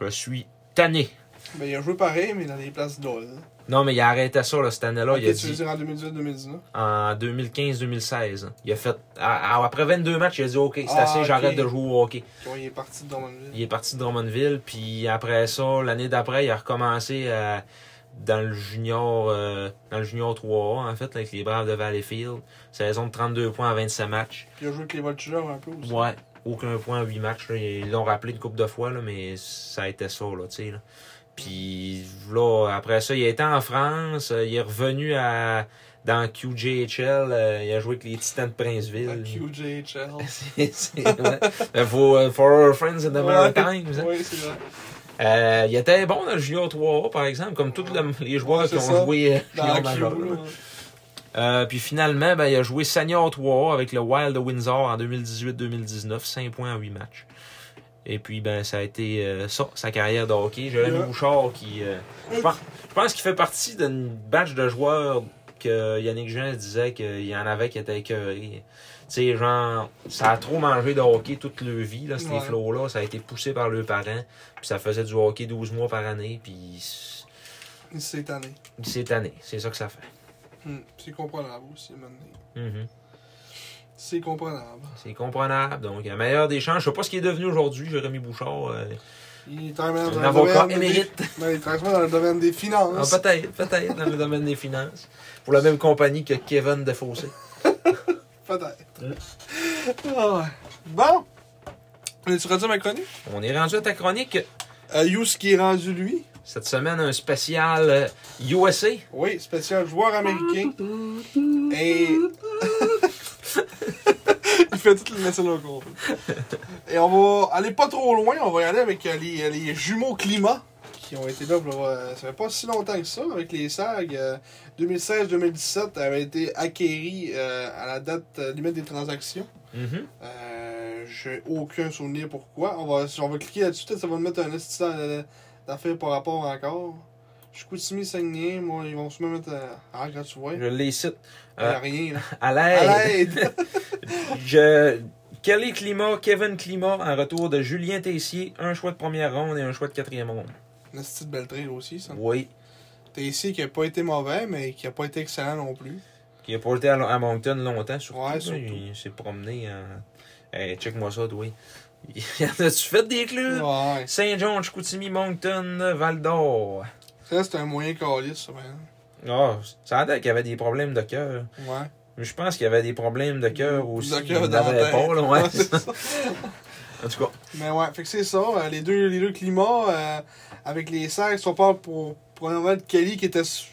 B: je suis tanné.
A: Ben, il a joué pareil, mais dans des places d'ol.
B: Non, mais il a arrêté ça là, cette année-là.
A: Ok,
B: il a
A: tu veux
B: dit,
A: dire en 2018-2019.
B: en 2015-2016. Il a fait, à- à- après 22 matchs, il a dit, OK, c'est
A: Ah,
B: assez,
A: ok.
B: j'arrête de jouer au hockey.
A: Ouais, il est parti de Drummondville.
B: Il est parti de Drummondville, puis après ça, l'année d'après, il a recommencé à- dans le junior euh, dans le junior 3A, en fait, avec les Braves de Valleyfield. Saison de 32 points en 27 matchs.
A: Puis il a joué avec les Voltigeurs un peu aussi.
B: Ouais, aucun point en 8 matchs. là. Ils l'ont rappelé une couple de fois, là, mais ça a été ça, là, tu sais. là. Puis là, après ça, il a été en France, euh, il est revenu à dans QJHL, euh, il a joué avec les Titans de
A: La
B: Princeville.
A: QJHL.
B: euh, C'est- c'est- ouais. For, euh, for our friends in the Maritimes. hein.
A: Oui, c'est vrai.
B: Euh, il était bon dans le Junior 3A, par exemple, comme tous le- les joueurs
A: Ouais,
B: qui
A: c'est
B: ont
A: ça.
B: joué euh,
A: Dans
B: junior
A: la Q,
B: major, là.
A: là.
B: Euh, puis finalement, ben, il a joué Senior 3A avec le Wild de Windsor en 2018-2019, 5 points en 8 matchs. Et puis, ben, ça a été euh, ça, sa carrière de hockey. Jérémy
A: Ouais.
B: Bouchard, qui, euh, je, pense, je pense qu'il fait partie d'une batch de joueurs que Yannick Jean disait qu'il y en avait qui étaient écœurés. Tu sais, genre, ça a trop mangé de hockey toute leur vie, là, ces
A: Ouais.
B: flots-là. Ça a été poussé par leurs parents. Puis ça faisait du hockey 12 mois par année. Puis
A: Il s'est tanné.
B: c'est tanné. C'est ça que ça fait.
A: Hum, C'est comprenable aussi, maintenant.
B: Mhm.
A: C'est comprenable.
B: C'est comprenable. Donc, la meilleure des chances. Je sais pas ce qu'il est devenu aujourd'hui, Jérémy Bouchard. euh,
A: Il est quand même dans
B: un
A: le
B: avocat
A: domaine des-
B: émérite.
A: Ben, il est quand même dans le domaine des
B: Ah,
A: finances.
B: peut-être, peut-être, dans le domaine des finances. Pour la même compagnie que Kevin Defossé.
A: Peut-être. Ah ouais. Bon. Mais tu redis ma chronique?
B: On est rendu à ta chronique.
A: Euh, Yous qui est rendu lui.
B: Cette semaine, un spécial euh, USA.
A: Oui, spécial joueur américain. Et. Il fait toutes les nationales au complet. Et on va aller pas trop loin, on va y aller avec euh, les, les jumeaux climat qui ont été là, pour, euh, ça fait pas si longtemps que ça, avec les SAG. euh, 2016-2017 avaient été acquéris euh, à la date euh, limite des transactions. Mm-hmm.
B: Mhm.
A: Euh, j'ai aucun souvenir pourquoi. On va, si on va cliquer là-dessus, peut-être ça va me mettre un esti dans le- d'affaires par rapport encore. Je suis Koutimi Saguenay, moi, ils vont se mettre. euh, Ah, quand tu vois, il
B: Je les cite.
A: y a
B: Euh,
A: rien. là.
B: à
A: À
B: l'aide.
A: l'aide!
B: Je... Kelly Climat, Kevin Climat, en retour de Julien Tessier, un choix de première ronde et un choix de quatrième ronde.
A: Un esti de Beltré aussi, ça.
B: Oui.
A: T'es ici qui a pas été mauvais, mais qui a pas été excellent non plus.
B: Qui a pas été à, à Moncton longtemps, surtout.
A: Ouais,
B: là.
A: surtout.
B: Il s'est promené en. Hey, check-moi ça, oui. Il y en a-tu fait des clubs?
A: Ouais.
B: Saint-Jean, Chicoutimi, Moncton, Val d'Or.
A: Ça, c'est un moyen calice, ça, man.
B: Ah, ça a l'air qu'il y avait des problèmes de cœur.
A: Ouais.
B: Mais je pense qu'il y avait des problèmes de cœur aussi.
A: De cœur
B: Il
A: dans la
B: n'avait
A: tête.
B: pas, là, ouais.
A: Ouais, c'est ça.
B: En tout cas,
A: Mais ouais, fait que c'est ça, euh, les deux, les deux climats, euh, avec les sacs, si on part pour, pour un moment de Kelly qui était, s-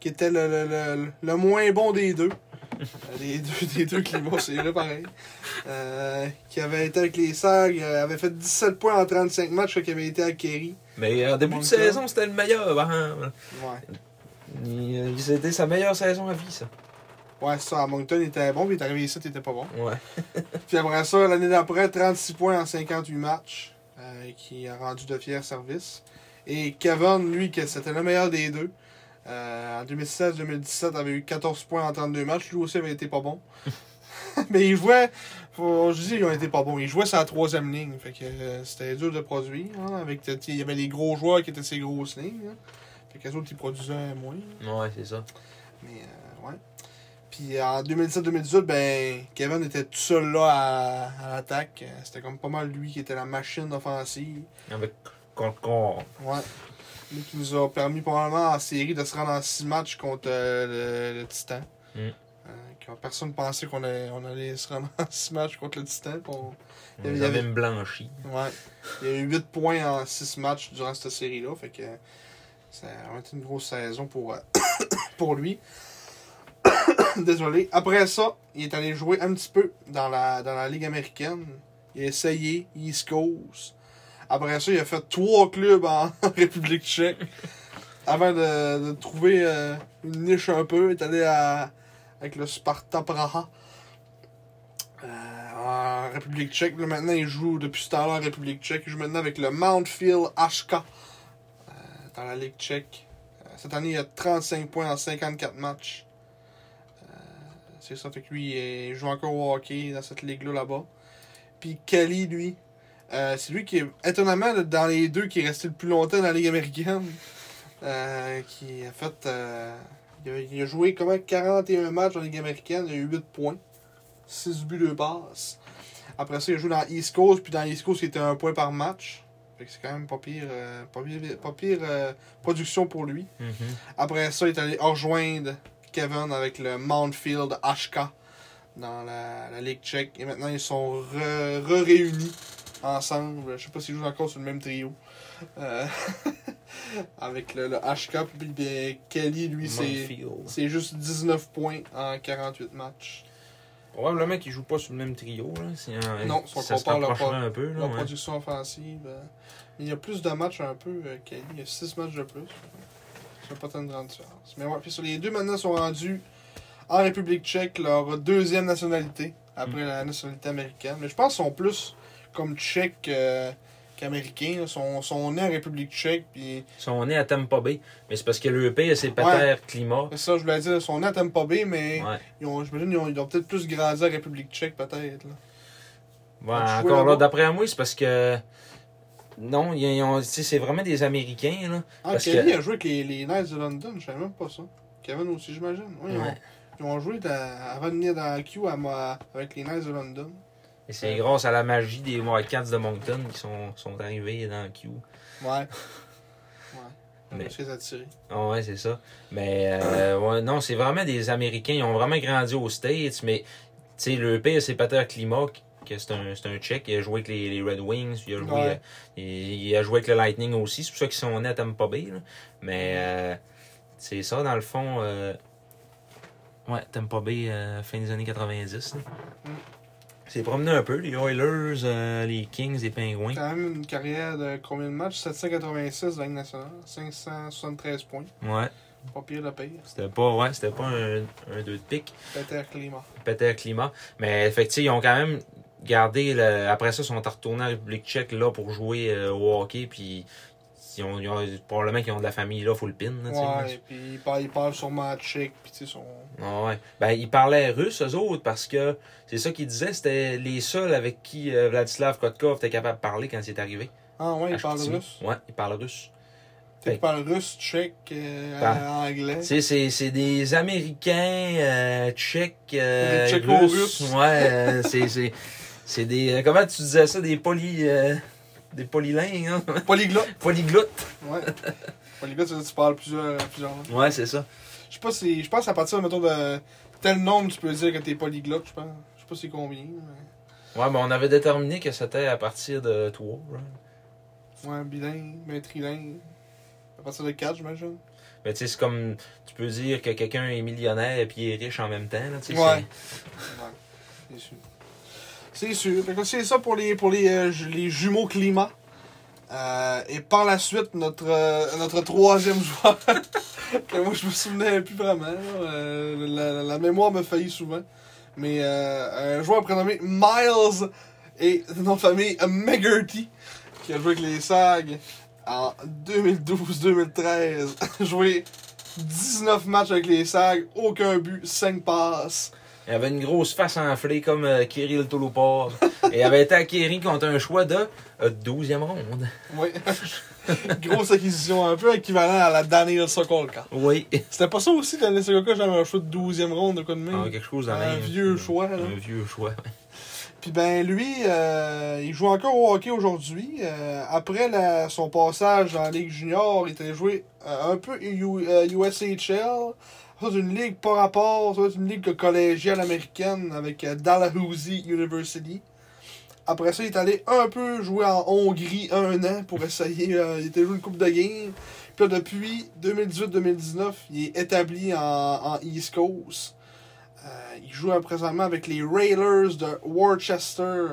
A: qui était le, le, le, le moins bon des deux. Euh, Les deux, des deux climats, c'est vrai pareil. Euh, qui avait été avec les sacs, euh, avait fait 17 points en 35 matchs, fait qu'il avait été acquéri.
B: mais en début de
A: Moncton.
B: saison, c'était le meilleur. hein. par exemple.
A: Ouais.
B: Il- euh, C'était sa meilleire saison à vie, ça.
A: Ouais, c'est ça, à Moncton, il était bon, puis il est arrivé ici, il était pas bon.
B: Ouais.
A: Puis après ça, l'année d'après, 36 points en 58 matchs, euh, qui a rendu de fiers services. Et Kevin, lui, que c'était le meilleur des deux. euh, en 2016-2017, avait eu 14 points en 32 matchs. Lui aussi avait été pas bon. Mais il jouait, faut- je dis, ils ont été pas bons. Il jouait sa troisième ligne. Fait que euh, c'était dur de produire. hein, avec, il y avait les gros joueurs qui étaient ses grosses lignes. hein. Fait que les autres, ils produisaient moins.
B: Ouais, c'est ça.
A: Mais euh, ouais. Puis en 2017-2018, ben, Kevin était tout seul là à, à l'attaque. Euh, C'était comme pas mal lui qui était la machine offensive.
B: Avec Concorde.
A: Ouais. Lui qui nous a permis probablement en série de se rendre en 6 matchs contre euh, le, le Titan.
B: Mm.
A: Euh, quand personne pensait qu'on allait, on allait se rendre en 6 matchs contre le Titan. puis on-
B: On
A: Il y
B: les a
A: avait-
B: même blanchis.
A: Ouais. Il y a eu 8 points en 6 matchs durant cette série-là. Fait que ça a été une grosse saison pour, euh, pour lui. Désolé. Après ça, il est allé jouer un petit peu dans la, dans la Ligue américaine. Il a essayé East Coast. Après ça, il a fait trois clubs en République tchèque. Avant de, de trouver euh, une niche un peu, il est allé à, avec le Sparta Praha. Euh, en République tchèque. Là, maintenant, il joue depuis ce temps-là en République tchèque. Il joue maintenant avec le Mountfield HK euh, dans la Ligue tchèque. Euh, Cette année, il a 35 points en 54 matchs. Euh, C'est ça, fait que lui, il joue encore au hockey dans cette ligue-là, là-bas. Puis Kelly, lui, euh, c'est lui qui est étonnamment là, dans les deux qui est resté le plus longtemps dans la Ligue américaine. Euh, qui a fait. euh, il, a, il a joué comment 41 matchs dans la Ligue américaine, il a eu 8 points. 6 buts, 2 passes. Après ça, il a joué dans East Coast, puis dans East Coast, il était un point par match. Fait que c'est quand même pas pire, euh, pas pire, pas pire euh, production pour lui.
B: Mhm.
A: Après ça, il est allé rejoindre Kevin avec le Mountfield HK dans la, la Ligue tchèque. Et maintenant, ils sont re- re-réunis ensemble. Je sais pas s'ils jouent encore sur le même trio. Euh, avec le, le HK. Puis ben, Kelly, lui, c'est
B: Monfield.
A: c'est juste 19 points en 48 matchs.
B: Probablement qu'ils jouent pas sur le même trio. Là. C'est un-
A: Non, si on
B: ça se
A: compare leur
B: rapprocherait
A: pro-
B: un peu. Là,
A: La
B: ouais.
A: production offensive. euh, mais il y a plus de matchs un peu, euh, Kelly. Il y a 6 matchs de plus. Ça fait pas tant de grande différence. Mais ouais, puis sur les deux maintenant sont rendus en République tchèque, leur deuxième nationalité,
B: Mm.
A: après la nationalité américaine. Mais je pense qu'ils sont plus comme tchèques euh, qu'américains. là. Ils sont, sont nés en République tchèque. Puis,
B: Ils sont nés à Tampa Bay. Mais c'est parce que l'EP a ses patères climat.
A: c'est ça, je voulais dire, ils sont nés à Tampa Bay, mais
B: Ouais.
A: ils ont- j'imagine qu'ils ont, ils ont peut-être plus grandi en République tchèque, peut-être. là.
B: Ouais,
A: Ont-tu joué
B: encore
A: là-bas?
B: là, d'après moi, c'est parce que. Non, ils- ils ont- tu sais, c'est vraiment des Américains. Là.
A: Ah,
B: Parce
A: Kelly
B: que-
A: a joué avec les, les Knights de London, je savais même pas ça. Kevin aussi, j'imagine. Oui, ils ont-
B: Ouais.
A: Ils ont joué dans- avant de venir dans la Q à moi- avec les Knights de London.
B: Et c'est grâce à la magie des Wildcats de Moncton qui sont, sont arrivés dans le Q.
A: Ouais. Ouais.
B: Mais-
A: Mais... Je les ai attirés.
B: Ah ouais, c'est ça. Mais euh, ouais, non, c'est vraiment des Américains. Ils ont vraiment grandi aux States, mais tu sais, l'EP, c'est Peter Klimak, que c'est un, c'est un Tchèque. Il a joué avec les, les Red Wings, il a, joué, euh,
A: Ouais.
B: il, il a joué avec le Lightning aussi. C'est pour ça qu'ils sont nés à Tampa Bay. là. Mais euh, c'est ça, dans le fond. euh, ouais, Tampa Bay, euh, fin des années 90. là.
A: Mm.
B: C'est promené un peu, les Oilers, euh, les Kings, les Pingouins.
A: Quand même une carrière de combien de matchs 786 dans la Ligue nationale. 573 points.
B: Ouais,
A: Pas pire de pire.
B: c'était pas, ouais, c'était pas un, un deux de pique.
A: Peter Clément.
B: Peter Climat. Mais effectivement, ils ont quand même gardé. le- Après ça, ils sont retournés en République tchèque là, pour jouer euh, au hockey. Puis, ils ont, ils ont- probablement qu'ils ont de la famille là, full pin. là, tu sais, là.
A: Ouais, et puis ils parlent, ils parlent sûrement tchèque. Puis tu sais, sont.
B: Ah ouais. Ben, ils parlaient russe, eux autres, parce que c'est ça qu'ils disaient. C'était les seuls avec qui euh, Vladislav Kotkov était capable de parler quand il est arrivé.
A: Ah ouais,
B: À
A: ils parlent
B: Chicoutimi.
A: russe.
B: Ouais, ils parlent russe.
A: Tu sais, Ils parlent russe, tchèque, euh,
B: Par-
A: anglais.
B: Tu sais, Ah. c'est, c'est des Américains, euh, Tchèques, euh,
A: Des Tchéco-Russes.
B: Russes. Ouais, euh, c'est, c'est, c'est des. euh, comment tu disais ça Des poly. euh, des polylingues, hein
A: Polyglotte.
B: Polyglottes.
A: Ouais. Polyglotte, ça veut dire que tu parles plusieurs, plusieurs langues.
B: Ouais, c'est ça.
A: Je sais pas si. Je pense à partir mettons, de tel nombre, tu peux dire que t'es polyglotte, je pense. Je sais pas c'est combien. Mais...
B: Ouais, ben on avait déterminé que c'était à partir de trois. hein. right?
A: Ouais, bilingue, mais trilingue. À partir de 4, j'imagine.
B: Mais tu sais, c'est comme. Tu peux dire que quelqu'un est millionnaire et puis il est riche en même temps. Là, tu sais,
A: Ouais. Ouais, c'est sûr. C'est sûr. Fait que c'est ça pour les, pour les, euh, ju- les jumeaux climat. Euh, et par la suite, notre, euh, notre troisième joueur, que moi je me souvenais plus vraiment, là. Euh, la, la mémoire me faillit souvent, mais euh, un joueur prénommé Miles et de nom de famille McGurty, qui a joué avec les SAG en 2012-2013, joué 19 matchs avec les SAG, aucun but, 5 passes.
B: Il avait une grosse face enflée comme euh, Kirill Tolopov. et il avait été acquéri contre un choix de euh, 12e ronde.
A: Oui. Grosse acquisition, un peu équivalent à la Daniel Sokolka.
B: Oui.
A: C'était pas ça aussi, Daniel Sokolka, j'avais un choix de 12e ronde de quoi de
B: Ah,
A: main.
B: quelque chose de
A: un
B: même.
A: vieux choix, là.
B: Un vieux choix.
A: Puis ben lui, euh, il joue encore au hockey aujourd'hui. Euh, après la- son passage dans la Ligue Junior, il était joué euh, un peu U- euh, USHL. Ça, c'est une ligue par rapport, ça, c'est une ligue collégiale américaine avec euh, Dalhousie University. Après ça, il est allé un peu jouer en Hongrie un an pour essayer. euh, il était joué une coupe de game. Puis là, depuis 2018-2019, il est établi en, en East Coast. Euh, il joue présentement avec les Railers de Worcester euh,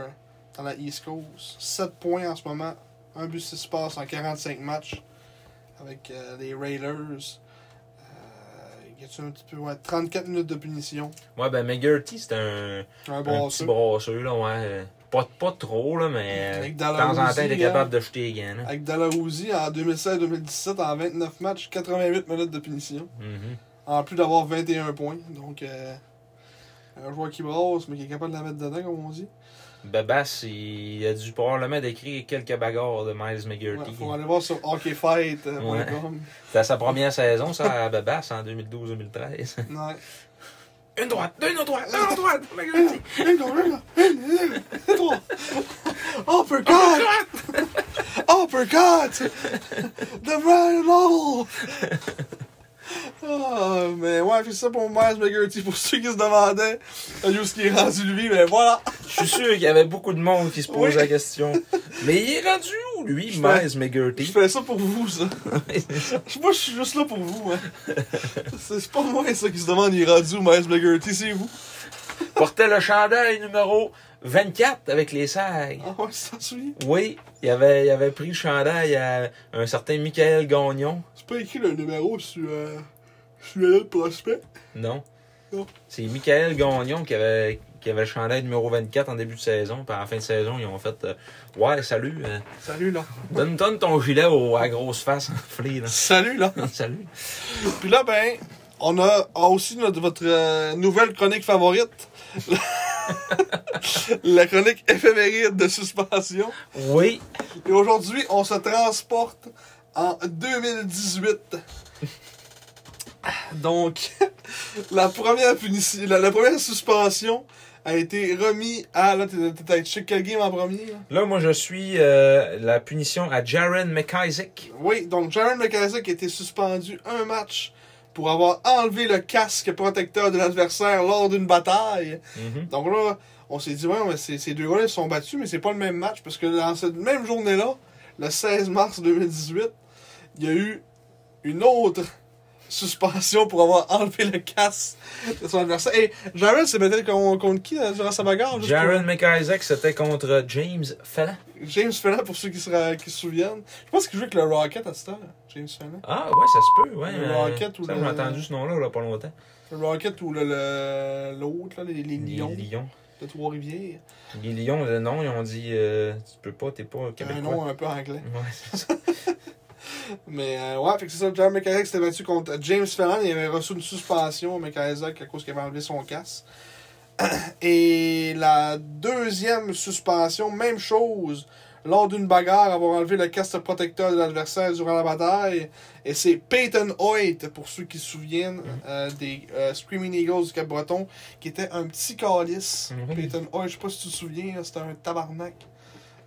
A: dans la East Coast. 7 points en ce moment. 1 but 6 passes en 45 matchs avec euh, les Railers. Euh, y a-tu un petit peu ouais, 34 minutes de punition.
B: Ouais, ben McGurty, c'était un,
A: Un
B: un
A: bon
B: petit brasseux, là, ouais. euh, Pas, pas trop, là, mais
A: Avec
B: de temps en temps,
A: Dalhousie, hein.
B: t'es capable de jeter les hein. gants. là.
A: Avec Dalhousie en 2016-2017, en 29 matchs, 88 minutes de punition.
B: Mhm.
A: En plus d'avoir 21 points. Donc, euh, un joueur qui brosse, mais qui est capable de la mettre dedans, comme on dit.
B: Babas, il a dû probablement décrire quelques bagarres de
A: Ouais,
B: Miles McGurty. hein.
A: faut aller voir sur euh, hockeyfight.com.
B: C'était sa première saison, ça, à Babas, en 2012-2013.
A: Ouais.
B: Une droite, deux une droite, deux une droite, McGurty.
A: Hey, non, hey, non, hey, hey, hey, trois. Oh, Uppercut! Uppercut! Oh, The Brian Lovell! Ah, mais ouais, c'est ça pour Miles McGurty. Pour ceux qui se demandaient euh, où ce qui est rendu lui, mais voilà!
B: Je suis sûr qu'il y avait beaucoup de monde qui se pose
A: Oui.
B: la question. Mais il est rendu où, lui,
A: fais-
B: Miles
A: Je
B: McGurty?
A: fais ça pour vous, ça. Moi, je suis juste là pour vous, hein. C'est c'est pas moi, ça, qui se demande il est rendu où Miles McGurty, c'est vous.
B: Portait le chandail numéro 24 avec les sags.
A: Ah ouais, ça suit.
B: Oui, il avait, il avait pris le chandail à un certain Michael Gagnon.
A: C'est pas écrit le numéro sur, euh, sur le prospect.
B: Non.
A: Non.
B: C'est Michael Gagnon qui avait, qui avait le chandail numéro 24 en début de saison. Puis en fin de saison, ils ont fait euh, Ouais, salut, euh,
A: Salut, là.
B: donne, donne ton gilet au, à grosse face enflée. Là.
A: Salut, là.
B: salut.
A: Puis là, ben, on a a aussi notre, votre euh, nouvelle chronique favorite. La chronique éphéméride de suspension.
B: Oui,
A: Et aujourd'hui, on se transporte en 2018. Donc, la première punition, la, la première suspension a été remise à. Là, t'es- t'es allé checker quel game en premier? là?
B: là, moi, je suis euh, la punition à Jaron McIsaac.
A: Oui, donc Jaron McIsaac a été suspendu un match pour avoir enlevé le casque protecteur de l'adversaire lors d'une bataille.
B: Mhm.
A: Donc là, on s'est dit, ouais, mais ces, ces deux gars-là ils se sont battus, mais c'est pas le même match, parce que dans cette même journée-là, le 16 mars 2018, il y a eu une autre suspension pour avoir enlevé le casque de son adversaire. Et Jaron s'est battu con- contre qui euh, durant sa bagarre? juste pour-
B: Jaron McIsaac, c'était contre James Fallon.
A: James Fallon, pour ceux qui se, ra- qui se souviennent. Je pense qu'il jouait avec le Rocket à ce temps, là, James Fallon.
B: Ah, ouais, ça se peut, ouais.
A: Le
B: euh,
A: Rocket ou
B: ça,
A: le-
B: J'ai entendu ce nom-là, là, pas longtemps.
A: Le Rocket ou le- le- l'autre, là, les, les Lions
B: Les Lions.
A: de Trois-Rivières.
B: Les Lions, le nom, ils ont dit euh, Tu peux pas, t'es pas
A: Un
B: québécois.
A: nom un peu anglais.
B: Ouais, c'est ça.
A: Mais euh, ouais, fait que c'est ça. Jared McIsaac s'était battu contre euh, James Ferrand. Il avait reçu une suspension, McIsaac, à cause qu'il avait enlevé son casque. Et la deuxième suspension, même chose. Lors d'une bagarre, avoir enlevé le casque protecteur de l'adversaire durant la bataille. Et c'est Peyton Hoyt, pour ceux qui se souviennent, euh, des euh, Screaming Eagles du Cap-Breton, qui était un petit calice.
B: Mhm.
A: Peyton Hoyt, je sais pas si tu te souviens, là, c'était un tabarnak.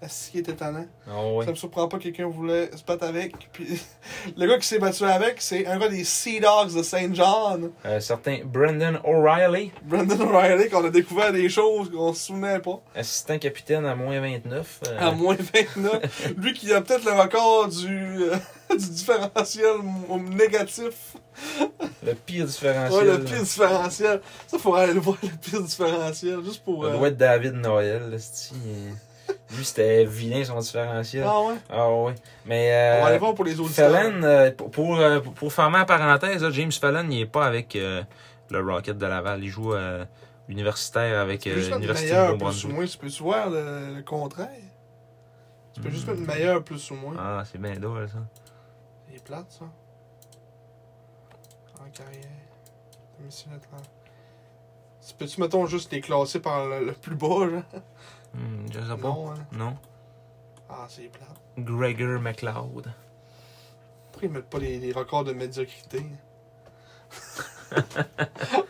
A: Est-ce qu'il était talent?
B: Oh, ouais.
A: Ça me surprend pas que quelqu'un voulait se battre avec. Puis le gars qui s'est battu avec, c'est un gars des Sea Dogs de Saint John,
B: Euh, certain Brendan O'Reilly,
A: Brandon O'Reilly, qu'on a découvert des choses qu'on se souvenait pas.
B: assistant capitaine à moins 29. euh,
A: À moins 29. Lui qui a peut-être le record du, euh, du différentiel au négatif.
B: le pire différentiel.
A: Ouais, le pire différentiel. Ça, faut aller le voir, le pire différentiel, juste pour.
B: Ça
A: euh,
B: doit être David Noël, là, c'ti, euh, Lui, c'était vilain son différentiel.
A: Ah ouais.
B: Ah ouais. Mais
A: On va aller
B: euh,
A: voir pour les auditeurs.
B: Fallon, euh, pour, pour, euh, pour- pour fermer la parenthèse, là, James Fallon, il est pas avec euh, le Rocket de Laval. Il joue euh, universitaire avec euh,
A: Tu peux juste mettre
B: l'Université du
A: meilleur plus ou
B: Nouveau-Brunswick.
A: moins, tu peux tu voir le, le contraire. Tu peux juste mettre
B: Hmm.
A: meilleur plus ou moins.
B: Ah, c'est bien drôle, ça.
A: Il est plate, ça. En carrière. Monsieur Latran. Tu Peux-tu, mettons, juste les classer par le, le plus bas, genre?
B: Hmm, je sais pas.
A: Non, hein.
B: Non.
A: Ah, c'est plate.
B: Gregor McLeod.
A: Pourquoi ils mettent pas les, les records de médiocrité?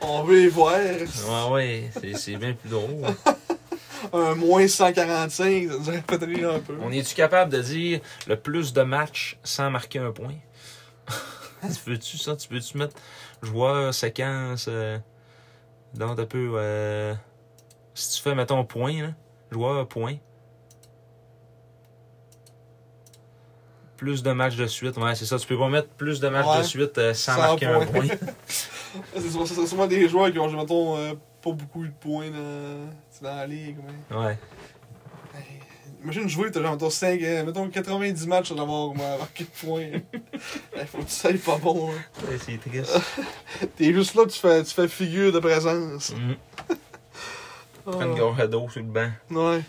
A: On veut y voir.
B: Ouais, Ah ouais, c'est- c'est bien plus drôle.
A: Un moins 145, ça nous aurait fait rire un peu.
B: On est-tu capable de dire le plus de matchs sans marquer un point? tu veux-tu ça? Tu veux-tu mettre joueur, séquence? euh, Non, t'as peu. euh, Si tu fais, mettons, point, là, joueur, point. Plus de matchs de suite, ouais, c'est ça. Tu peux pas mettre plus de matchs
A: Ouais.
B: de suite euh, sans,
A: Sans
B: marquer un
A: point.
B: point.
A: C'est sûrement- C'est sûrement des joueurs qui ont, mettons, euh, pas beaucoup de points dans, dans la ligue. Mais...
B: ouais.
A: Hey, Imagine jouer, t'as genre, mettons, 5, euh, mettons 90 matchs sans avoir euh, marqué de points. Hey, faut que tu sois pas bon. hein.
B: Ouais, C'est triste.
A: T'es juste là, tu fais, tu fais figure de présence.
B: Mm.
A: Ah,
B: Prends une gorge à dos sur le banc.
A: ouais.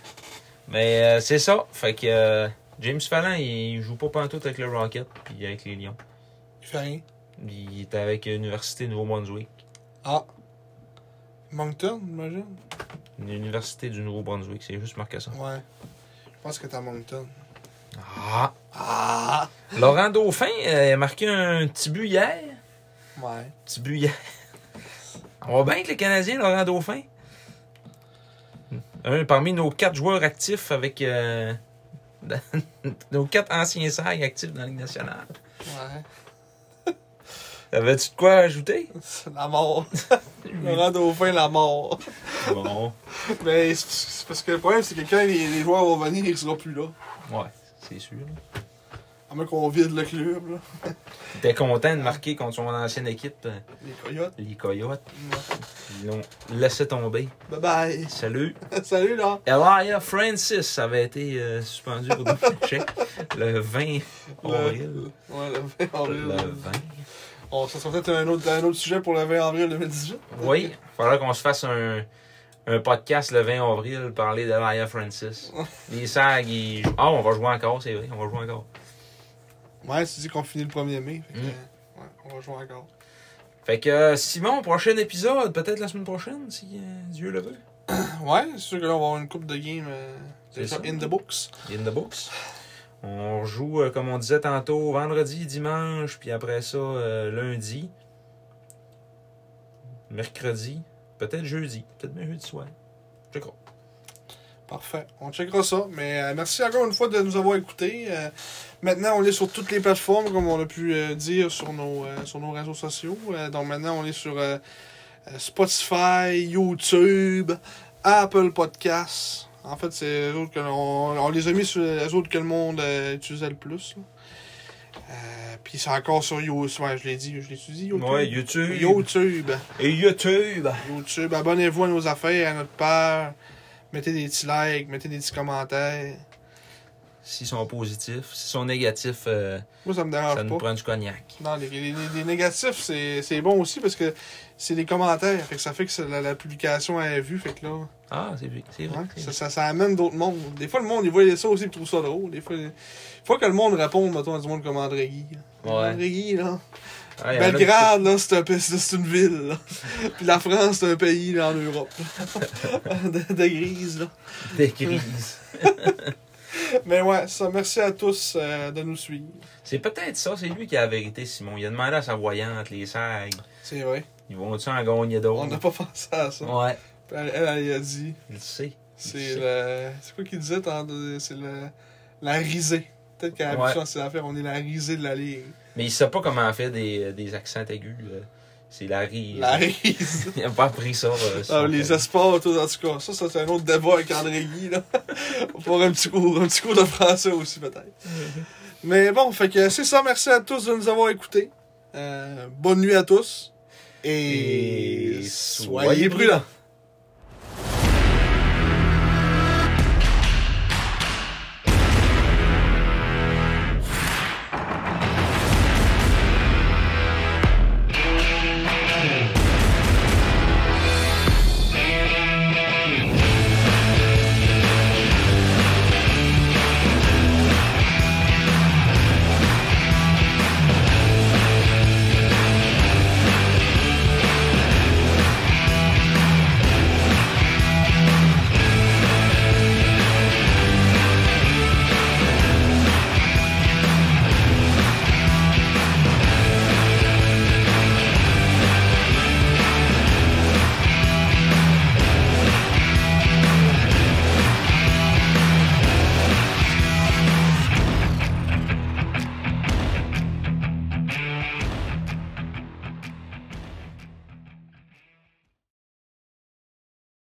B: Mais euh, c'est ça. Fait que euh, James Fallon, il joue pas pantoute avec le Rocket puis avec les Lions.
A: Il fait rien.
B: Il est avec l'Université Nouveau-Brunswick.
A: Ah. Moncton, j'imagine.
B: L'Université du Nouveau-Brunswick, c'est juste marqué ça.
A: Ouais. Je pense que t'es à Moncton.
B: Ah!
A: Ah!
B: Laurent Dauphin euh, a marqué un petit but hier.
A: Ouais.
B: Petit but hier. On va bien avec le Canadien, Laurent Dauphin. Un parmi nos quatre joueurs actifs avec. euh, dans- nos quatre anciens sages actifs dans la Ligue nationale.
A: Ouais.
B: Avais-tu de quoi ajouter?
A: C'est la mort. Laurent Dauphin, la mort.
B: Bon.
A: Mais c'est- c'est parce que le problème, c'est que quand les, les joueurs vont venir, ils seront plus là.
B: Ouais, c'est sûr.
A: À moins qu'on vide le club, là.
B: Il était content de marquer contre son ancienne équipe, euh,
A: Les coyotes.
B: les Coyotes.
A: Ouais.
B: Ils l'ont laissé tomber.
A: Bye bye.
B: Salut.
A: Salut, là.
B: Elia Francis avait été euh, suspendu pour double check le 20 avril.
A: Le- Ouais, le 20 avril.
B: Le 20.
A: On ça sera peut-être un autre, un autre sujet pour le 20 avril 2018.
B: Oui, il faudra qu'on se fasse un, un podcast le 20 avril, parler d'Elia Francis. Les SAG, ils jouent- Ah, on va jouer encore, c'est vrai, on va jouer encore.
A: Ouais, tu dis qu'on finit le 1er mai. Fait que,
B: Mm.
A: euh, ouais, on va jouer encore.
B: Fait que, euh, Simon, prochain épisode, peut-être la semaine prochaine, si euh, Dieu le veut.
A: Ouais, c'est sûr que là, on va avoir une coupe de game euh,
B: C'est
A: déjà
B: ça.
A: in the books.
B: In the books. On joue, euh, comme on disait tantôt, vendredi, dimanche, puis après ça, euh, lundi, mercredi, peut-être jeudi, peut-être même jeudi soir. Je crois.
A: Parfait. On checkera ça. Mais euh, merci encore une fois de nous avoir écoutés. Euh, maintenant, on est sur toutes les plateformes, comme on a pu euh, dire sur nos, euh, sur nos réseaux sociaux. Euh, donc maintenant, on est sur euh, euh, Spotify, YouTube, Apple Podcasts. En fait, c'est les autres que l'on- on, les a mis sur les autres que le monde euh, utilisait le plus. là. Euh, Puis c'est encore sur YouTube. Ouais, je l'ai dit, je l'ai dit. YouTube.
B: Ouais, YouTube.
A: YouTube.
B: Et YouTube.
A: YouTube, abonnez-vous à nos affaires, à notre page. Mettez des petits likes, mettez des petits commentaires.
B: S'ils sont positifs, s'ils sont négatifs, euh,
A: Moi, ça me dérange
B: ça nous
A: pas.
B: prend du cognac.
A: Non, les, les- les- les négatifs, c'est c'est bon aussi parce que c'est des commentaires. Fait que ça fait que c'est la, la publication est vue. Fait que là,
B: Ah, c'est vrai. C'est vrai.
A: hein,
B: c'est
A: ça,
B: vrai.
A: ça, ça amène d'autres mondes. Des fois, le monde, il voit ça aussi et trouve ça drôle. Des fois, des fois que le monde répond, mettons, à du monde comme André Guy. là.
B: Ouais.
A: André Guy, là.
B: Ah, il y en a qui-
A: Belgrade, là, c'est un pays- c'est c'est une ville. là. Puis la France, c'est un pays là, en Europe. là. de, de grise, là.
B: Des crises.
A: Mais ouais, ça, merci à tous euh, de nous suivre.
B: C'est peut-être ça, c'est lui qui a la vérité, Simon. Il a demandé à sa voyante, les SAG.
A: C'est vrai.
B: Ils vont-tu en gagner
A: On n'a
B: d'autres?
A: pas pensé à ça.
B: Ouais,
A: Elle, elle, elle y a dit.
B: il le sait.
A: C'est le. C'est quoi qu'il disait tant de- C'est le. La risée. Peut-être qu'à
B: Ouais.
A: la mission, c'est l'affaire. On est la risée de la ligue.
B: Mais il sait pas comment on fait des, euh, des accents aigus. là. C'est Larry.
A: La risée.
B: Il a pas appris ça. euh, sur-
A: Ah, les espoirs, tout en tout cas. Ça, ça c'est un autre débat avec André Guy. Là. On va faire un petit, cours, un petit cours de français aussi, peut-être. Mais bon, fait que c'est ça. Merci à tous de nous avoir écoutés. Euh, bonne nuit à tous. Et,
B: Et
A: soyez
B: soyez
A: brûlants.